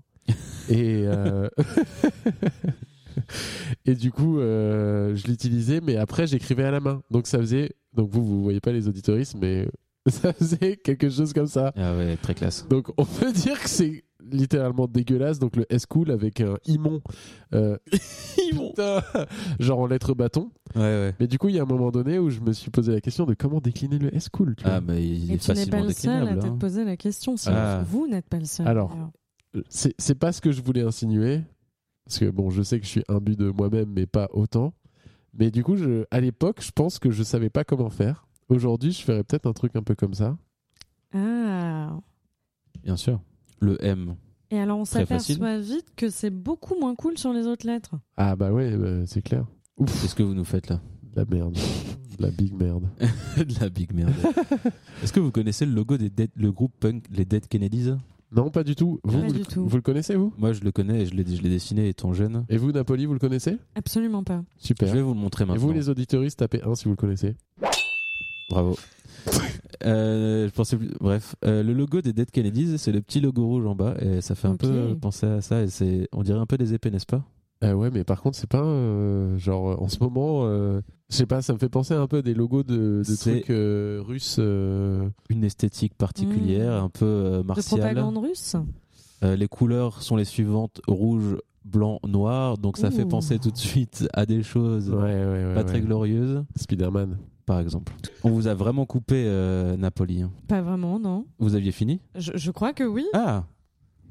D: Et, euh, *laughs* et du coup, euh, je l'utilisais, mais après, j'écrivais à la main. Donc ça faisait. Donc vous, vous voyez pas les auditoristes, mais *laughs* ça faisait quelque chose comme ça.
C: Ah ouais, très classe.
D: Donc on peut dire que c'est littéralement dégueulasse. Donc le S-Cool avec un imon. euh, putain, genre en lettres bâton.
C: Ouais, ouais.
D: Mais du coup, il y a un moment donné où je me suis posé la question de comment décliner le S-Cool. tu
C: Ah,
D: vois.
C: bah, il
E: Et
C: est
E: tu n'es
C: facilement
E: pas le seul à
C: déclinable.
E: te
C: hein.
E: poser la question. Si
C: Ah.
E: Vous n'êtes pas le seul.
D: Alors,
E: d'ailleurs.
D: c'est c'est pas ce que je voulais insinuer parce que bon je sais que je suis imbu de moi-même mais pas autant mais du coup je, à l'époque je pense que je savais pas comment faire aujourd'hui je ferais peut-être un truc un peu comme ça
E: Ah.
C: Bien sûr. Le M.
E: Et alors, on
C: Très facile.
E: s'aperçoit vite que c'est beaucoup moins cool sur les autres lettres.
D: ah bah ouais bah, c'est clair
C: Qu'est-ce que vous nous faites là *laughs*
D: de la merde de la big merde
C: De la big
D: *laughs*
C: merde. Est-ce que vous connaissez le logo des Dead- le groupe punk, les Dead Kennedys
D: non pas du tout vous
E: Pas
D: vous,
E: du
D: le-
E: tout.
D: vous le connaissez vous
C: Moi, je le connais et je l'ai je l'ai dessiné étant jeune.
D: et vous Napoli vous le connaissez
E: Absolument pas.
C: Je
D: super
C: vais vous le montrer
D: et
C: maintenant.
D: vous les auditoristes tapez 1 si vous le connaissez *laughs*
C: Bravo. Euh, je pensais plus- Bref, euh, le logo des Dead Kennedys, c'est le petit logo rouge en bas et ça fait un
E: Ok.
C: peu euh, penser à ça. Et c'est, on dirait un peu des épées, n'est-ce pas
D: Euh, ouais mais par contre c'est pas euh, genre euh, en ce moment euh, je sais pas ça me fait penser un peu à des logos de, de
C: C'est-
D: trucs euh, russes euh,
C: Une esthétique particulière,
E: Mmh.
C: un peu euh,
E: De
C: martiale.
E: propagande russe
C: Euh, les couleurs sont les suivantes rouge, blanc, noir. Donc ça fait
E: Ouh.
C: penser tout de suite à des choses
D: ouais ouais ouais
C: pas
D: ouais.
C: très glorieuses.
D: Spider-Man.
C: par exemple. On vous a vraiment coupé euh, Napoli. hein.
E: Pas vraiment, non.
C: Vous aviez fini
E: Je, je crois que oui.
C: Ah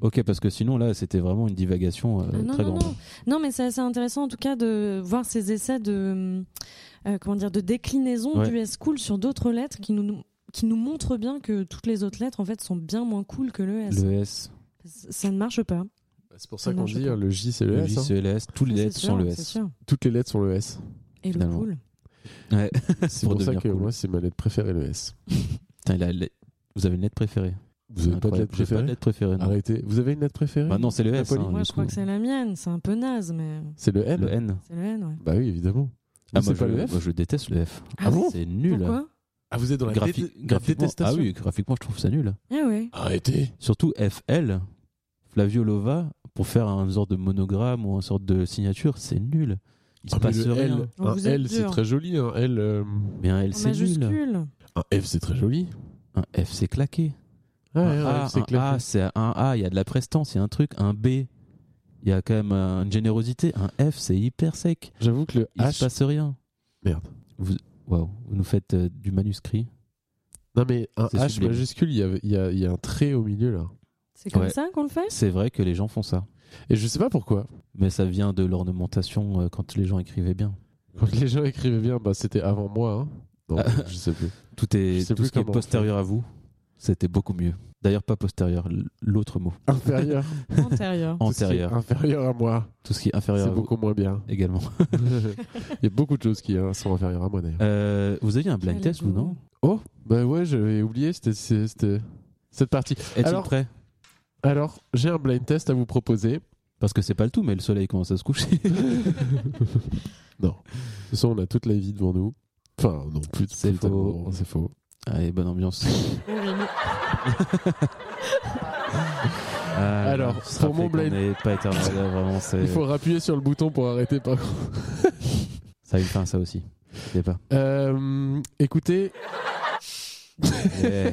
C: Ok, parce que sinon là, c'était vraiment une divagation euh,
E: Ah, non,
C: très
E: non,
C: grande.
E: non. Non, mais c'est assez intéressant en tout cas de voir ces essais de, euh, comment dire, de déclinaison
C: Ouais.
E: du S-Cool sur d'autres lettres qui nous, qui nous montrent bien que toutes les autres lettres en fait sont bien moins cool que le S.
C: Le S,
E: Ça ne marche pas.
D: C'est pour ça
E: Ah Non,
D: qu'on
E: je
D: dit
E: sais pas.
D: euh, le J c'est le,
C: le
D: S.
C: J,
D: hein.
C: c'est le S, tous les
E: Ah, C'est
C: lettres
E: sûr,
C: sont le
E: c'est
C: S.
E: sûr.
D: Toutes les lettres sont le S.
E: Et le
C: Finalement.
E: cool.
C: Ouais.
D: *laughs* C'est pour, ça
C: devenir
D: que
C: cool.
D: moi c'est ma lettre préférée le S.
C: Putain, il a la- Vous avez une lettre préférée
D: Vous avez pas de
C: Incroyable. Ah, J'ai
D: lettre
C: pas de
D: préférée
C: lettre préférée. Non,
D: Arrêtez. Vous avez une lettre préférée
C: Bah non, c'est le S.
D: Napoli.
C: hein,
E: Moi
C: du
E: je crois
C: coup.
E: que c'est la mienne. C'est un peu naze, mais
D: C'est le N.
C: le N.
E: c'est le N. Ouais.
D: Bah oui évidemment.
C: Ah,
D: Vous,
C: moi,
D: c'est pas
C: je,
D: le F
C: moi, je déteste le F.
E: Ah bon
C: C'est nul.
E: Pourquoi
D: Ah vous êtes dans la,
C: Graphi-
D: dé- la
C: graphiquement, ah
D: détestation.
C: oui, graphiquement, je trouve ça nul.
E: Ah ouais.
D: Arrêtez.
C: Surtout FL, Flavio Lova, pour faire un sorte de monogramme ou un sorte de signature, c'est nul. Il se
D: Ah, mais
C: passe
D: le
C: rien.
D: L,
E: Oh,
D: un
E: vous êtes
D: L c'est
E: dur.
D: très joli. Un L. euh,
C: Mais un L,
E: En
C: c'est nul.
E: majuscule.
D: Un F c'est très joli. Ah,
C: Un F, c'est claqué.
D: Ouais,
C: Un
D: ouais,
C: A,
D: c'est
C: un
D: clair.
C: A, c'est un A, il y a de la prestance, il y a un truc. Un B, il y a quand même euh, une générosité. Un F, c'est hyper sec.
D: J'avoue que le
C: Il
D: H.
C: se passe rien.
D: Merde.
C: Vous, waouh, vous nous faites euh, du manuscrit.
D: Non, mais un
C: C'est
D: H
C: sublime.
D: majuscule, il y a, il y a- il y a un trait au milieu là.
E: C'est comme
C: Ouais.
E: ça qu'on le fait
C: *laughs* C'est vrai que les gens font ça.
D: Et je sais pas pourquoi.
C: Mais ça vient de l'ornementation euh, quand les gens écrivaient bien.
D: Quand les gens écrivaient bien, bah, c'était avant moi. hein. Non,
C: Ah.
D: je sais plus.
C: Tout,
D: Je
C: est,
D: sais
C: tout
D: plus
C: ce qui est
D: comment on
C: postérieur à vous, c'était beaucoup mieux. D'ailleurs, pas postérieur, l- l'autre mot.
D: Inférieur.
E: Antérieur.
D: Tout ce qui
C: *laughs*
D: est
C: Antérieur.
D: Inférieur à moi.
C: Tout ce qui est inférieur
D: C'est
C: à vous
D: beaucoup
C: *laughs*
D: moins bien.
C: également.
D: Il y a beaucoup de choses qui euh, sont inférieures à moi d'ailleurs.
C: Euh, vous aviez un blind
E: Quel
C: test, vous, non
E: goût.
D: Oh, bah ouais, j'avais oublié c'était, c'est- c'était cette partie.
C: Êtes-vous
D: Alors-
C: prêt
D: Alors, j'ai un blind test à vous proposer.
C: Parce que c'est pas le tout, mais le soleil commence à se
D: *laughs*
C: coucher.
D: Non. De toute façon, on a toute la vie devant nous. Enfin, non, plus.
C: C'est
D: plus
C: faux.
D: tellement, C'est faux.
C: Allez, bonne
D: *laughs*
C: ambiance. Ah,
D: Alors,
C: ce sera
D: pour mon
C: fait qu'on
D: blind-
C: est pas éternel, là, vraiment, c'est...
D: Il faut appuyer sur le bouton pour arrêter, par contre.
C: Ça a une fin, ça
D: *laughs*
C: aussi. Je sais pas.
D: Euh, écoutez,
C: Yeah.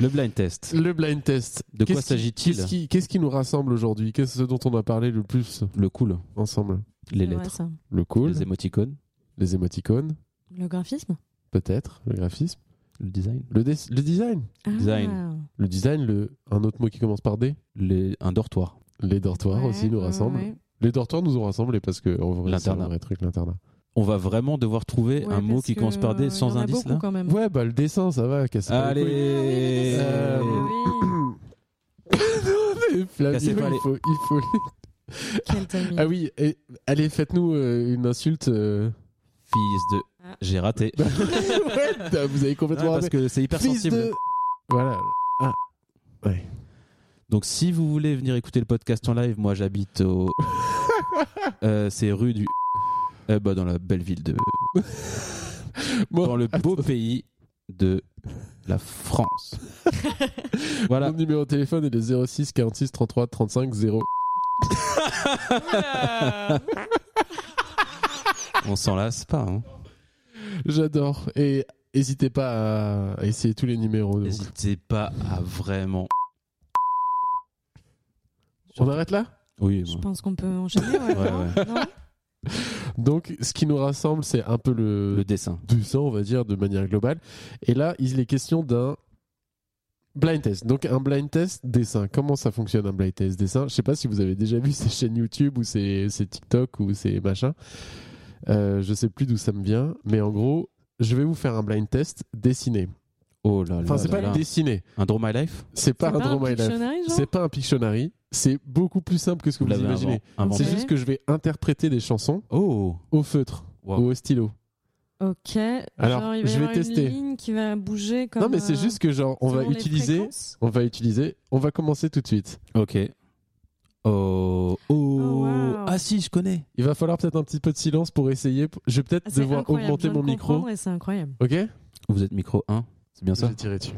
C: le blind test.
D: le blind test.
C: De quoi
D: Qu'est-ce qui-
C: s'agit-il
D: Qu'est-ce qui, qu'est-ce qui nous rassemble aujourd'hui Qu'est-ce dont on a parlé le plus
C: Le cool,
D: ensemble
C: les
E: C'est vrai,
C: lettres,
E: ça.
D: Le cool,
C: les
D: les,
C: émoticônes,
D: émoticônes,
E: Le graphisme
D: peut-être, le graphisme,
C: le design,
D: le, dess- le design.
E: Ah.
C: Design.
D: Le design, le, un autre mot qui commence par D
C: les- un dortoir.
D: Les dortoirs
E: Ouais,
D: aussi nous
E: ouais,
D: rassemblent.
E: ouais.
D: Les dortoirs nous ont rassemblés parce que en vrai, c'est un
C: L'internat.
D: vrai truc, l'internat.
C: On va vraiment devoir trouver
E: Ouais,
C: un mot
E: parce
C: qui
E: que,
C: commence par
E: euh,
C: D sans
E: il y en a
C: indice
E: beaucoup,
C: là.
E: quand même.
D: Ouais, bah le dessin, ça va, casse pas les couilles.
C: Allez
D: Ah oui, Mais Flavio,
C: Cassez pas les-
D: il faut, il faut...
E: *coughs* Quel timing.
D: Ah oui, et- allez, faites-nous euh, une insulte. euh.
C: Fils de. J'ai raté.
D: *laughs* Ouais, vous avez complètement
C: Ouais, parce
D: raté.
C: que c'est hyper
D: Fils
C: sensible.
D: de... Voilà. Ah. Ouais.
C: Donc si vous voulez venir écouter le podcast en live, moi j'habite
D: *laughs*
C: au. Euh, c'est rue du. Euh, bah, dans la belle ville
D: *laughs*
C: de.
D: Bon,
C: dans le beau pays de la France. voilà.
D: Mon numéro de téléphone est le 06 46 33 35 0.
C: On s'en lasse pas. hein.
D: J'adore. Et n'hésitez pas à essayer tous les numéros. donc.
C: N'hésitez pas à vraiment.
D: On arrête là
C: Oui,
E: Je
C: bon.
E: pense qu'on peut enchaîner. Ouais,
C: Ouais,
E: non
C: ouais.
E: Non
D: Donc, ce qui nous rassemble, c'est un peu le,
C: le dessin.
D: dessin, on va dire, de manière globale. Et là, il est question d'un blind test. Donc, un blind test dessin. Comment ça fonctionne un blind test dessin Je sais pas si vous avez déjà vu ces chaînes YouTube ou ces, ces TikTok ou ces machins. Euh, je sais plus d'où ça me vient, mais en gros, je vais vous faire un blind test dessiné.
C: Oh là là.
D: Enfin, c'est
C: là
D: pas
C: là.
D: dessiné,
C: un Draw My Life
D: c'est pas
E: C'est
D: un Draw My Life.
E: Pictionary, genre
D: c'est pas un Pictionary. C'est beaucoup plus simple que ce que vous,
C: l'avez
D: imaginez.
C: invent- inventé.
D: C'est
E: Ok.
D: juste que je vais interpréter des chansons
C: Oh
D: au feutre
C: Wow.
D: ou au stylo.
E: Ok.
D: Alors,
E: Genre, il va y
D: je vais
E: avoir
D: tester.
E: Une ligne qui va bouger comme. euh,
D: non, mais c'est juste que genre, on va utiliser on va utiliser. On va commencer tout de suite.
C: Ok. Oh. Oh.
E: wow.
C: Ah si, je connais.
D: Il va falloir peut-être un petit peu de silence pour essayer. Je vais
E: Ah,
D: peut-être devoir augmenter mon micro.
E: C'est incroyable.
D: Ok
C: Vous êtes micro 1, c'est bien ça
D: J'ai tiré dessus.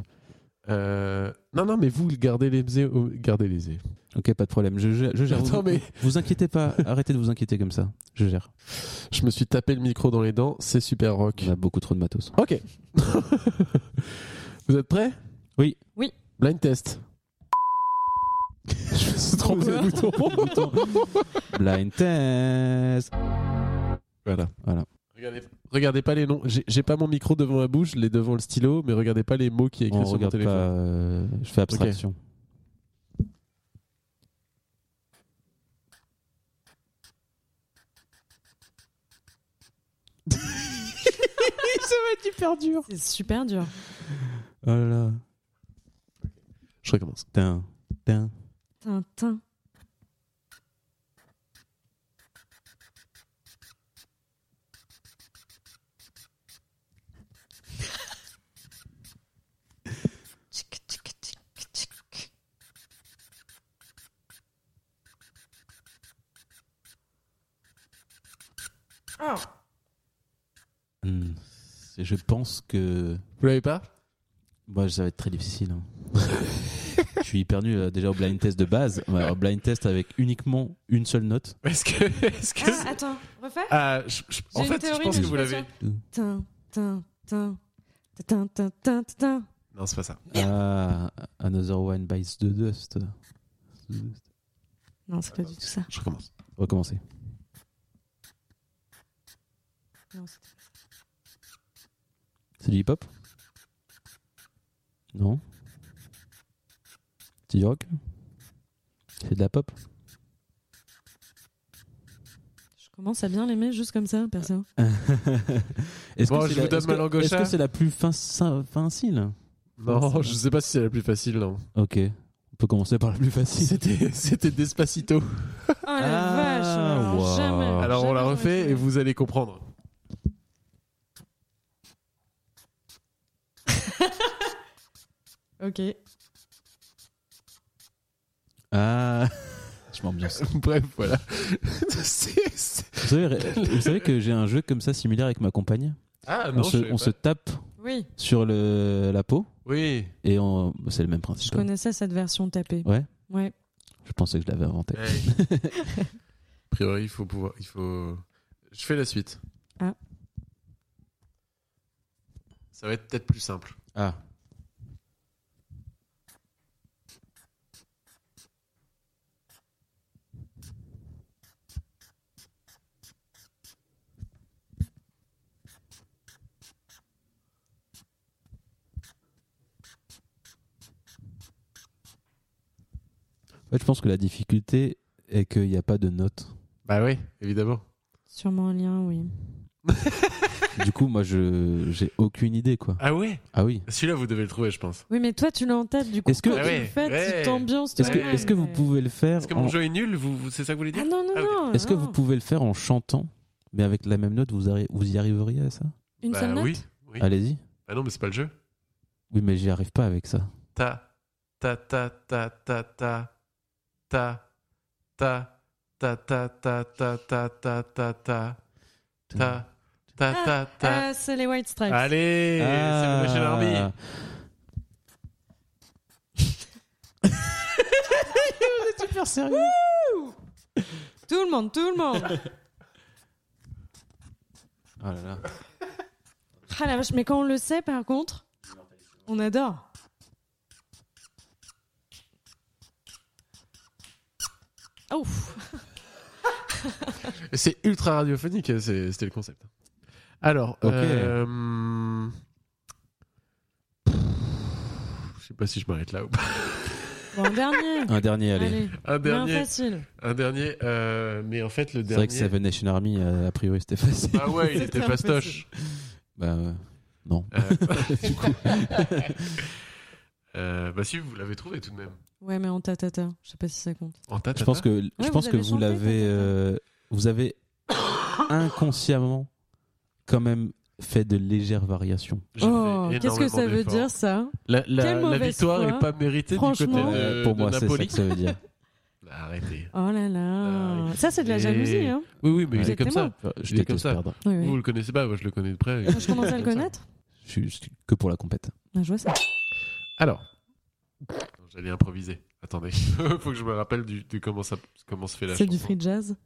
D: Euh, Non, non, mais vous, gardez les yeux. au- Gardez les yeux.
C: Ok, pas de problème. Je, gère- je gère.
D: Attends,
C: vous,
D: mais-
C: vous inquiétez *laughs* pas. Arrêtez de vous inquiéter comme ça. Je gère.
D: Je me suis tapé le micro dans les dents. C'est super rock.
C: On a beaucoup trop de matos.
D: Ok. *laughs* vous êtes prêts
C: Oui.
E: Oui.
D: Blind test. *laughs* je me suis trompé de *laughs* bouton.
C: Blind test.
D: voilà.
C: Voilà.
D: Regardez, regardez pas les noms. J'ai j'ai pas mon micro devant ma bouche, les devant le stylo, mais regardez pas les mots qui est écrit
C: On
D: sur mon
C: regarde
D: téléphone.
C: pas. euh, je fais abstraction.
E: C'est super dur.
C: Oh là là.
D: Je recommence.
C: Tin, tin.
E: Tintin. Tchic, tchic, tchic, tchic. Oh,
C: Hmm. Je pense que.
D: Vous l'avez pas
C: Moi, ça va être très difficile. *laughs* hein. je suis hyper nul euh, déjà au blind test de base. Ouais, au blind test avec uniquement une seule note.
D: Est-ce que. Est-ce que
E: Ah, attends, refaire
D: Ah, je- je-
E: J'ai une théorie, mais je suis pas sûre. Tin, tin, tin. Tin, tin, tin, tin, tin.
D: Non, c'est pas ça.
C: Ah, Another One Bites the Dust.
E: Non, c'est pas du tout ça.
D: Je recommence.
C: Recommencer.
E: Non, c'est-
C: C'est du hip-hop Non. C'est du rock C'est de la *laughs* pop
E: Je commence à bien l'aimer juste comme ça, perso.
C: Est-ce
D: Bon,
C: c'est
D: je
C: la-
D: vous donne
C: est-ce
D: ma
C: que-
D: langue au
C: Est-ce
D: chat.
C: que c'est la plus fin, fin- facile
D: Non, je sais pas si c'est la plus
C: *laughs*
D: facile, non.
C: Ok. On peut commencer par la plus facile.
D: C'était c'était Despacito.
E: Oh la
C: Ah,
E: vache alors
C: waouh.
D: *laughs*
E: jamais,
D: Alors on
E: jamais
D: la
E: j'aurais
D: refait
E: trouvé.
D: et vous allez comprendre. *laughs*
E: Ok.
C: Ah *laughs* Je m'ambiance.
D: Bref,
C: *laughs*
D: voilà. C'est- c'est-
C: vous, savez, vous savez que j'ai un jeu comme ça similaire avec ma compagne.
D: Ah
C: on se, on se tape
E: Oui,
C: sur le, la peau
D: Oui.
C: et on... c'est le même
E: je
C: principe.
E: connaissais cette version tapée.
C: Ouais.
E: Ouais.
C: Je pensais que je l'avais inventé.
D: *laughs* A priori, il faut pouvoir. Il faut. Je fais la suite.
E: Ah.
D: Ça va être peut-être plus simple.
C: Ah. Ouais, je pense que la difficulté est qu'il n'y a pas de notes.
D: Bah oui, évidemment.
E: Sûrement un lien, oui.
C: Du coup, moi, je j'ai aucune idée, quoi.
D: Ah ouais
C: Ah oui.
D: Celui-là, vous devez le trouver, je pense.
E: Oui, mais toi, tu l'as en tête, du coup.
C: Est-ce que-
E: quand tu
D: Ah ouais,
E: le fais,
D: ouais.
E: tu t'ambiances.
C: Est-ce que,
E: toi-même.
C: est-ce que vous pouvez le faire
D: Est-ce que
C: en-
D: mon jeu est nul vous, vous- C'est ça que vous voulez
E: Ah
D: dire
E: non, non,
D: Ah,
E: non.
C: Est-ce que
E: non.
C: vous pouvez le faire en chantant, mais avec la même note, vous, arri- vous y arriveriez à ça
E: Une
D: Bah
E: seule note
D: oui. oui.
C: Allez-y.
D: Bah non, mais c'est pas le jeu.
C: Oui, mais j'y arrive pas avec ça.
D: Ta, ta, ta, ta, ta, ta, ta, ta, ta, ta, ta, ta, ta, ta, ta, ta. Ta, ta, ta, ta. Ah.
E: Ah, c'est les White Stripes.
D: Allez, Ah. Eh, c'est
C: Ah.
D: mon Michel Army.
C: super sérieux.
E: Tout le monde, tout le monde.
D: *laughs*
C: Oh là là.
E: Ah la vache, mais quand on le sait, par contre, on adore. Ah, Ouf.
D: C'est ultra radiophonique, hein, c'est- c'était le concept. Alors,
C: Ok.
D: euh, je sais pas si je m'arrête là ou pas.
E: Bon, un dernier.
C: Un dernier, allez.
E: Allez,
D: Un
E: bien
D: dernier,
E: facile.
D: un dernier. euh, mais en fait, le
C: C'est vrai
D: dernier.
C: que Seven Nation Army, euh, a priori, c'était facile.
D: *laughs* Ah ouais, il
E: C'était
D: était fastoche.
C: Bah ouais. Non.
D: Euh,
C: Du coup.
D: *laughs* euh, bah si, vous l'avez trouvé tout de même.
E: Ouais, mais en tatata, je sais pas si ça compte.
D: En tête.
C: Je pense que je
E: vous
C: pense que
E: avez
C: vous
E: chanté, hein.
C: l'avez
E: t'as- t'as-
C: euh, vous avez *coughs* inconsciemment quand même fait de légères variations.
E: Oh, qu'est-ce que ça veut dire ça
D: La, la-
E: Quelle
D: la
E: mauvaise
D: victoire
E: foi.
D: n'est pas méritée du côté
E: Franchement.
D: euh, de,
C: pour
D: de
C: moi, c'est ça
D: Napoli. Bah,
C: que ça veut dire.
D: Arrêtez.
E: Oh là
D: Ah,
E: là. Ça, c'est de la
D: et-
E: jalousie, hein.
D: Oui, oui, mais
E: Vous
D: il est
E: êtes
D: comme ça.
E: témoin.
D: *laughs* Il est comme
C: déteste
D: ça.
C: perdre.
E: Oui, oui.
D: Vous le connaissez pas, moi je le connais de près. *laughs*
E: Je commence à le connaître.
C: Je suis je suis que pour la compète. *laughs*
E: Ah, je vois ça.
D: Alors. J'allais improviser. Attendez, *laughs* faut que je me rappelle du, du comment ça comment se fait la hein.
E: C'est du
D: chanson.
E: free jazz.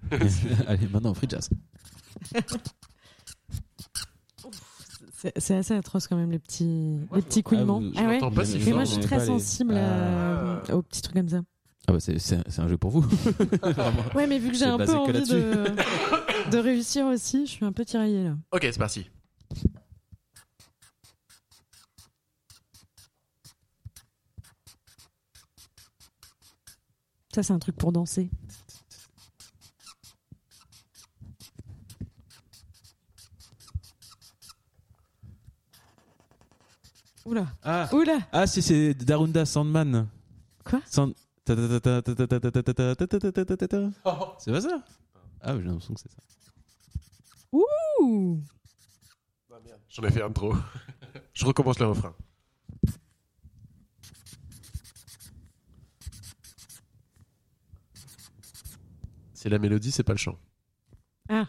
C: Allez, maintenant free jazz.
E: C'est c'est assez atroce quand même, les petits, les petits
C: Ah,
E: couillements.
C: vous- je
E: Ah ouais.
D: l'entends hein. pas si
E: Mais
D: fort,
E: moi, je suis
D: mais
E: très
C: pas les-
E: sensible à- aux petits trucs comme ça.
C: Ah bah c'est- c'est un- c'est un jeu pour vous.
E: Ouais, mais vu que j'ai
C: C'est
E: un
C: basé
E: peu
C: que
E: envie
C: là-dessus.
E: de, *laughs* de réussir aussi, je suis un peu tiraillée là.
D: Ok, c'est parti.
E: Ça, c'est un truc pour danser. Oula,
C: Ah,
E: oula,
C: ah si c'est Darunda Sandman.
E: Quoi
C: Sand- ta- ta- ta- ta- ta- ta- ta- ta- ta- ta- ta- ta- ta- ta- ta- ta- ta.
E: Oh.
C: C'est pas ça Ah, j'ai l'impression que c'est ça.
E: ouh.
D: J'en ai fait un de trop. *laughs* je recommence le refrain. C'est la mélodie, c'est pas le chant.
E: Ah,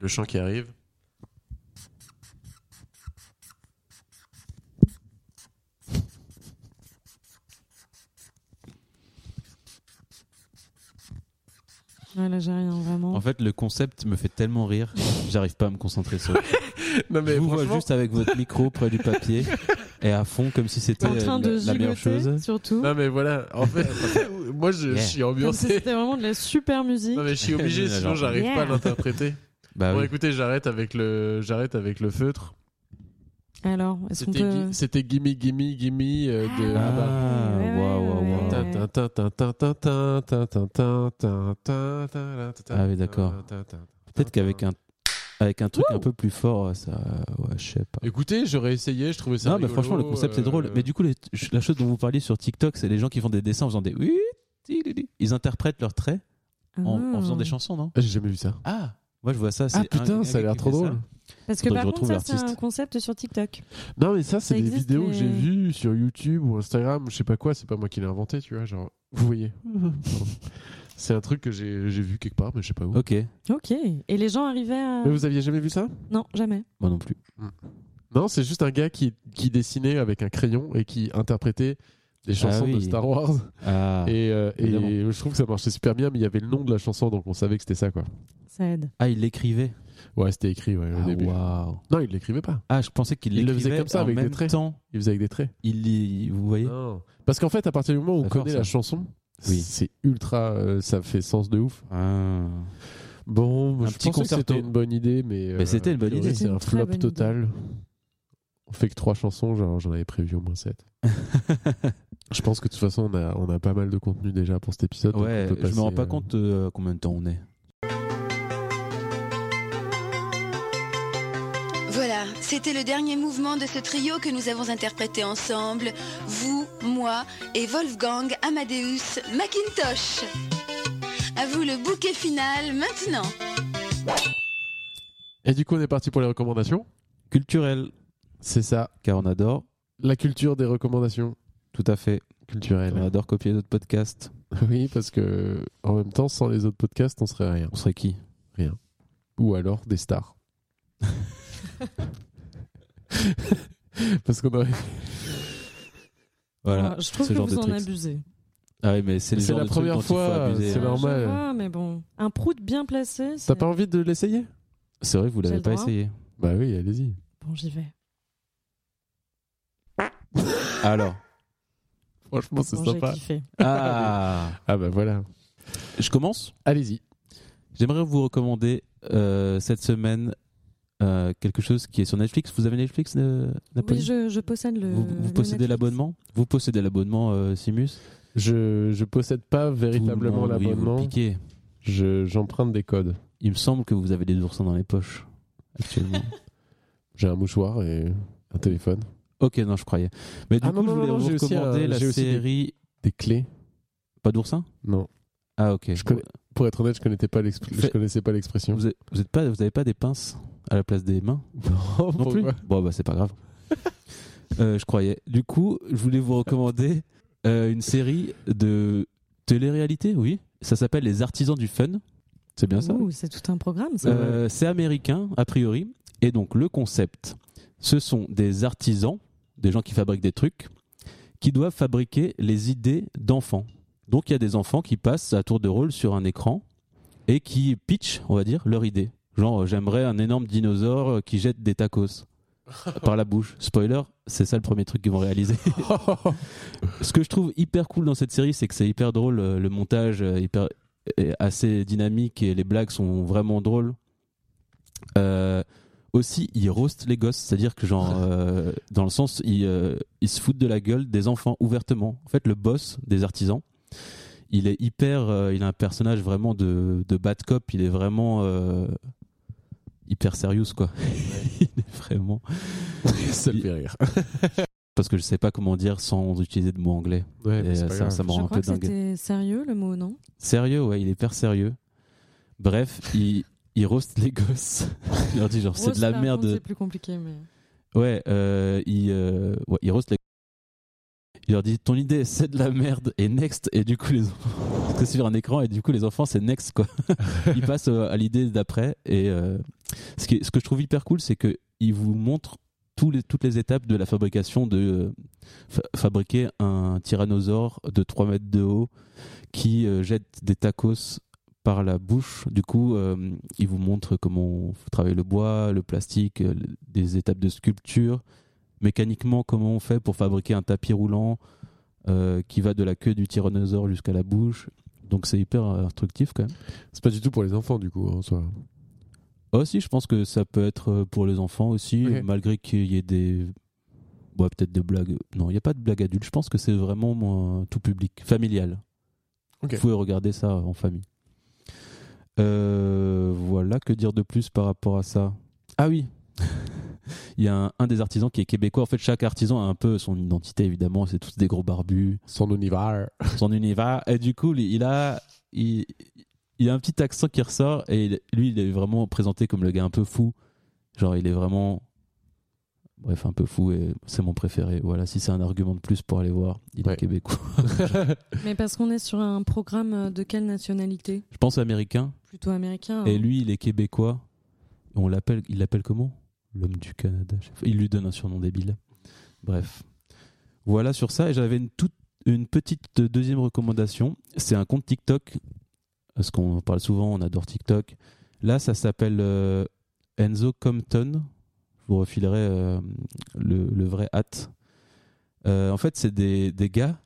D: Le chant qui arrive.
E: ouais, là j'ai rien vraiment.
C: En fait, le concept me fait tellement rire,
E: *laughs*
C: j'arrive pas à me concentrer sur.
D: Non
E: *laughs*
C: je vous vois juste avec votre micro près du papier et à fond comme si c'était
E: en train
C: euh,
E: de
C: la, la meilleure
E: gigoter,
C: chose.
E: surtout.
D: Non, mais voilà, en fait, *laughs* moi je, je suis
E: Comme si
D: ambiancé.
E: c'était vraiment de la super musique.
D: Non, mais je suis
E: *laughs*
D: obligé, sinon j'arrive pas à
E: Yeah. Ah
D: l'interpréter.
C: Bah
D: bon,
C: oui.
D: écoutez, j'arrête avec le, j'arrête avec le feutre.
E: Alors, est-ce qu'on
D: C'était
E: peut. euh,
D: gui- c'était Gimme Gimme Gimme euh, de
E: Ah,
D: Abba.
C: Ah,
E: ouais, ouais,
C: waouh, waouh,
E: ouais,
C: waouh.
E: ouais.
D: Tin, tin, tin, tin, tin, tin, tin, tin, tin, tin, tin, tin, tin,
C: Ah oui, d'accord.
D: tin, tin, tin.
C: Peut-être qu'avec un avec un truc un peu plus fort, ça, ouais, je sais pas.
D: Écoutez, j'aurais essayé, je trouvais ça.
C: non, mais franchement, le
D: rigolo,
C: concept est drôle.
D: euh,
C: Mais du coup, les- la chose dont vous parliez sur TikTok, c'est les gens qui font des dessins en faisant des oui, ti, li, li. ils interprètent leurs traits en,
E: Ah.
C: en faisant des chansons, non
D: J'ai jamais vu ça.
C: Ah, moi je vois ça.
D: Ah
C: c'est un-
D: putain,
C: un
D: ça a
C: gars
D: l'air
C: qui
D: trop
C: fait ça.
D: drôle.
E: Parce que
C: Faudrait
E: par
C: que je
E: contre, ça,
C: retrouve
E: c'est un
C: l'artiste.
E: concept sur TikTok.
D: Non, mais ça, c'est
E: Ça
D: des
E: existe,
D: vidéos que j'ai
E: les-
D: vues sur YouTube ou Instagram, je sais pas quoi, c'est pas moi qui l'ai inventé, tu vois. Genre, vous
E: *laughs*
D: voyez. Pardon. c'est un truc que j'ai j'ai vu quelque part, mais je sais pas où.
C: Ok,
E: Ok. Et les gens arrivaient à.
D: Mais vous aviez jamais vu ça
E: Non, jamais.
C: moi non plus.
D: Non, c'est juste un gars qui, qui dessinait avec un crayon et qui interprétait des
C: Ah
D: chansons de
C: oui.
D: Star Wars.
C: Ah,
D: et, euh, et
C: évidemment.
D: je trouve que ça marchait super bien, mais il y avait le nom de la chanson, donc on savait que c'était ça, quoi.
E: Ça aide.
C: ah il l'écrivait.
D: Ouais, c'était écrit ouais, au
C: Ah,
D: début.
C: waouh.
D: Non, il l'écrivait pas.
C: Ah, je pensais qu'il
D: Il le
C: l'écrivait.
D: faisait comme ça,
C: en
D: avec des
C: même
D: traits.
C: temps.
D: Il faisait avec des traits.
C: Il, l'y- vous voyez.
D: Non. Parce qu'en fait, à partir du moment où on
C: Ça va faire
D: connaît
C: ça.
D: la chanson,
C: Oui.
D: c'est ultra. euh, ça fait sens de ouf.
C: Ah.
D: Bon,
C: Un
D: je
C: petit
D: pensais que
C: concerto.
D: c'était une bonne idée, mais. euh,
C: Mais c'était une bonne
D: a priori,
C: idée.
D: C'est un
E: C'était une
D: flop
E: très bonne
D: total. On fait que trois chansons, genre j'en avais prévu au
C: *laughs*
D: moins sept. Je pense que de toute façon, on a, on a pas mal de contenu déjà pour cet épisode. donc
C: ouais,
D: on peut
C: je me rends
D: passer,
C: pas
D: euh,
C: compte euh, combien de temps on est.
A: Voilà, c'était le dernier mouvement de ce trio que nous avons interprété ensemble, vous, moi et Wolfgang Amadeus Macintosh. À vous le bouquet final maintenant.
D: Et du coup, on est parti pour les recommandations.
C: Culturel,
D: C'est ça,
C: car on adore,
D: la culture des recommandations
C: tout à fait. On
D: culturelles.
C: adore copier d'autres podcasts.
D: *laughs* Oui, parce que en même temps, sans les autres podcasts, on serait rien.
C: On serait qui
D: Ou alors
C: *laughs*
D: des stars. parce qu'on aurait
C: Voilà.
D: Ah,
E: Alors, je trouve
C: ce
E: que
C: genre
E: vous
C: de
E: en
C: trucs.
E: abusé.
C: Ah oui, mais c'est le
D: C'est
C: genre
D: la
C: de truc
D: première
C: dont il faut
D: fois,
C: abuser. hein.
D: c'est
E: Ah,
D: normal.
E: je vois, mais bon. Un prout bien placé. c'est-
D: T'as pas envie de l'essayer
C: C'est vrai que vous
E: J'ai
C: l'avez
E: le
C: pas
E: droit.
C: essayé.
D: Bah oui, allez-y.
E: Bon, j'y vais.
D: *laughs*
C: Alors.
D: Franchement, c'est
E: Bon, j'ai
D: sympa.
E: kiffé.
C: Ah
D: Ah bah voilà.
C: Je commence.
D: Allez-y.
C: J'aimerais vous recommander euh, cette semaine euh, quelque chose qui est sur Netflix. Vous avez Netflix, euh, Napoli
E: Oui, je, je possède le.
C: Vous, vous
E: le
C: possédez
E: Netflix.
C: l'abonnement Vous possédez l'abonnement, euh, Simus
D: Je, je possède pas
C: Tout le
D: véritablement
C: monde, oui, vous le
D: l'abonnement.
C: piquez.
D: Je- J'emprunte des codes.
C: Il me semble que vous avez des oursins dans les poches
D: *laughs*
C: actuellement.
D: J'ai un mouchoir et un téléphone.
C: ok, non, je croyais. Mais du
D: Ah
C: coup,
D: non, non,
C: je voulais
D: non,
C: vous
D: j'ai aussi
C: recommander
D: un-
C: la
D: j'ai aussi des-
C: série.
D: Des clés
C: Pas d'oursins
D: Non.
C: Ah, ok.
D: Je connais- Pour être honnête, je, connaissais pas l'exp- je
C: Fait-
D: connaissais pas l'expression.
C: Vous n'avez vous êtes pas, vous avez pas des pinces à la place des mains
D: Non,
C: Non plus
D: pourquoi
C: Bon, bah, c'est pas grave. *laughs* Euh, je croyais. Du coup, je voulais vous recommander euh, une série de télé-réalité, oui. Ça s'appelle Les Artisans du Fun. C'est bien ça
E: Ouh, c'est tout un programme, ça.
C: Euh, C'est américain, a priori. Et donc, le concept, ce sont des artisans, des gens qui fabriquent des trucs, qui doivent fabriquer les idées d'enfants. Donc, il y a des enfants qui passent à tour de rôle sur un écran et qui pitchent, on va dire, leur idée. Genre, euh, j'aimerais un énorme dinosaure euh, qui jette des tacos par la bouche. Spoiler, c'est ça le premier truc qu'ils vont réaliser. Ce que je trouve hyper cool dans cette série, c'est que c'est hyper drôle. euh, Le montage euh, hyper, est assez dynamique et les blagues sont vraiment drôles. Euh, aussi, ils roastent les gosses, c'est-à-dire que
D: *laughs*
C: genre euh, dans le sens ils, euh, ils se foutent de la gueule des enfants ouvertement. En fait, le boss des artisans, il est hyper, euh, il a un personnage vraiment de, de bad cop. Il est vraiment euh, hyper sérieux quoi. *laughs* il est vraiment
D: *laughs* *laughs* Ça me fait rire.
C: parce que je sais pas comment dire sans utiliser de mots anglais.
D: Ouais,
C: Et,
D: mais c'est
C: euh,
D: pas
C: ça,
D: grave.
C: ça me
E: je
C: rend un
E: crois
C: peu
E: que
C: dingue.
E: c'était sérieux le mot, non
C: Sérieux, ouais, il est hyper sérieux. Bref, il, il roast les gosses. Il leur dit genre, c'est de la
E: Rose, par contre,
C: merde.
E: C'est plus compliqué, mais.
C: Ouais, euh, il, euh, ouais, il roast les Il leur dit, ton idée, c'est de la merde. Et next, et du coup, les enfants. *laughs* Parce que c'est sur un écran, et du coup, les enfants, c'est next, quoi. Ils passent euh, à l'idée d'après. Et euh, ce, qui est- ce que je trouve hyper cool, c'est que il vous montre tous les, toutes les étapes de la fabrication de euh, fa- fabriquer un tyrannosaure de 3 mètres de haut qui euh, jette des tacos par la bouche. Du coup, euh, il vous montre comment on travaille le bois, le plastique, euh, le- des étapes de sculpture, mécaniquement comment on fait pour fabriquer un tapis roulant euh, qui va de la queue du tyrannosaure jusqu'à la bouche. Donc c'est hyper instructif quand même.
D: C'est pas du tout pour les enfants, du coup, en soi.
C: Ah si, je pense que ça peut être euh, pour les enfants aussi,
D: Ok.
C: malgré qu'il y ait des... Ouais, peut-être des blagues. Non, il n'y a pas de blagues adultes. Je pense que c'est vraiment moi, tout public, familial.
D: Ok.
C: Vous pouvez regarder ça en famille. Euh, voilà, que dire de plus par rapport à ça Ah oui *laughs* Il y a un, un des artisans qui est québécois. En fait, chaque artisan a un peu son identité, évidemment. C'est tous des gros barbus
D: Son univers.
C: son univers. Et du coup, lui, il a, il, il a un petit accent qui ressort. Et il- lui, il est vraiment présenté comme le gars un peu fou. Genre, il est vraiment. Bref, un peu fou. Et c'est mon préféré. Voilà, si c'est un argument de plus pour aller voir, il
D: Ouais.
C: est québécois.
E: Mais parce qu'on est sur un programme euh, de quelle nationalité
C: Je pense américain.
E: Plutôt américain.
C: Et
E: hein.
C: lui, il est québécois. On l'appelle, il l'appelle comment L'homme du Canada. je sais pas. Il lui donne un surnom débile. Bref. Voilà sur ça. Et j'avais une, toute, une petite euh, deuxième recommandation. C'est un compte TikTok. Parce qu'on en parle souvent, on adore TikTok. Là, ça s'appelle euh, Enzo Compton. Je vous refilerai euh, le, le vrai hâte. en fait, c'est des, des gars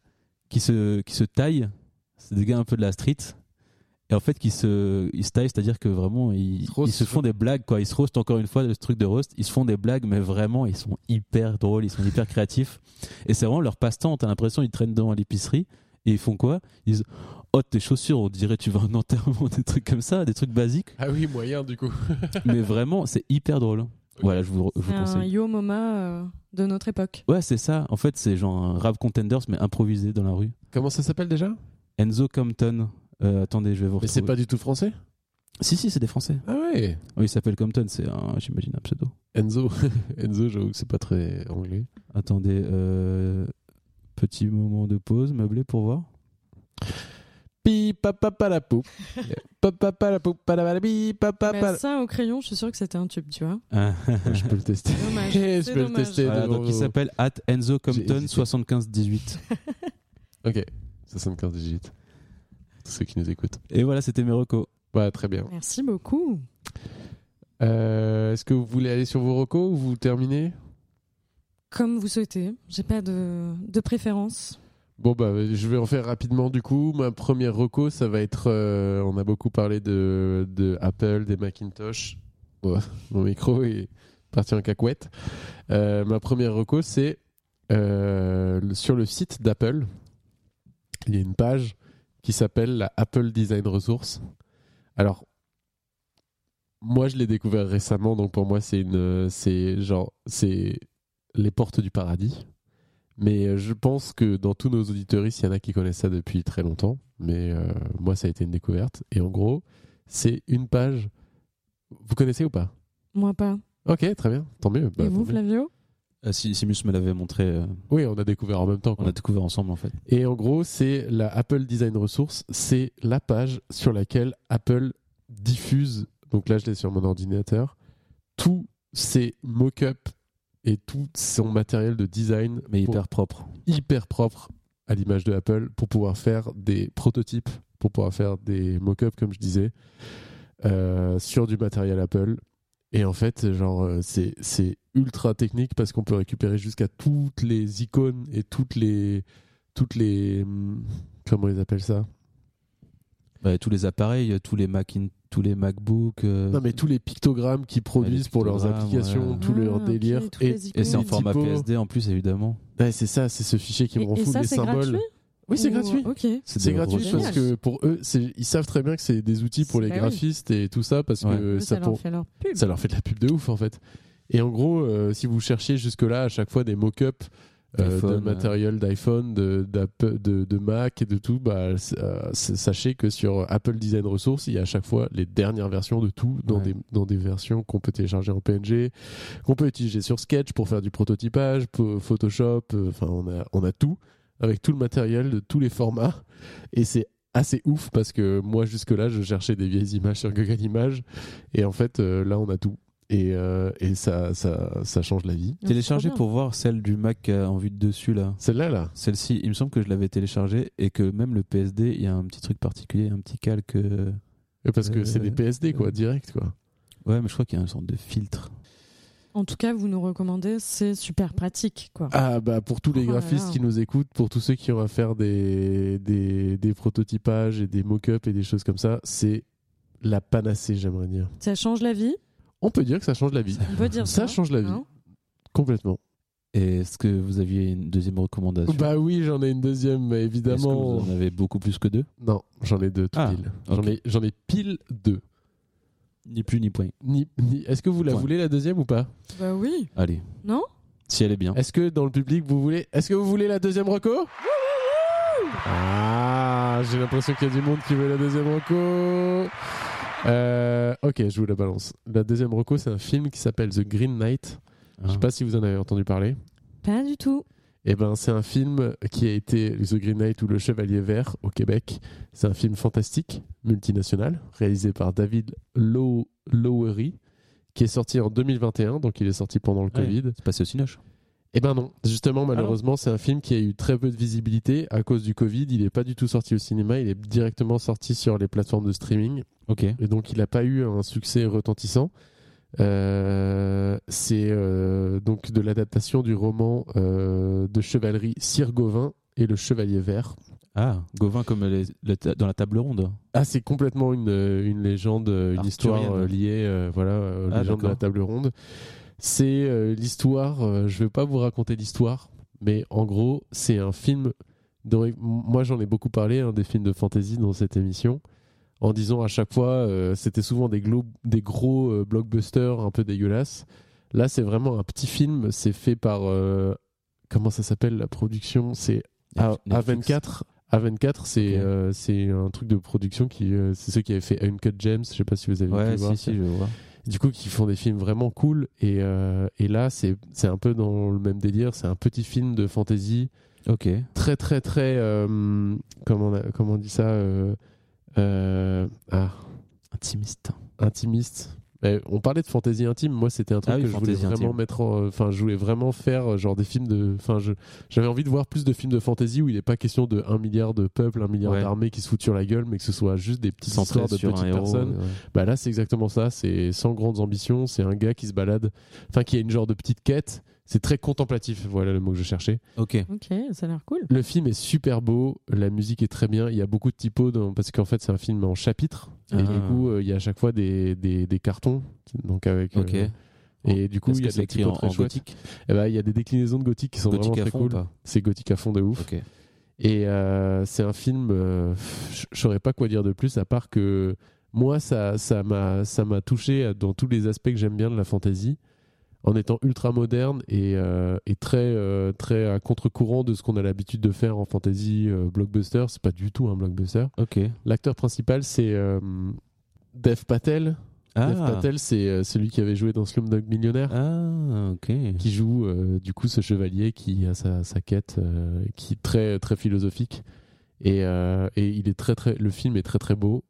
C: qui se, qui se taillent. C'est des gars un peu de la street. Et en fait, qui se, ils se taillent, c'est-à-dire que vraiment, ils,
D: Ils se roastent.
C: ils se font des blagues. Quoi. Ils se roastent encore une fois, le truc de roast. Ils se font des blagues, mais vraiment, ils sont hyper drôles, ils sont hyper créatifs. Et c'est vraiment leur passe-temps. T'as l'impression ils traînent devant l'épicerie. Et ils font quoi Ils disent Oh, tes chaussures, on dirait tu vas à un enterrement, *laughs* des trucs comme ça, des trucs basiques.
D: *laughs* Ah oui, moyen, du coup.
C: Mais vraiment, c'est hyper drôle. Voilà, je vous, je vous
E: C'est un
C: conseille.
E: Yo Moma euh, de notre époque.
C: Ouais, c'est ça. En fait, c'est genre un rap contenders, mais improvisé dans la rue.
D: *laughs* Comment ça s'appelle déjà
C: Enzo Compton. Euh, attendez, je vais vous
D: Mais c'est
C: retrouver.
D: pas du tout français
C: Si, si, c'est des Français.
D: Ah ouais
C: Oui, il s'appelle Compton, c'est un, j'imagine, un pseudo.
D: Enzo. *laughs* Enzo, j'avoue que c'est pas très anglais.
C: Attendez, euh, petit moment de pause, meublé pour voir.
D: Pi papa pa la *laughs* pou. Papa pa la pou pa la la bi papa
E: Mais
D: pa. la-
E: ça, au crayon, je suis sûr que c'était un tube,
D: *laughs*
E: tu vois.
C: *laughs* Ah.
D: Je peux le tester.
E: *laughs* Dommage,
D: Je
E: c'est
D: peux le
E: dommage.
D: tester.
C: Voilà, donc il
D: devant-
C: s'appelle at Enzo
D: J'ai
C: Compton
D: hésité.
C: 7518.
D: Ok, 75 digits. Tous ceux qui nous écoutent.
C: Et voilà, c'était mes recos.
D: Bah, très bien.
E: Merci beaucoup.
D: Euh, Est-ce que vous voulez aller sur vos recos ou vous terminez
E: Comme vous souhaitez. J'ai pas de, de préférence.
D: Bon, bah, je vais en faire rapidement du coup. Ma première reco, ça va être. euh, on a beaucoup parlé de, de Apple, des Macintosh. Oh, *laughs* mon micro est parti en cacahuète. Euh, ma première reco, c'est euh, le- sur le site d'Apple. Il y a une page qui s'appelle la Apple Design Resource. Alors, moi, je l'ai découvert récemment, donc pour moi, c'est une, c'est genre, c'est les portes du paradis. Mais euh, je pense que dans tous nos auditoristes, il y en a qui connaissent ça depuis très longtemps. Mais euh, moi, ça a été une découverte. Et en gros, c'est une page. Vous connaissez ou pas
E: Moi pas.
D: Ok, très bien. Tant mieux. Bah,
E: Et vous,
D: tant mieux.
E: Flavio
C: Euh, Si Simus me l'avait montré, euh,
D: Oui, on a découvert en même temps. quoi.
C: on a découvert ensemble en fait.
D: Et en gros, c'est la Apple Design Resource, c'est la page sur laquelle Apple diffuse, donc là je l'ai sur mon ordinateur, tous ses mock-ups et tout son matériel de design,
C: Mais
D: pour-
C: hyper propre.
D: hyper propre à l'image de Apple, pour pouvoir faire des prototypes, pour pouvoir faire des mock-ups, comme je disais, euh, sur du matériel Apple. Et en fait, genre, euh, c'est c'est ultra technique parce qu'on peut récupérer jusqu'à toutes les icônes et toutes les toutes les hum, comment ils appellent ça
C: Bah, tous les appareils, tous les Mac, tous les MacBook. euh,
D: Non mais tous les pictogrammes qu'ils produisent pour leurs
C: pictogrammes,
D: applications,
C: ouais.
D: tous leurs
E: Ah, ok,
D: délires
E: tous
D: et
E: les icônes.
C: et c'est en
D: les
C: format
D: typos.
C: PSD en plus, évidemment.
D: Ouais, c'est ça, c'est ce fichier qui me rend
E: Et, et
D: fou
E: ça,
D: les
E: c'est
D: symboles.
E: gratuit
D: Oui, c'est
E: Ou-
D: gratuit. Euh,
E: Ok.
D: C'est
C: des
D: gratuit
C: grosses
E: grosses
D: parce
E: choses.
D: que pour eux, c'est- ils savent très bien que c'est des outils pour les
E: Bah oui.
D: graphistes et tout ça parce que
E: Eux,
D: ça,
E: ça, leur
D: pour-
E: fait leur pub.
D: ça leur fait de la pub de ouf en fait. Et en gros, euh, si vous cherchiez jusque-là à chaque fois des mock-ups euh, de
C: iPhone,
D: matériel d'iPhone, de, d'Apple- de, de Mac et de tout, bah, c'est- euh, c'est- sachez que sur Apple Design Resources, il y a à chaque fois les dernières versions de tout dans,
C: Ouais.
D: des, dans des versions qu'on peut télécharger en PNG, qu'on peut utiliser sur Sketch pour faire du prototypage, pour Photoshop, euh, enfin on a, on a tout, avec tout le matériel de tous les formats. Et c'est assez ouf parce que moi jusque-là, je cherchais des vieilles images sur Google Images et en fait, euh, là, on a tout. Et, euh, et ça, ça, ça change la vie.
E: Non,
C: Téléchargez
E: c'est trop
C: pour voir celle du Mac euh, en vue de dessus là.
D: Celle-là, là.
C: Celle-ci, il me semble que je l'avais téléchargée et que même le PSD, il y a un petit truc particulier, un petit calque. euh,
D: Parce que
C: Euh,
D: c'est des PSD, quoi,
C: euh.
D: direct, quoi.
C: Ouais, mais je crois qu'il y a une sorte de filtre.
E: En tout cas, vous nous recommandez, c'est super pratique, quoi.
D: Ah bah pour tous les
E: Oh là
D: graphistes
E: là.
D: qui nous écoutent, pour tous ceux qui ont à faire des, des, des prototypages et des mock-ups et des choses comme ça, c'est la panacée, j'aimerais dire.
E: Ça change la vie,
D: On peut dire que ça change la vie.
E: on peut dire ça.
D: Ça change la vie,
E: hein.
D: complètement.
C: Et est-ce que vous aviez une deuxième recommandation
D: Bah oui, j'en ai une deuxième, mais
C: Est-ce que
D: évidemment.
C: vous en avez beaucoup plus que deux
D: Non, j'en ai deux tout
C: Ah,
D: pile. J'en
C: ok.
D: ai, j'en ai pile deux.
C: Ni plus ni point.
D: Ni, ni- Est-ce que vous la
C: Point.
D: voulez la deuxième ou pas
E: Bah oui,
C: Allez,
E: non
C: si elle est bien.
D: Est-ce que dans le public vous voulez Est-ce que vous voulez la deuxième reco Ah, j'ai l'impression qu'il y a du monde qui veut la deuxième reco. Euh, ok, je vous la balance. La deuxième reco, c'est un film qui s'appelle The Green Knight. Je
C: Ah.
D: sais pas si vous en avez entendu parler.
E: Pas du tout.
D: Eh ben, c'est un film qui a été The Green Knight ou Le Chevalier Vert au Québec. C'est un film fantastique, multinational, réalisé par David Low- Lowery, qui est sorti en 2021, donc il est sorti pendant le
C: Ouais.
D: Covid.
C: C'est passé au Cinoche.
D: Eh ben non, justement, malheureusement, c'est un film qui a eu très peu de visibilité à cause du Covid. Il n'est pas du tout sorti au cinéma, il est directement sorti sur les plateformes de streaming.
C: Ok.
D: Et donc, il n'a pas eu un succès retentissant. Euh, c'est euh, donc de l'adaptation du roman euh, de chevalerie Sir Gauvin et le Chevalier Vert.
C: Ah, Gauvin comme les- le ta- dans la table ronde.
D: Ah, c'est complètement une, euh, une légende, euh, une
C: Arthurienne.
D: histoire euh, liée, euh, voilà, euh,
C: Ah,
D: légende de la
C: d'accord.
D: table ronde. C'est euh, l'histoire, euh, je vais pas vous raconter l'histoire, mais en gros, c'est un film. dont- moi, j'en ai beaucoup parlé, hein, des films de fantasy dans cette émission, en disant à chaque fois, euh, c'était souvent des, glo- des gros euh, blockbusters un peu dégueulasses. Là, c'est vraiment un petit film, c'est fait par. euh, comment ça s'appelle la production C'est Ah, a,
C: Netflix.
D: A24. A24, c'est
C: Ok.
D: euh, c'est un truc de production qui. euh, c'est ceux qui avaient fait Uncut Gems, je sais pas si vous avez pu
C: Ouais,
D: le voir.
C: si, si, je vois.
D: Du coup, qui font des films vraiment cool. Et, euh, et là, c'est c'est un peu dans le même délire. C'est un petit film de fantasy.
C: Ok.
D: Très, très, très. euh, comment, on a- comment on dit ça euh, euh, ah,
C: Intimiste.
D: Intimiste. Eh, on parlait de fantasy intime. Moi, c'était un truc
C: Ah oui,
D: que je voulais
C: fantasy
D: vraiment
C: intime.
D: mettre en. Enfin, je voulais vraiment faire euh, genre des films de. Enfin, je- j'avais envie de voir plus de films de fantasy où il n'est pas question de 1 milliard de peuples, 1 milliard
C: Ouais.
D: d'armées qui se foutent sur la gueule, mais que ce soit juste des petites
C: Centré
D: histoires de
C: sur
D: petites
C: un héros. euh.
D: personnes.
C: ouais.
D: Bah là, c'est exactement ça. C'est sans grandes ambitions. C'est un gars qui se balade. Enfin, qui a une genre de petite quête. C'est très contemplatif. Voilà le mot que je cherchais.
C: Ok.
E: Ok, ça a l'air cool.
D: Le film est super beau, la musique est très bien, il y a beaucoup de typos dans- parce qu'en fait c'est un film en chapitres et
C: Ah.
D: du coup euh, il y a à chaque fois des, des, des cartons donc avec euh,
C: Ok.
D: et du coup
C: Est-ce
D: il y
C: que
D: a
C: c'est
D: des
C: écrit
D: typos
C: en,
D: très
C: en
D: chouettes.
C: gothique
D: Eh ben, il y a des déclinaisons de gothique qui sont
C: Gothique
D: vraiment
C: à
D: très
C: fond ou
D: cool.
C: pas
D: C'est gothique à fond de ouf
C: Ok.
D: et euh, c'est un film euh, pff, je saurais pas quoi dire de plus à part que moi ça ça m'a ça m'a touché dans tous les aspects que j'aime bien de la fantasy en étant ultra moderne et, euh, et très euh, très à contre-courant de ce qu'on a l'habitude de faire en fantasy euh, blockbuster c'est pas du tout un blockbuster
C: Ok.
D: l'acteur principal c'est euh, Dev Patel Dev
C: Ah.
D: Patel c'est euh, celui qui avait joué dans Slumdog Millionnaire
C: Ah, ok.
D: qui joue euh, du coup ce chevalier qui a sa, sa quête euh, qui est très très philosophique et, euh, et il est très très le film est très très beau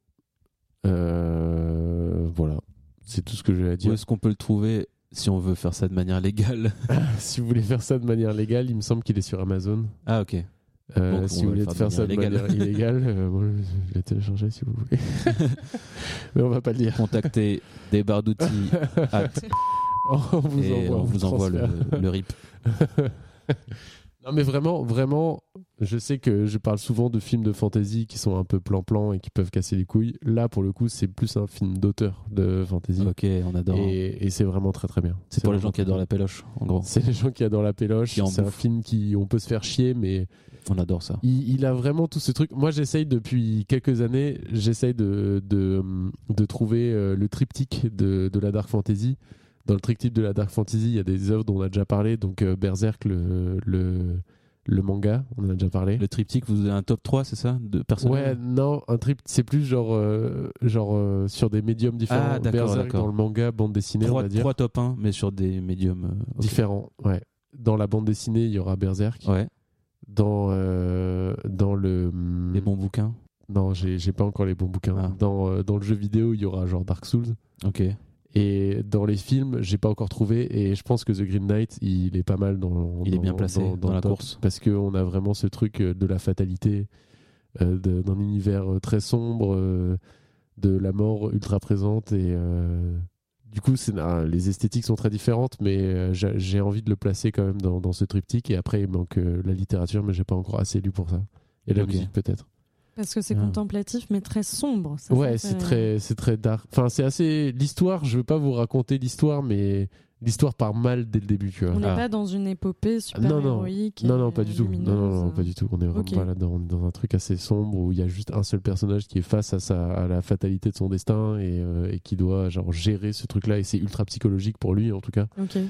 D: Euh, voilà c'est tout ce que j'ai à
C: Où
D: dire *laughs*
C: est-ce qu'on peut le trouver si on veut faire ça de manière légale *laughs*
D: si vous voulez faire ça de manière légale il me semble qu'il est sur Amazon
C: Ah, ok.
D: Euh,
C: Donc, on
D: si
C: va
D: vous voulez
C: le
D: faire,
C: faire de
D: ça de
C: manière
D: manière illégale euh, bon, je vais télécharger si
C: *laughs*
D: vous voulez mais on va pas le dire *laughs*
C: Contactez des barres d'outils at-
D: on vous
C: et
D: envoie,
C: on vous envoie le,
D: transfère.
C: le
D: *laughs*
C: RIP.
D: Non mais vraiment, vraiment, je sais que je parle souvent de films de fantasy qui sont un peu plan-plan et qui peuvent casser les couilles. Là, pour le coup, c'est plus un film d'auteur de fantasy.
C: Ok, on adore.
D: Et, et c'est vraiment très très bien.
C: C'est pour les gens
D: vraiment
C: qui adorent
D: très
C: la péloche, en gros.
D: bien. *laughs* C'est les gens qui adorent la péloche.
C: Qui en
D: C'est un
C: bouffent.
D: film qui, on peut se faire chier, mais
C: On adore ça.
D: il, il a vraiment tout ce truc. Moi, j'essaye depuis quelques années, j'essaye de, de, de trouver euh, le triptyque de, de la Dark Fantasy. Dans le triptyque de la Dark Fantasy, il y a des œuvres dont on a déjà parlé. Donc, euh, Berserk, le, le, le manga, on en a déjà parlé.
C: Le triptyque, vous avez un top 3, c'est ça De personnes
D: Ouais, non, un trip, c'est plus genre, euh, genre euh, sur des médiums différents.
C: Ah, d'accord,
D: Berserk
C: d'accord.
D: dans le manga, bande dessinée, on
C: 3,
D: va dire.
C: top 1, mais sur des médiums euh, ok.
D: Différents, ouais. Dans la bande dessinée, il y aura Berserk.
C: Ouais,
D: Dans, euh, dans le.
C: les bons bouquins.
D: Non, j'ai j'ai pas encore les bons bouquins.
C: Ah.
D: Dans, euh, dans le jeu vidéo, il y aura genre Dark Souls.
C: Ok.
D: Et dans les films, j'ai pas encore trouvé. Et je pense que The Green Knight, il est pas mal dans.
C: Il est
D: dans-
C: bien placé dans
D: le
C: la
D: top,
C: course.
D: Parce qu'on a vraiment ce truc euh, de la fatalité, euh, de- d'un univers euh, très sombre, euh, de la mort ultra présente et euh, du coup, c'est- ah, les esthétiques sont très différentes, mais euh, j'a- j'ai envie de le placer quand même dans, dans ce triptyque. Et après, il manque euh, la littérature, mais j'ai pas encore assez lu pour ça. Et la
C: Ok.
D: musique, peut-être.
E: Parce que c'est
C: Ah.
E: contemplatif, mais très sombre. c'est
D: Ouais,
E: ça,
D: c'est très, c'est très dark. Enfin, c'est assez l'histoire. Je veux pas vous raconter l'histoire, mais l'histoire part mal dès le début, tu vois.
E: On n'est
C: Ah.
E: pas dans une épopée
D: Ah, non,
E: super
D: non.
E: héroïque.
D: Non, non, pas du tout. Non, non, non, pas du tout. On est vraiment
E: hein. Ok.
D: pas là dans, dans un truc assez sombre où il y a juste un seul personnage qui est face à, sa, à la fatalité de son destin et, euh, et qui doit genre gérer ce truc-là. Et c'est ultra psychologique pour lui, en tout cas.
E: Ok.
D: Et,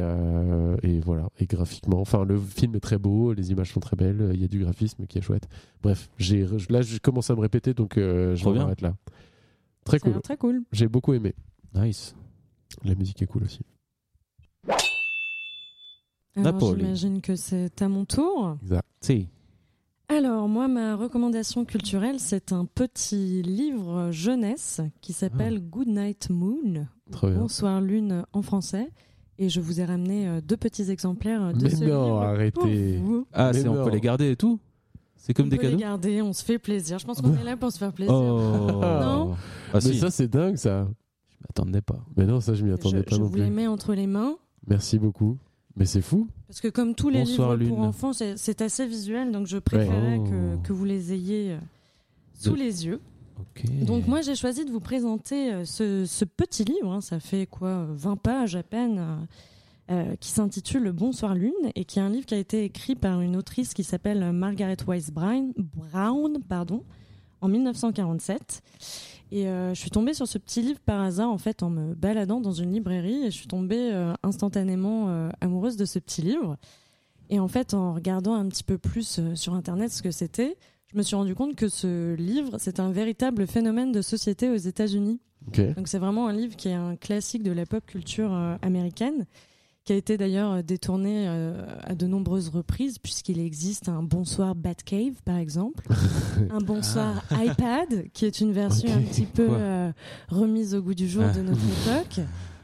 D: euh, et voilà. Et graphiquement, enfin, le film est très beau, les images sont très belles, il y a du graphisme qui est chouette. Bref, j'ai, là, je commence à me répéter, donc euh, je
C: Trop
D: vais
C: bien.
D: m'arrêter là. Très
E: Ça a
D: cool.
E: l'air très cool.
D: J'ai beaucoup aimé.
C: Nice.
D: La musique est cool aussi.
E: Alors,
C: Napoli.
E: J'imagine que c'est à mon tour.
C: Si.
E: Alors, moi, ma recommandation culturelle, c'est un petit livre jeunesse qui s'appelle
C: Ah.
E: Good Night Moon,
D: Très bien.
E: Bonsoir Lune en français. Et je vous ai ramené euh, deux petits exemplaires euh, de
D: Mais
E: ce
D: non,
E: livre pour
D: arrêtez.
E: vous.
C: Ah,
D: Mais
C: c'est on
D: non.
C: peut les garder et tout C'est comme
E: on
C: des
E: peut les
C: cadeaux
E: garder, on se fait plaisir. Je pense qu'on est là pour se faire plaisir.
C: Oh
E: *laughs* Non.
C: Ah,
D: Mais
C: si.
D: ça, c'est dingue, ça.
C: je m'attendais pas.
D: Mais non, ça, je m'y attendais
E: je
D: pas
E: je
D: non
E: vous les
D: plus.
E: mets entre les mains.
D: Merci beaucoup. Mais c'est fou.
E: Parce que comme tous les
C: Bonsoir,
E: livres pour
C: Lune.
E: enfants, c'est c'est assez visuel, donc je préférais
C: Ouais.
E: que-
C: Oh.
E: que, vous les ayez euh, sous
C: De-
E: les yeux.
C: Ok.
E: Donc moi, j'ai choisi de vous présenter euh, ce, ce petit livre, hein, ça fait quoi, euh, 20 pages à peine, euh, euh, qui s'intitule Le Bonsoir Lune, et qui est un livre qui a été écrit par une autrice qui s'appelle euh, Margaret Wise Brown, Brown, pardon, en 1947. Et euh, je suis tombée sur ce petit livre par hasard, en fait, en me baladant dans une librairie, et je suis tombée euh, instantanément euh, amoureuse de ce petit livre. Et en fait, en regardant un petit peu plus euh, sur Internet ce que c'était, je me suis rendu compte que ce livre, c'est un véritable phénomène de société aux États-Unis.
D: Ok.
E: Donc c'est vraiment un livre qui est un classique de la pop culture euh, américaine, qui a été d'ailleurs euh, détourné euh, à de nombreuses reprises, puisqu'il existe un Bonsoir Batcave,
C: *laughs*
E: par exemple, un Bonsoir iPad, qui est une version
D: Ok.
E: un petit peu
C: Ah. Quoi
E: euh, remise au goût du jour
C: Ah.
E: de notre époque,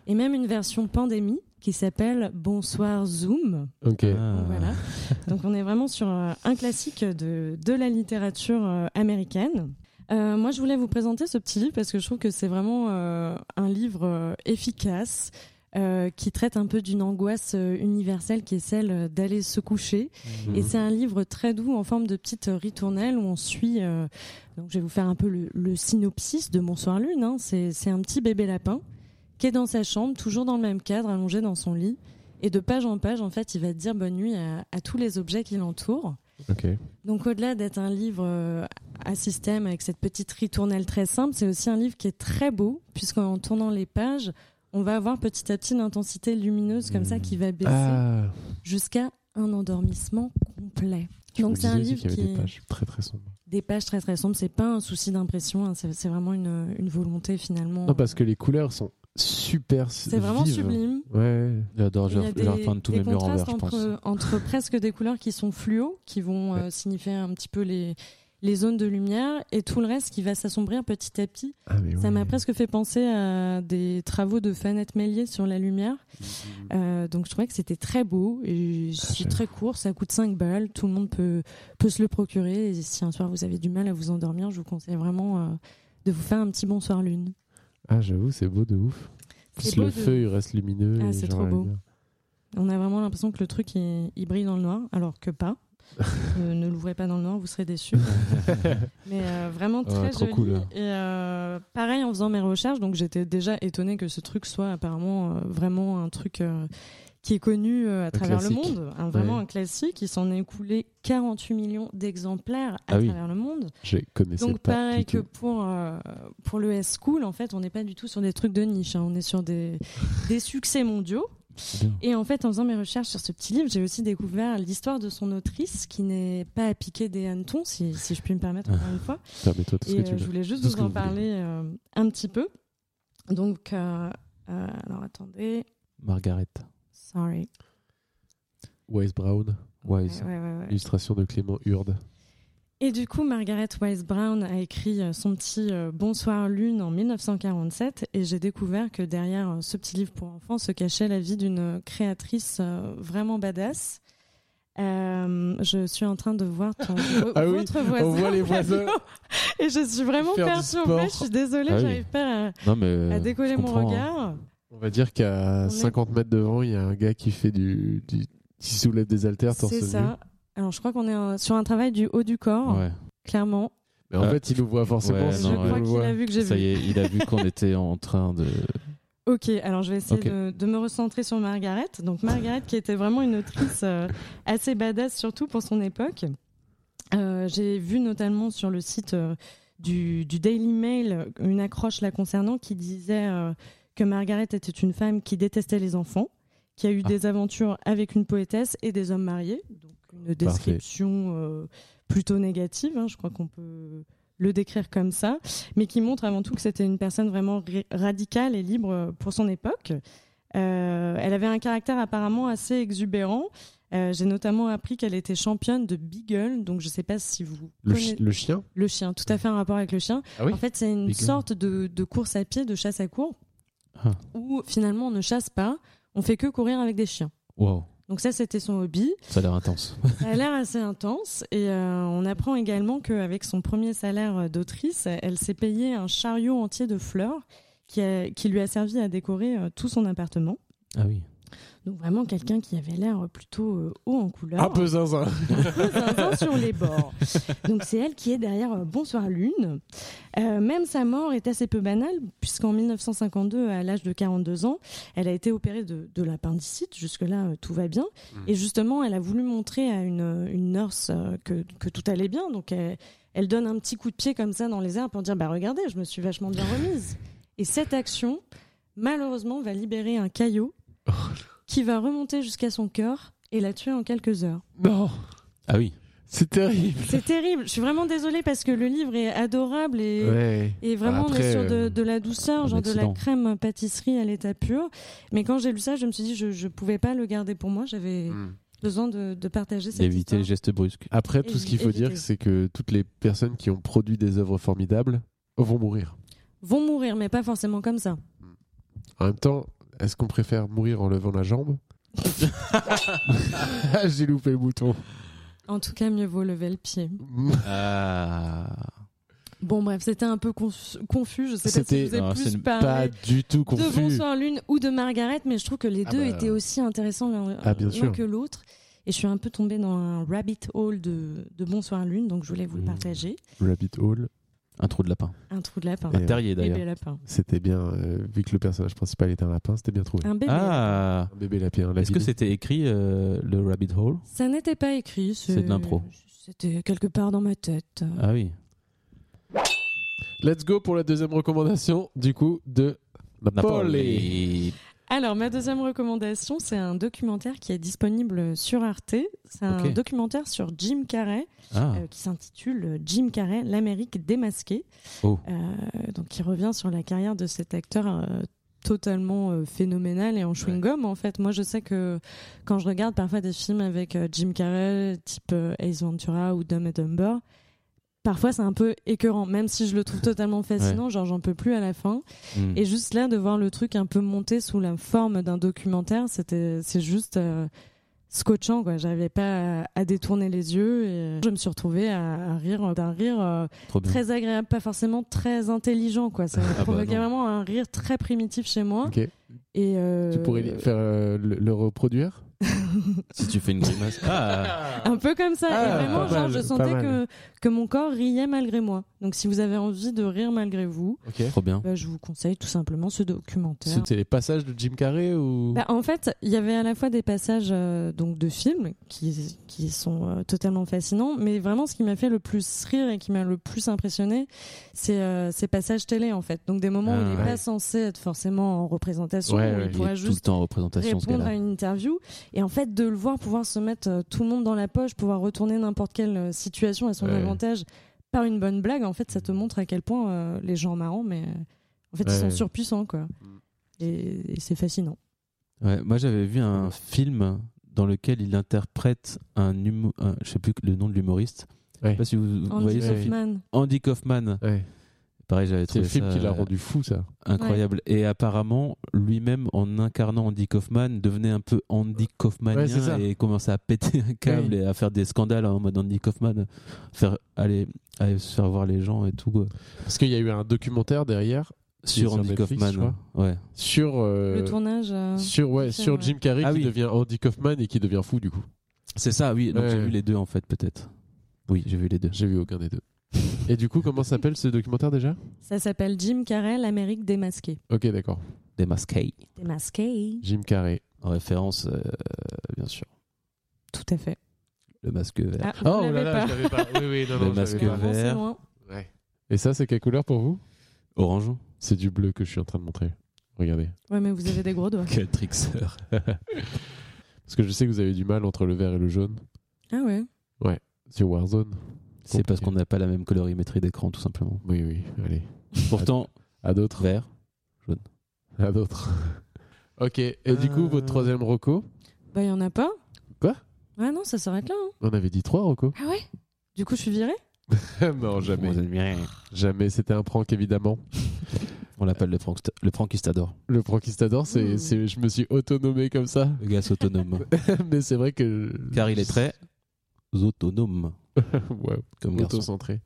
E: et même une version pandémie qui s'appelle Bonsoir Zoom.
D: Ok.
C: Ah.
E: Donc Voilà. *laughs* Donc on est vraiment sur euh, un classique de, de la littérature euh, américaine. Euh, moi, je voulais vous présenter ce petit livre parce que je trouve que c'est vraiment euh, un livre euh, efficace euh, qui traite un peu d'une angoisse euh, universelle qui est celle euh, d'aller se coucher. Et c'est un livre très doux en forme de petite euh, ritournelle où on suit. euh, donc je vais vous faire un peu le, le synopsis de Bonsoir Lune. hein. C'est c'est un petit bébé lapin qui est dans sa chambre, toujours dans le même cadre, allongé dans son lit. Et de page en page, en fait, il va dire bonne nuit à, à tous les objets qui l'entourent.
D: Ok.
E: Donc au-delà d'être un livre euh, à système avec cette petite ritournelle très simple, c'est aussi un livre qui est très beau, puisqu'en tournant les pages, on va avoir petit à petit une intensité lumineuse comme ça qui va baisser
D: Hmm. Ah,
E: jusqu'à un endormissement complet.
D: je me
E: Donc c'est un
D: disais aussi
E: livre
D: qu'il y
E: qui
D: avait des
E: est Oh.
D: pages très très sombres.
E: des pages très très sombres. C'est pas un souci d'impression, hein. c'est c'est vraiment une, une volonté finalement.
D: Non, parce que les couleurs sont super.
E: c'est vraiment
D: euh,
E: sublime.
D: Ouais.
C: J'adore, je
E: Il y a des,
C: vais repeindre tous
E: des
C: mes murs en
E: contrastes
C: vert, je pense.
E: entre,
C: *laughs*
E: entre presque des couleurs qui sont fluo, qui vont euh, signifier un petit peu les, les zones de lumière, et tout le reste qui va s'assombrir petit à petit.
D: Ah, mais
E: Ça
D: ouais.
E: m'a presque fait penser à des travaux de Fanette Mélier sur la lumière. Euh, donc je trouvais que c'était très beau et c'est
D: j'aime.
E: très court, ça coûte 5 balles, tout le monde peut, peut se le procurer. Et si un soir vous avez du mal à vous endormir, je vous conseille vraiment euh, de vous faire un petit bonsoir lune.
D: Ah, j'avoue, c'est beau de ouf. En
E: C'est
D: Plus
E: beau
D: le
E: de-
D: feu, il reste lumineux.
E: Ah,
D: et
E: c'est
D: genre
E: trop
D: la
E: beau.
D: lumière.
E: On a vraiment l'impression que le truc il, il brille dans le noir, alors que pas. Euh, ne l'ouvrez pas dans le noir, vous serez déçus. Mais euh, vraiment
C: Ouais,
E: très
C: trop
E: joli.
C: cool.
D: hein.
E: Et euh, pareil, en faisant mes recherches, donc j'étais déjà étonnée que ce truc soit apparemment euh, vraiment un truc euh, qui est connu euh, à travers
D: classique.
E: le monde, hein, vraiment
D: Ouais.
E: un classique. Il s'en est écoulé 48 millions d'exemplaires à
C: Ah oui.
E: travers le monde.
D: Je connaissais
E: Donc
D: pas. du
E: pareil que
D: tout.
E: pour, euh, pour le S-School, en fait, on n'est pas du tout sur des trucs de niche, hein, on est sur des, des succès mondiaux.
C: Bien.
E: Et en fait, en faisant mes recherches sur ce petit livre, j'ai aussi découvert l'histoire de son autrice, qui n'est pas à piquer des hannetons, si, si je puis me permettre encore une fois.
D: Permets-toi tout *laughs* ce
E: Et
D: que tu
E: euh, je
D: veux.
E: voulais juste
D: Tout ce
E: vous
D: que
E: en
D: vous voulez.
E: parler euh, un petit peu. Donc, euh, euh, alors attendez,
C: Margaret
E: sorry.
D: Wise Brown,
C: Wise.
E: Ouais, ouais, ouais, ouais.
D: illustration de Clément Hurde.
E: Et du coup, Margaret Wise Brown a écrit euh, son petit euh, Bonsoir Lune en 1947 et j'ai découvert que derrière euh, ce petit livre pour enfants se cachait la vie d'une euh, créatrice euh, vraiment badass. Euh, je suis en train de voir
D: *laughs*
E: ton, vo-
D: Ah oui,
E: votre voisin.
D: on voit les voisins.
E: Fabio, *laughs* et je suis vraiment
D: Faire du
E: perturbée,
D: sport.
E: je suis désolée,
C: Ah oui.
E: j'arrive pas à,
C: Non, mais.
E: à
C: euh,
E: décoller
C: je
E: mon
C: comprends, hein.
E: regard.
D: On va dire qu'à
E: est-
D: 50 mètres devant, il y a un gars qui fait du, du- qui soulève des haltères torse
E: C'est
D: nu.
E: ça. Alors, je crois qu'on est euh, sur un travail du haut du corps,
C: Ouais.
E: clairement.
D: Mais en
C: Euh,
D: fait, il nous voit forcément.
C: ouais,
D: si
E: je
C: non,
D: on
E: crois
D: le
E: qu'il
D: voit.
E: a vu que j'ai
C: Ça
E: vu.
C: y est, il a vu qu'on était en train de.
E: Ok, alors je vais essayer
C: Ok.
E: de, de me recentrer sur Margaret. Donc Margaret, qui était vraiment une autrice euh, assez badass, surtout pour son époque. Euh, J'ai vu notamment sur le site euh, du, du Daily Mail une accroche la concernant qui disait euh, que Margaret était une femme qui détestait les enfants, qui a eu
C: Ah.
E: des aventures avec une poétesse et des hommes mariés. Donc une description euh, plutôt négative, hein, je crois qu'on peut le décrire comme ça mais qui montre avant tout que c'était une personne vraiment ri- radicale et libre euh, pour son époque. Euh, elle avait un caractère apparemment assez exubérant. Euh, J'ai notamment appris qu'elle était championne de Beagle, donc je ne sais pas si vous
D: Le, chi-
E: connaissez-
D: le chien
E: le chien, tout à fait un rapport avec le chien.
D: Ah oui
E: en fait, c'est une
D: Beagle.
E: sorte de, de course à pied, de chasse à cours,
C: Ah.
E: où finalement on ne chasse pas, on fait que courir avec des chiens.
C: Waouh,
E: Donc ça, c'était son hobby.
C: ça a l'air intense.
E: Ça a l'air assez intense et euh, on apprend également qu'avec son premier salaire euh, d'autrice, elle s'est payé un chariot entier de fleurs qui, a- qui lui a servi à décorer euh, tout son appartement.
C: Ah oui.
E: Donc vraiment quelqu'un qui avait l'air plutôt euh, haut en couleur,
D: Un peu zinzin.
E: peu zinzin sur les bords. Donc c'est elle qui est derrière euh, Bonsoir Lune. Euh, même sa mort est assez peu banale puisqu'en 1952, à l'âge de 42 ans, elle a été opérée de, de l'appendicite. Jusque-là, euh, tout va bien. Et justement, elle a voulu montrer à une, une nurse euh, que, que tout allait bien. Donc, elle, elle donne un petit coup de pied comme ça dans les airs pour dire bah, Regardez, je me suis vachement bien remise. Et cette action, malheureusement, va libérer un caillot qui va remonter jusqu'à son cœur et la tuer en quelques heures.
D: *laughs* Non,
C: Ah oui.
D: c'est terrible.
E: C'est terrible. Je suis vraiment désolée parce que le livre est adorable et.
D: Ouais.
E: Et vraiment,
D: Après,
E: on est sur de,
D: euh,
E: de la douceur,
C: un
E: genre de la
C: accident.
E: crème pâtisserie à l'état pur. Mais quand j'ai lu ça, je me suis dit, je ne pouvais pas le garder pour moi. J'avais
C: Hmm.
D: Mm.
E: besoin de, de partager cette
C: Éviter les
E: histoire.
C: gestes brusques.
D: Après, tout ce qu'il faut
E: Éviter.
D: dire, c'est que toutes les personnes qui ont produit des œuvres formidables vont mourir.
E: vont mourir, mais pas forcément comme ça.
D: En même temps, est-ce qu'on préfère mourir en levant la jambe
E: *laughs*
D: J'ai loupé le bouton.
E: En tout cas, mieux vaut lever le pied.
C: Ah.
E: Bon, bref, c'était un peu conf- confus. Je sais pas si
D: C'était-
E: je vous ai
C: Ah, c'est
E: plus
C: une-
D: Pas
E: parlé
D: du tout
E: de
D: confus.
E: Bonsoir Lune ou de Margaret, mais je trouve que les
D: Ah
E: deux
D: bah.
E: étaient aussi intéressants l'un euh,
D: Ah, bien
E: l'un
D: sûr.
E: que l'autre. Et je suis un peu tombée dans un rabbit hole de, de Bonsoir Lune, donc je voulais vous le
C: Mmh.
E: partager.
D: Rabbit Hole,
C: Un trou de lapin. euh,
E: Un trou de lapin.
D: Et-
C: Terrier
E: Un bébé
C: d'ailleurs.
E: lapin.
D: c'était bien, euh, vu que le personnage principal était un lapin, c'était bien trouvé.
E: Un bébé.
C: Ah.
D: Un bébé lapin. un
C: Est-ce que
D: lapidé.
C: c'était écrit euh, le rabbit hole
E: Ça n'était pas écrit.
C: C'est de l'impro.
E: C'était quelque part dans ma tête.
C: Ah oui.
D: Let's go pour la deuxième recommandation, du coup, de Napoli.
C: Napoli.
E: Alors, ma deuxième recommandation, c'est un documentaire qui est disponible sur Arte. C'est un
C: Ok.
E: documentaire sur Jim Carrey
C: Ah.
E: euh, qui s'intitule euh, Jim Carrey, l'Amérique démasquée.
C: Oh.
E: Euh, donc, qui revient sur la carrière de cet acteur euh, totalement euh, phénoménal et en chewing-gum. En fait, moi, je sais que quand je regarde parfois des films avec euh, Jim Carrey, type euh, Ace Ventura ou Dumb and Dumber, parfois c'est un peu écœurant, même si je
C: *laughs*
E: le trouve totalement fascinant. Genre, j'en peux plus à la fin.
C: Hmm.
D: Mm.
E: Et juste là, de voir le truc un peu monter sous la forme d'un documentaire, c'était, c'est juste euh, scotchant, quoi. J'arrivais pas à, à détourner les yeux et euh, je me suis retrouvée à, à rire d'un rire euh,
C: Trop
D: Mm.
C: bien.
E: très agréable, pas forcément très intelligent, quoi. Ça
C: bah
E: provoquait
C: non.
E: vraiment un rire très primitif chez moi.
D: Ah Ok.
E: Et euh,
D: Tu pourrais li- faire euh, le, le reproduire
C: Si tu fais une grimace. Ah.
E: un peu comme ça.
D: Ah,
E: et vraiment,
D: pas
E: genre,
D: mal,
E: je
D: pas
E: sentais
D: mal.
E: que, que mon corps riait malgré moi. Donc, si vous avez envie de rire malgré vous,
D: Ok.
C: Trop bien.
E: bah, je vous conseille tout simplement ce documentaire.
D: C'est les passages de Jim Carrey ou
E: Bah, en fait, il y avait à la fois des passages euh, donc de films qui, qui sont euh, totalement fascinants, mais vraiment ce qui m'a fait le plus rire et qui m'a le plus impressionné, c'est euh, ces passages télé en fait. Donc des moments où
C: Ah,
E: il n'est
D: ouais.
E: pas censé être forcément en représentation,
D: Ouais,
E: où
D: ouais.
E: il
C: Il
E: pourrait
C: est tout le
E: juste
C: temps en représentation ce
E: répondre à
C: gars-là.
E: une interview. Et en fait, de le voir pouvoir se mettre euh, tout le monde dans la poche, pouvoir retourner n'importe quelle euh, situation à son
D: Ouais.
E: avantage par une bonne blague, en fait, ça te montre à quel point euh, les gens marrants, mais euh, en fait, ils
D: Ouais.
E: sont surpuissants quoi. Et- et c'est fascinant.
C: Ouais, moi j'avais vu un film dans lequel il interprète un humo- un- je sais plus le nom de l'humoriste. Je
D: Ouais.
C: sais pas si vous, vous
E: Andy
C: voyez ce
D: ouais.
C: film.
E: Kaufman.
C: Andy Kaufman.
D: Ouais.
C: Pareil, j'avais
D: C'est
C: trouvé
D: le film
C: ça
D: qui l'a
C: euh,
D: rendu fou, ça.
C: incroyable. Et apparemment, lui-même, en incarnant Andy Kaufman, devenait un peu Andy Kaufmanien
D: Ouais, c'est ça.
C: et commençait à péter un câble
D: Ouais.
C: et à faire des scandales hein, en mode Andy Kaufman, faire aller, aller se faire voir les gens et tout.
D: Parce qu'il y a eu un documentaire derrière sur
C: sur Andy
D: Netflix, je
C: Kaufman. Ouais.
D: Sur, euh,
E: Le tournage. euh,
D: sur, ouais,
E: du film,
D: sur
E: ouais.
D: Jim Carrey
C: Ah
D: qui
C: oui.
D: devient Andy Kaufman et qui devient fou du coup.
C: C'est ça, oui. Donc
D: Ouais.
C: j'ai vu les deux en fait, peut-être. Oui, j'ai vu les deux.
D: J'ai vu aucun des deux. et du coup, comment s'appelle ce documentaire déjà
E: Ça s'appelle Jim Carrey, l'Amérique démasquée.
D: Ok, d'accord.
C: Démasqué.
E: Démasquée
D: Jim Carrey.
C: En référence, euh, bien sûr.
E: Tout à fait.
C: Le masque vert. Oh,
E: Ah, vous l'avez pas.
D: Oh je l'avais pas. Oui, oui, non,
C: Le
D: non, je
C: masque
D: l'avais pas.
E: Vraiment, c'est
C: vert.
E: loin.
D: Ouais. Et ça, c'est quelle couleur pour vous
C: Orange.
D: C'est du bleu que je suis en train de montrer. Regardez.
E: Ouais, mais vous avez des gros doigts.
C: Quel trickster.
D: Parce que je sais que vous avez du mal entre le vert et le jaune
E: Ah ouais.
D: sur Warzone.
C: C'est parce
D: Compliqué.
C: qu'on n'a pas la même colorimétrie d'écran, tout simplement.
D: Oui, oui, allez.
C: Pourtant,
D: À d'autres.
C: vert.
D: À d'autres. *laughs* ok, et du coup,
C: Euh.
D: votre troisième Rocco
E: Bah, il y en a pas.
D: Quoi
E: Ah non, ça s'arrête là. hein.
D: On avait dit
C: *laughs*
D: trois Rocco
E: Ah ouais Du coup, je suis virée
D: Non, Oh, jamais. Jamais, c'était un prank évidemment.
C: On l'appelle le, pranksta- le prankistador.
D: Le prankistador, c'est,
C: Hmm.
E: Mmh.
D: c'est- je me suis autonomé
C: *laughs*
D: comme ça.
C: Le gars autonome.
D: Mais c'est vrai que.
C: Car il est très autonome
D: *laughs* ouais,
C: comme garçon.
D: auto-centré.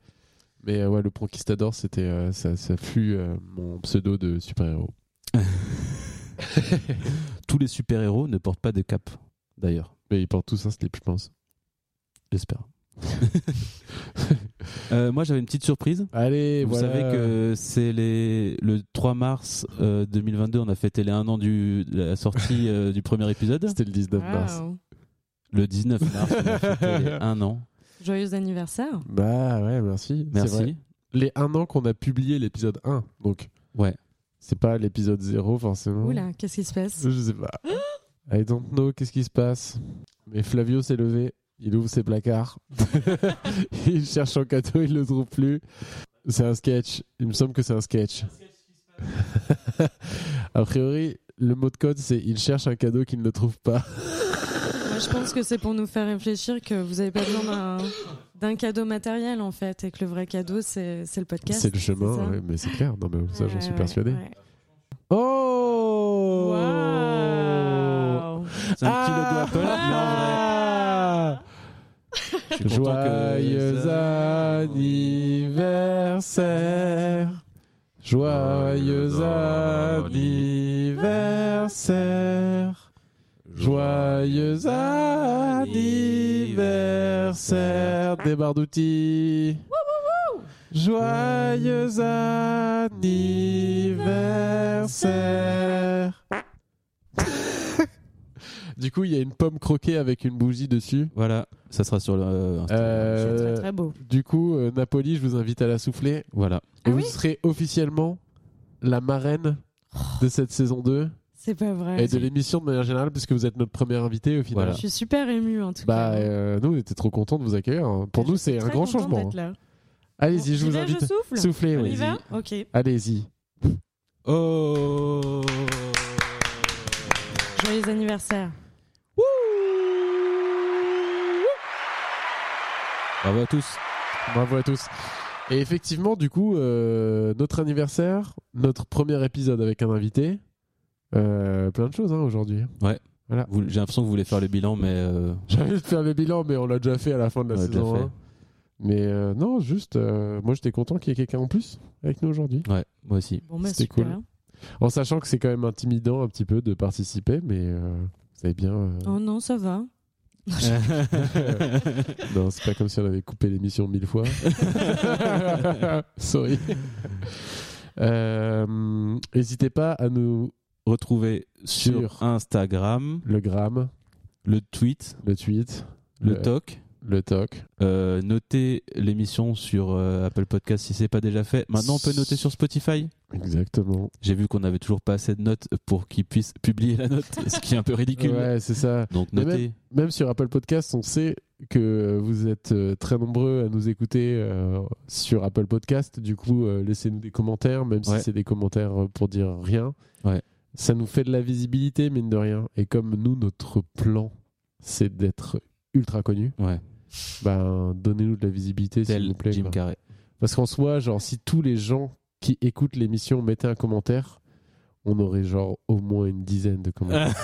D: Mais euh, ouais, le prankistador, c'était, euh, ça, ça fut euh, mon pseudo de super-héros.
C: *laughs* Tous les super-héros ne portent pas de cap, d'ailleurs.
D: Mais ils portent tous un slip, je pense.
C: J'espère. *laughs* Euh, moi, j'avais une petite surprise.
D: Allez,
C: Vous
D: voilà.
C: savez que c'est les... le 3 mars euh, 2022, on a fêté les 1 an du... de la sortie euh, du premier épisode.
D: C'était le 19 mars.
E: Waouh.
C: Le 19 mars, on a fêté *laughs* les 1 an.
E: Joyeux anniversaire.
D: Bah ouais, merci. C'est vrai.
C: Merci.
D: les un an qu'on a publié l'épisode 1. Donc,
C: Ouais.
D: c'est pas l'épisode 0 forcément.
E: Oula, qu'est-ce qui se passe
D: Je sais pas. *gasps* I don't know, qu'est-ce qui se passe Mais Flavio s'est levé, il ouvre ses placards, *laughs* il cherche en cadeau, il le trouve plus. C'est un sketch, il me semble que c'est un sketch. *laughs* A priori, le mot de code c'est il cherche un cadeau qu'il ne trouve pas.
E: Moi, je pense que c'est pour nous faire réfléchir que vous avez pas besoin d'un- d'un cadeau matériel en fait et que le vrai cadeau c'est c'est le podcast.
D: C'est le
E: ça
D: chemin, ouais, mais c'est clair. Non, mais ça, j'en
E: Ouais,
D: suis
E: ouais,
D: persuadé.
E: ouais.
D: Oh
E: Waouh.
C: C'est un petit logo Apple, mais en vrai. Je suis content que-
D: Joyeux anniversaire. Joyeux anniversaire. Joyeux anniversaire des barres d'outils. Joyeux
E: *laughs*
D: anniversaire. du coup, il y a une pomme croquée avec une bougie dessus.
C: Voilà, ça sera sur le. euh, Instagram.
D: Euh,
E: Très, très beau.
D: Du coup, euh, Napoli, je vous invite à la souffler.
C: Voilà.
D: Et
E: Ah
D: vous
E: oui
D: serez officiellement la marraine de cette saison 2
E: C'est pas vrai.
D: et de l'émission de manière générale, puisque vous êtes notre premier invité au final.
E: Je
C: Voilà.
E: suis super émue en tout
D: Bah,
E: cas.
D: euh, nous, on était trop contents de vous accueillir. hein. Pour
E: Je
D: nous,
E: suis
D: c'est un
E: très
D: grand
E: contente
D: changement. hein.
E: d'être là.
D: Allez-y,
E: Bon,
D: je
E: j'y
D: vous
E: vais,
D: invite.
E: souffle.
D: Soufflez,
E: On
D: oui.
E: y va Ok.
D: Allez-y.
C: Oh
E: Joyeux anniversaire.
C: Bravo à tous.
D: Bravo à tous. Et effectivement, du coup, euh, notre anniversaire, notre premier épisode avec un invité, euh, plein de choses hein, aujourd'hui.
C: Vous- J'ai l'impression que vous voulez faire le bilan, mais. euh,
D: J'ai envie de faire le bilan, mais on l'a déjà fait à la fin de la
C: On l'a déjà
D: saison
C: fait.
D: 1. Mais euh, non, juste, euh, moi j'étais content qu'il y ait quelqu'un en plus avec nous aujourd'hui.
C: Ouais, moi aussi. *laughs*
E: Bon, bah,
D: C'était
E: super.
D: En sachant que c'est quand même intimidant un petit peu de participer, mais euh, vous savez bien. euh,
E: Oh non, ça va.
D: Non, c'est pas comme si on avait coupé l'émission mille fois. *laughs* Sorry. Euh, N'hésitez pas à nous.
C: Retrouvez sur
D: Sur.
C: Instagram
D: Le gramme,
C: le tweet,
D: le tweet,
C: le
D: Ouais.
C: talk.
D: le toc.
C: Euh, notez l'émission sur euh, Apple Podcast si c'est pas déjà fait. Maintenant, on peut noter sur Spotify.
D: Exactement.
C: J'ai vu qu'on n'avait toujours pas assez de notes pour qu'ils puissent publier la note, *laughs* ce qui est un peu ridicule.
D: Ouais, c'est ça.
C: Donc
D: Mais
C: notez.
D: Même sur Apple Podcast, on sait que vous êtes euh, très nombreux à nous écouter euh, sur Apple Podcast. Du coup, euh, laissez-nous des commentaires, même
C: Ouais.
D: si c'est des commentaires euh, pour dire rien.
C: Ouais.
D: Ça nous fait de la visibilité, mine de rien. Et comme nous, notre plan, c'est d'être ultra connu,
C: Ouais.
D: ben, donnez-nous de la visibilité, s'il
C: Tel
D: vous plaît.
C: Jim
D: quoi.
C: Carrey.
D: Parce qu'en soi, genre, si tous les gens qui écoutent l'émission mettaient un commentaire, on aurait genre au moins une dizaine de
C: *laughs*
D: commentaires.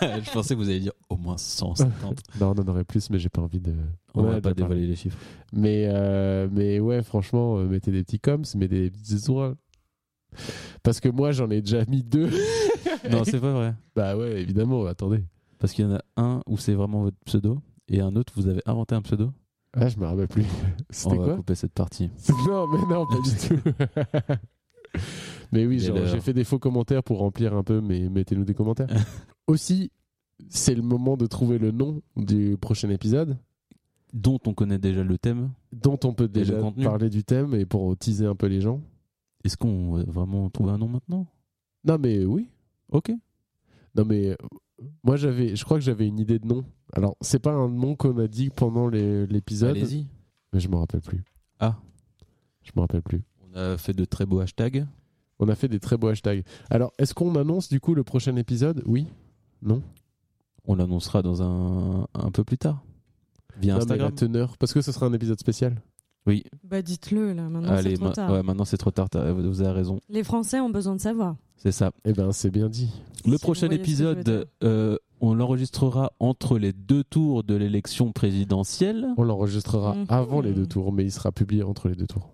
C: Je pensais que vous alliez dire au moins
D: *laughs*
C: 150.
D: non, on en aurait plus, mais j'ai pas envie de.
C: On
D: en
C: va
D: a
C: pas
D: déjà parlé.
C: dévoiler les chiffres.
D: Mais, euh, mais ouais, franchement, euh, mettez des petits coms, mettez des petites étoiles. Parce que moi, j'en ai déjà mis deux. *laughs*
C: Non, c'est pas vrai.
D: bah ouais, évidemment, attendez.
C: Parce qu'il y en a un où c'est vraiment votre pseudo et un autre vous avez inventé un pseudo.
D: Ah, je me rappelle plus. *laughs* C'était
C: On va
D: quoi
C: couper cette partie.
D: Non, mais non, pas du tout. *laughs* mais oui,
C: Quelle
D: genre,
C: heure.
D: j'ai fait des faux commentaires pour remplir un peu, mais mettez-nous
C: *laughs*
D: des commentaires. Aussi, c'est le moment de trouver le nom du prochain épisode
C: Dont on connaît déjà le thème.
D: dont on peut déjà
C: contenu.
D: parler du thème et pour teaser un peu les gens.
C: Est-ce qu'on va vraiment trouver un nom maintenant
D: Non, mais oui.
C: Ok.
D: Non, mais euh, moi, j'avais, je crois que j'avais une idée de nom. Alors, c'est pas un nom qu'on a dit pendant les- l'épisode,
C: Allez-y.
D: mais je me rappelle plus.
C: Ah.
D: Je me rappelle plus.
C: On a fait de très beaux hashtags.
D: On a fait des très beaux hashtags. Alors, est-ce qu'on annonce du coup le prochain épisode Oui Non
C: On l'annoncera dans un un peu plus tard via
D: Non, mais
C: Instagram.
D: la teneur, parce que ce sera un épisode spécial.
C: Oui.
E: Bah dites-le là, maintenant c'est
C: Allez,
E: trop
C: ma-
E: tard.
C: ouais, maintenant c'est trop tard. t'as- Vous avez raison.
E: Les Français ont besoin de savoir.
C: C'est ça.
D: Eh ben, c'est bien dit.
C: Le
E: Si
C: prochain
E: vous voyez ce que je veux
C: épisode,
E: dire.
C: euh, on l'enregistrera entre les deux tours de l'élection présidentielle.
D: On l'enregistrera
E: Mhm.
D: avant les deux tours, mais il sera publié entre les deux tours.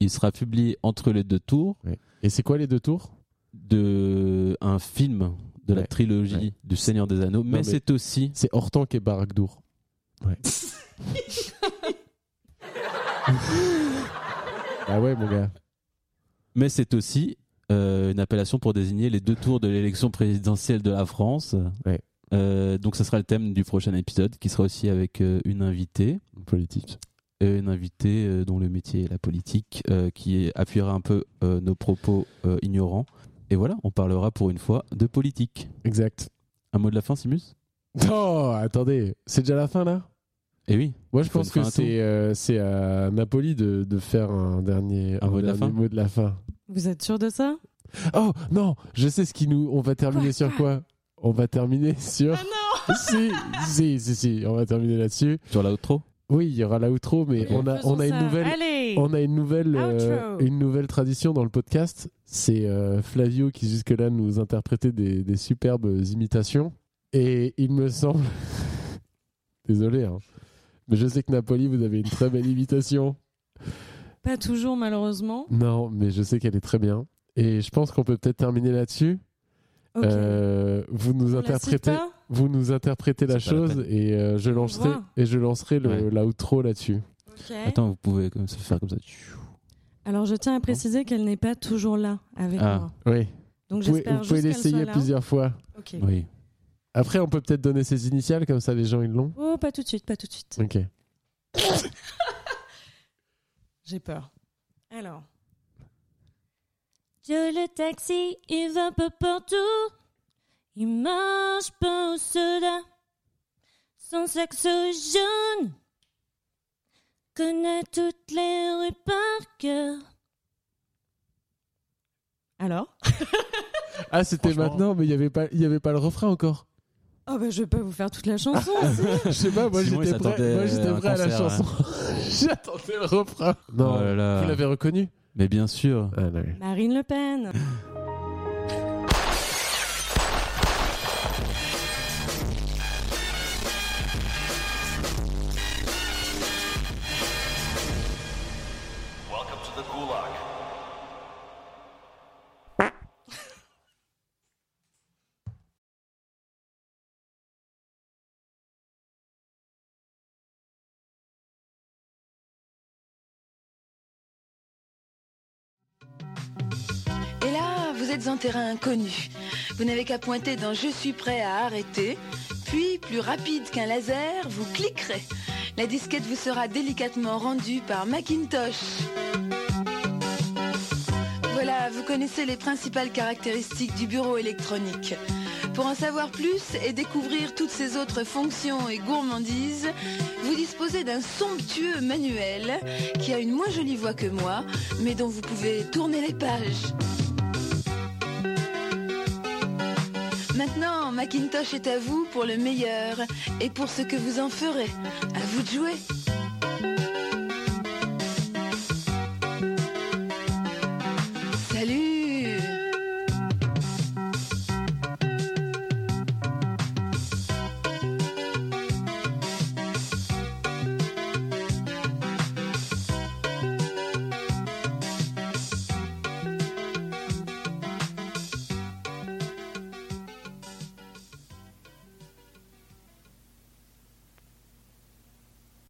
C: Il sera publié entre les deux tours
D: Et c'est quoi les deux tours
C: de un film de la
D: Ouais,
C: trilogie
D: ouais.
C: du Seigneur des Anneaux, mais,
D: mais-
C: c'est aussi
D: C'est Hortank et Barakdour. Ouais. ah ouais, mon gars.
C: mais c'est aussi euh, une appellation pour désigner les deux tours de l'élection présidentielle de la France.
D: Ouais.
C: Euh, donc ça sera le thème du prochain épisode qui sera aussi avec euh, une invitée,
D: Politique.
C: euh, une invitée euh, dont le métier est la politique, euh, qui appuiera un peu euh, nos propos euh, ignorants. Et voilà, on parlera pour une fois de politique.
D: Exact.
C: Un mot de la fin, Simus
D: *laughs* Oh, attendez. C'est déjà la fin, là
C: Eh oui.
D: Moi, je
C: Faut
D: pense
C: une fin
D: que
C: à tout.
D: c'est euh, c'est à Napoli de, de faire un dernier,
C: Un mot de la
D: dernier
C: fin
D: mot de la fin.
E: Vous êtes sûr de ça
D: Oh non, je sais ce qui nous. On va terminer
E: Quoi,
D: sur quoi On va terminer *laughs* sur.
E: Ah non
D: si, si, si, si, on va terminer là-dessus.
C: Sur la outro
D: Oui, il y aura l'outro, mais
C: Ok.
D: on a, on a une nouvelle.
E: Allez
D: On a une nouvelle, euh,
E: Outro.
D: une nouvelle tradition dans le podcast. C'est euh, Flavio qui jusque-là nous interprétait des, des superbes imitations. Et il me semble... *laughs* Désolé, hein. mais je sais que Napoli, vous avez une très belle imitation.
E: Pas toujours malheureusement.
D: Non, mais je sais qu'elle est très bien. Et je pense qu'on peut peut-être terminer là-dessus.
E: Ok.
D: Euh, vous nous
E: On la cite
D: interprétez,
E: pas
D: vous nous interprétez la
C: C'est pas la
D: chose et euh, je lancerai
E: revoir.
D: et je lancerai le- l'outro là-dessus.
E: Ok.
C: Attends, vous pouvez comme ça faire comme ça.
E: Alors je tiens à préciser qu'elle n'est pas toujours là avec
C: Ah.
E: moi.
D: Oui.
E: Donc
D: Vous pouvez,
E: j'espère
D: vous pouvez
E: juste qu'elle soit
D: l'essayer
E: là.
D: plusieurs fois.
E: Ok.
C: Oui.
D: Après, on peut peut-être donner ses initiales comme ça, les gens ils l'ont.
E: Oh, pas tout de suite, pas tout de suite.
D: Ok.
E: J'ai peur. Alors. Dieu le taxi, il va pas partout. Il mange pas au soda. Son saxo jaune connaît toutes les rues par cœur. Alors
D: Ah, c'était
C: Franchement.
D: maintenant, mais il n'y avait pas, il y avait pas le
C: *laughs*
D: refrain encore.
E: Oh bah je vais pas vous faire toute la *laughs* chanson.
D: Je sais pas, moi
C: Simon, il
D: j'étais prêt,
C: s'attendait,
D: moi, j'étais
C: euh, à un
D: prêt à la
C: concert,
D: chanson. *laughs* J'attendais le refrain. Non.
C: Oh là là.
D: Vous l'avez reconnu
C: Mais bien sûr.
D: Ah, non.
E: Marine Le Pen.
A: Et là, vous êtes en terrain inconnu. Vous n'avez qu'à pointer dans Je suis prêt à arrêter, puis, plus rapide qu'un laser, vous cliquerez. La disquette vous sera délicatement rendue par Macintosh. Voilà, vous connaissez les principales caractéristiques du bureau électronique. Pour en savoir plus et découvrir toutes ses autres fonctions et gourmandises, vous disposez d'un somptueux manuel qui a une moins jolie voix que moi, mais dont vous pouvez tourner les pages. Maintenant, Macintosh est à vous pour le meilleur et pour ce que vous en ferez. À vous de jouer.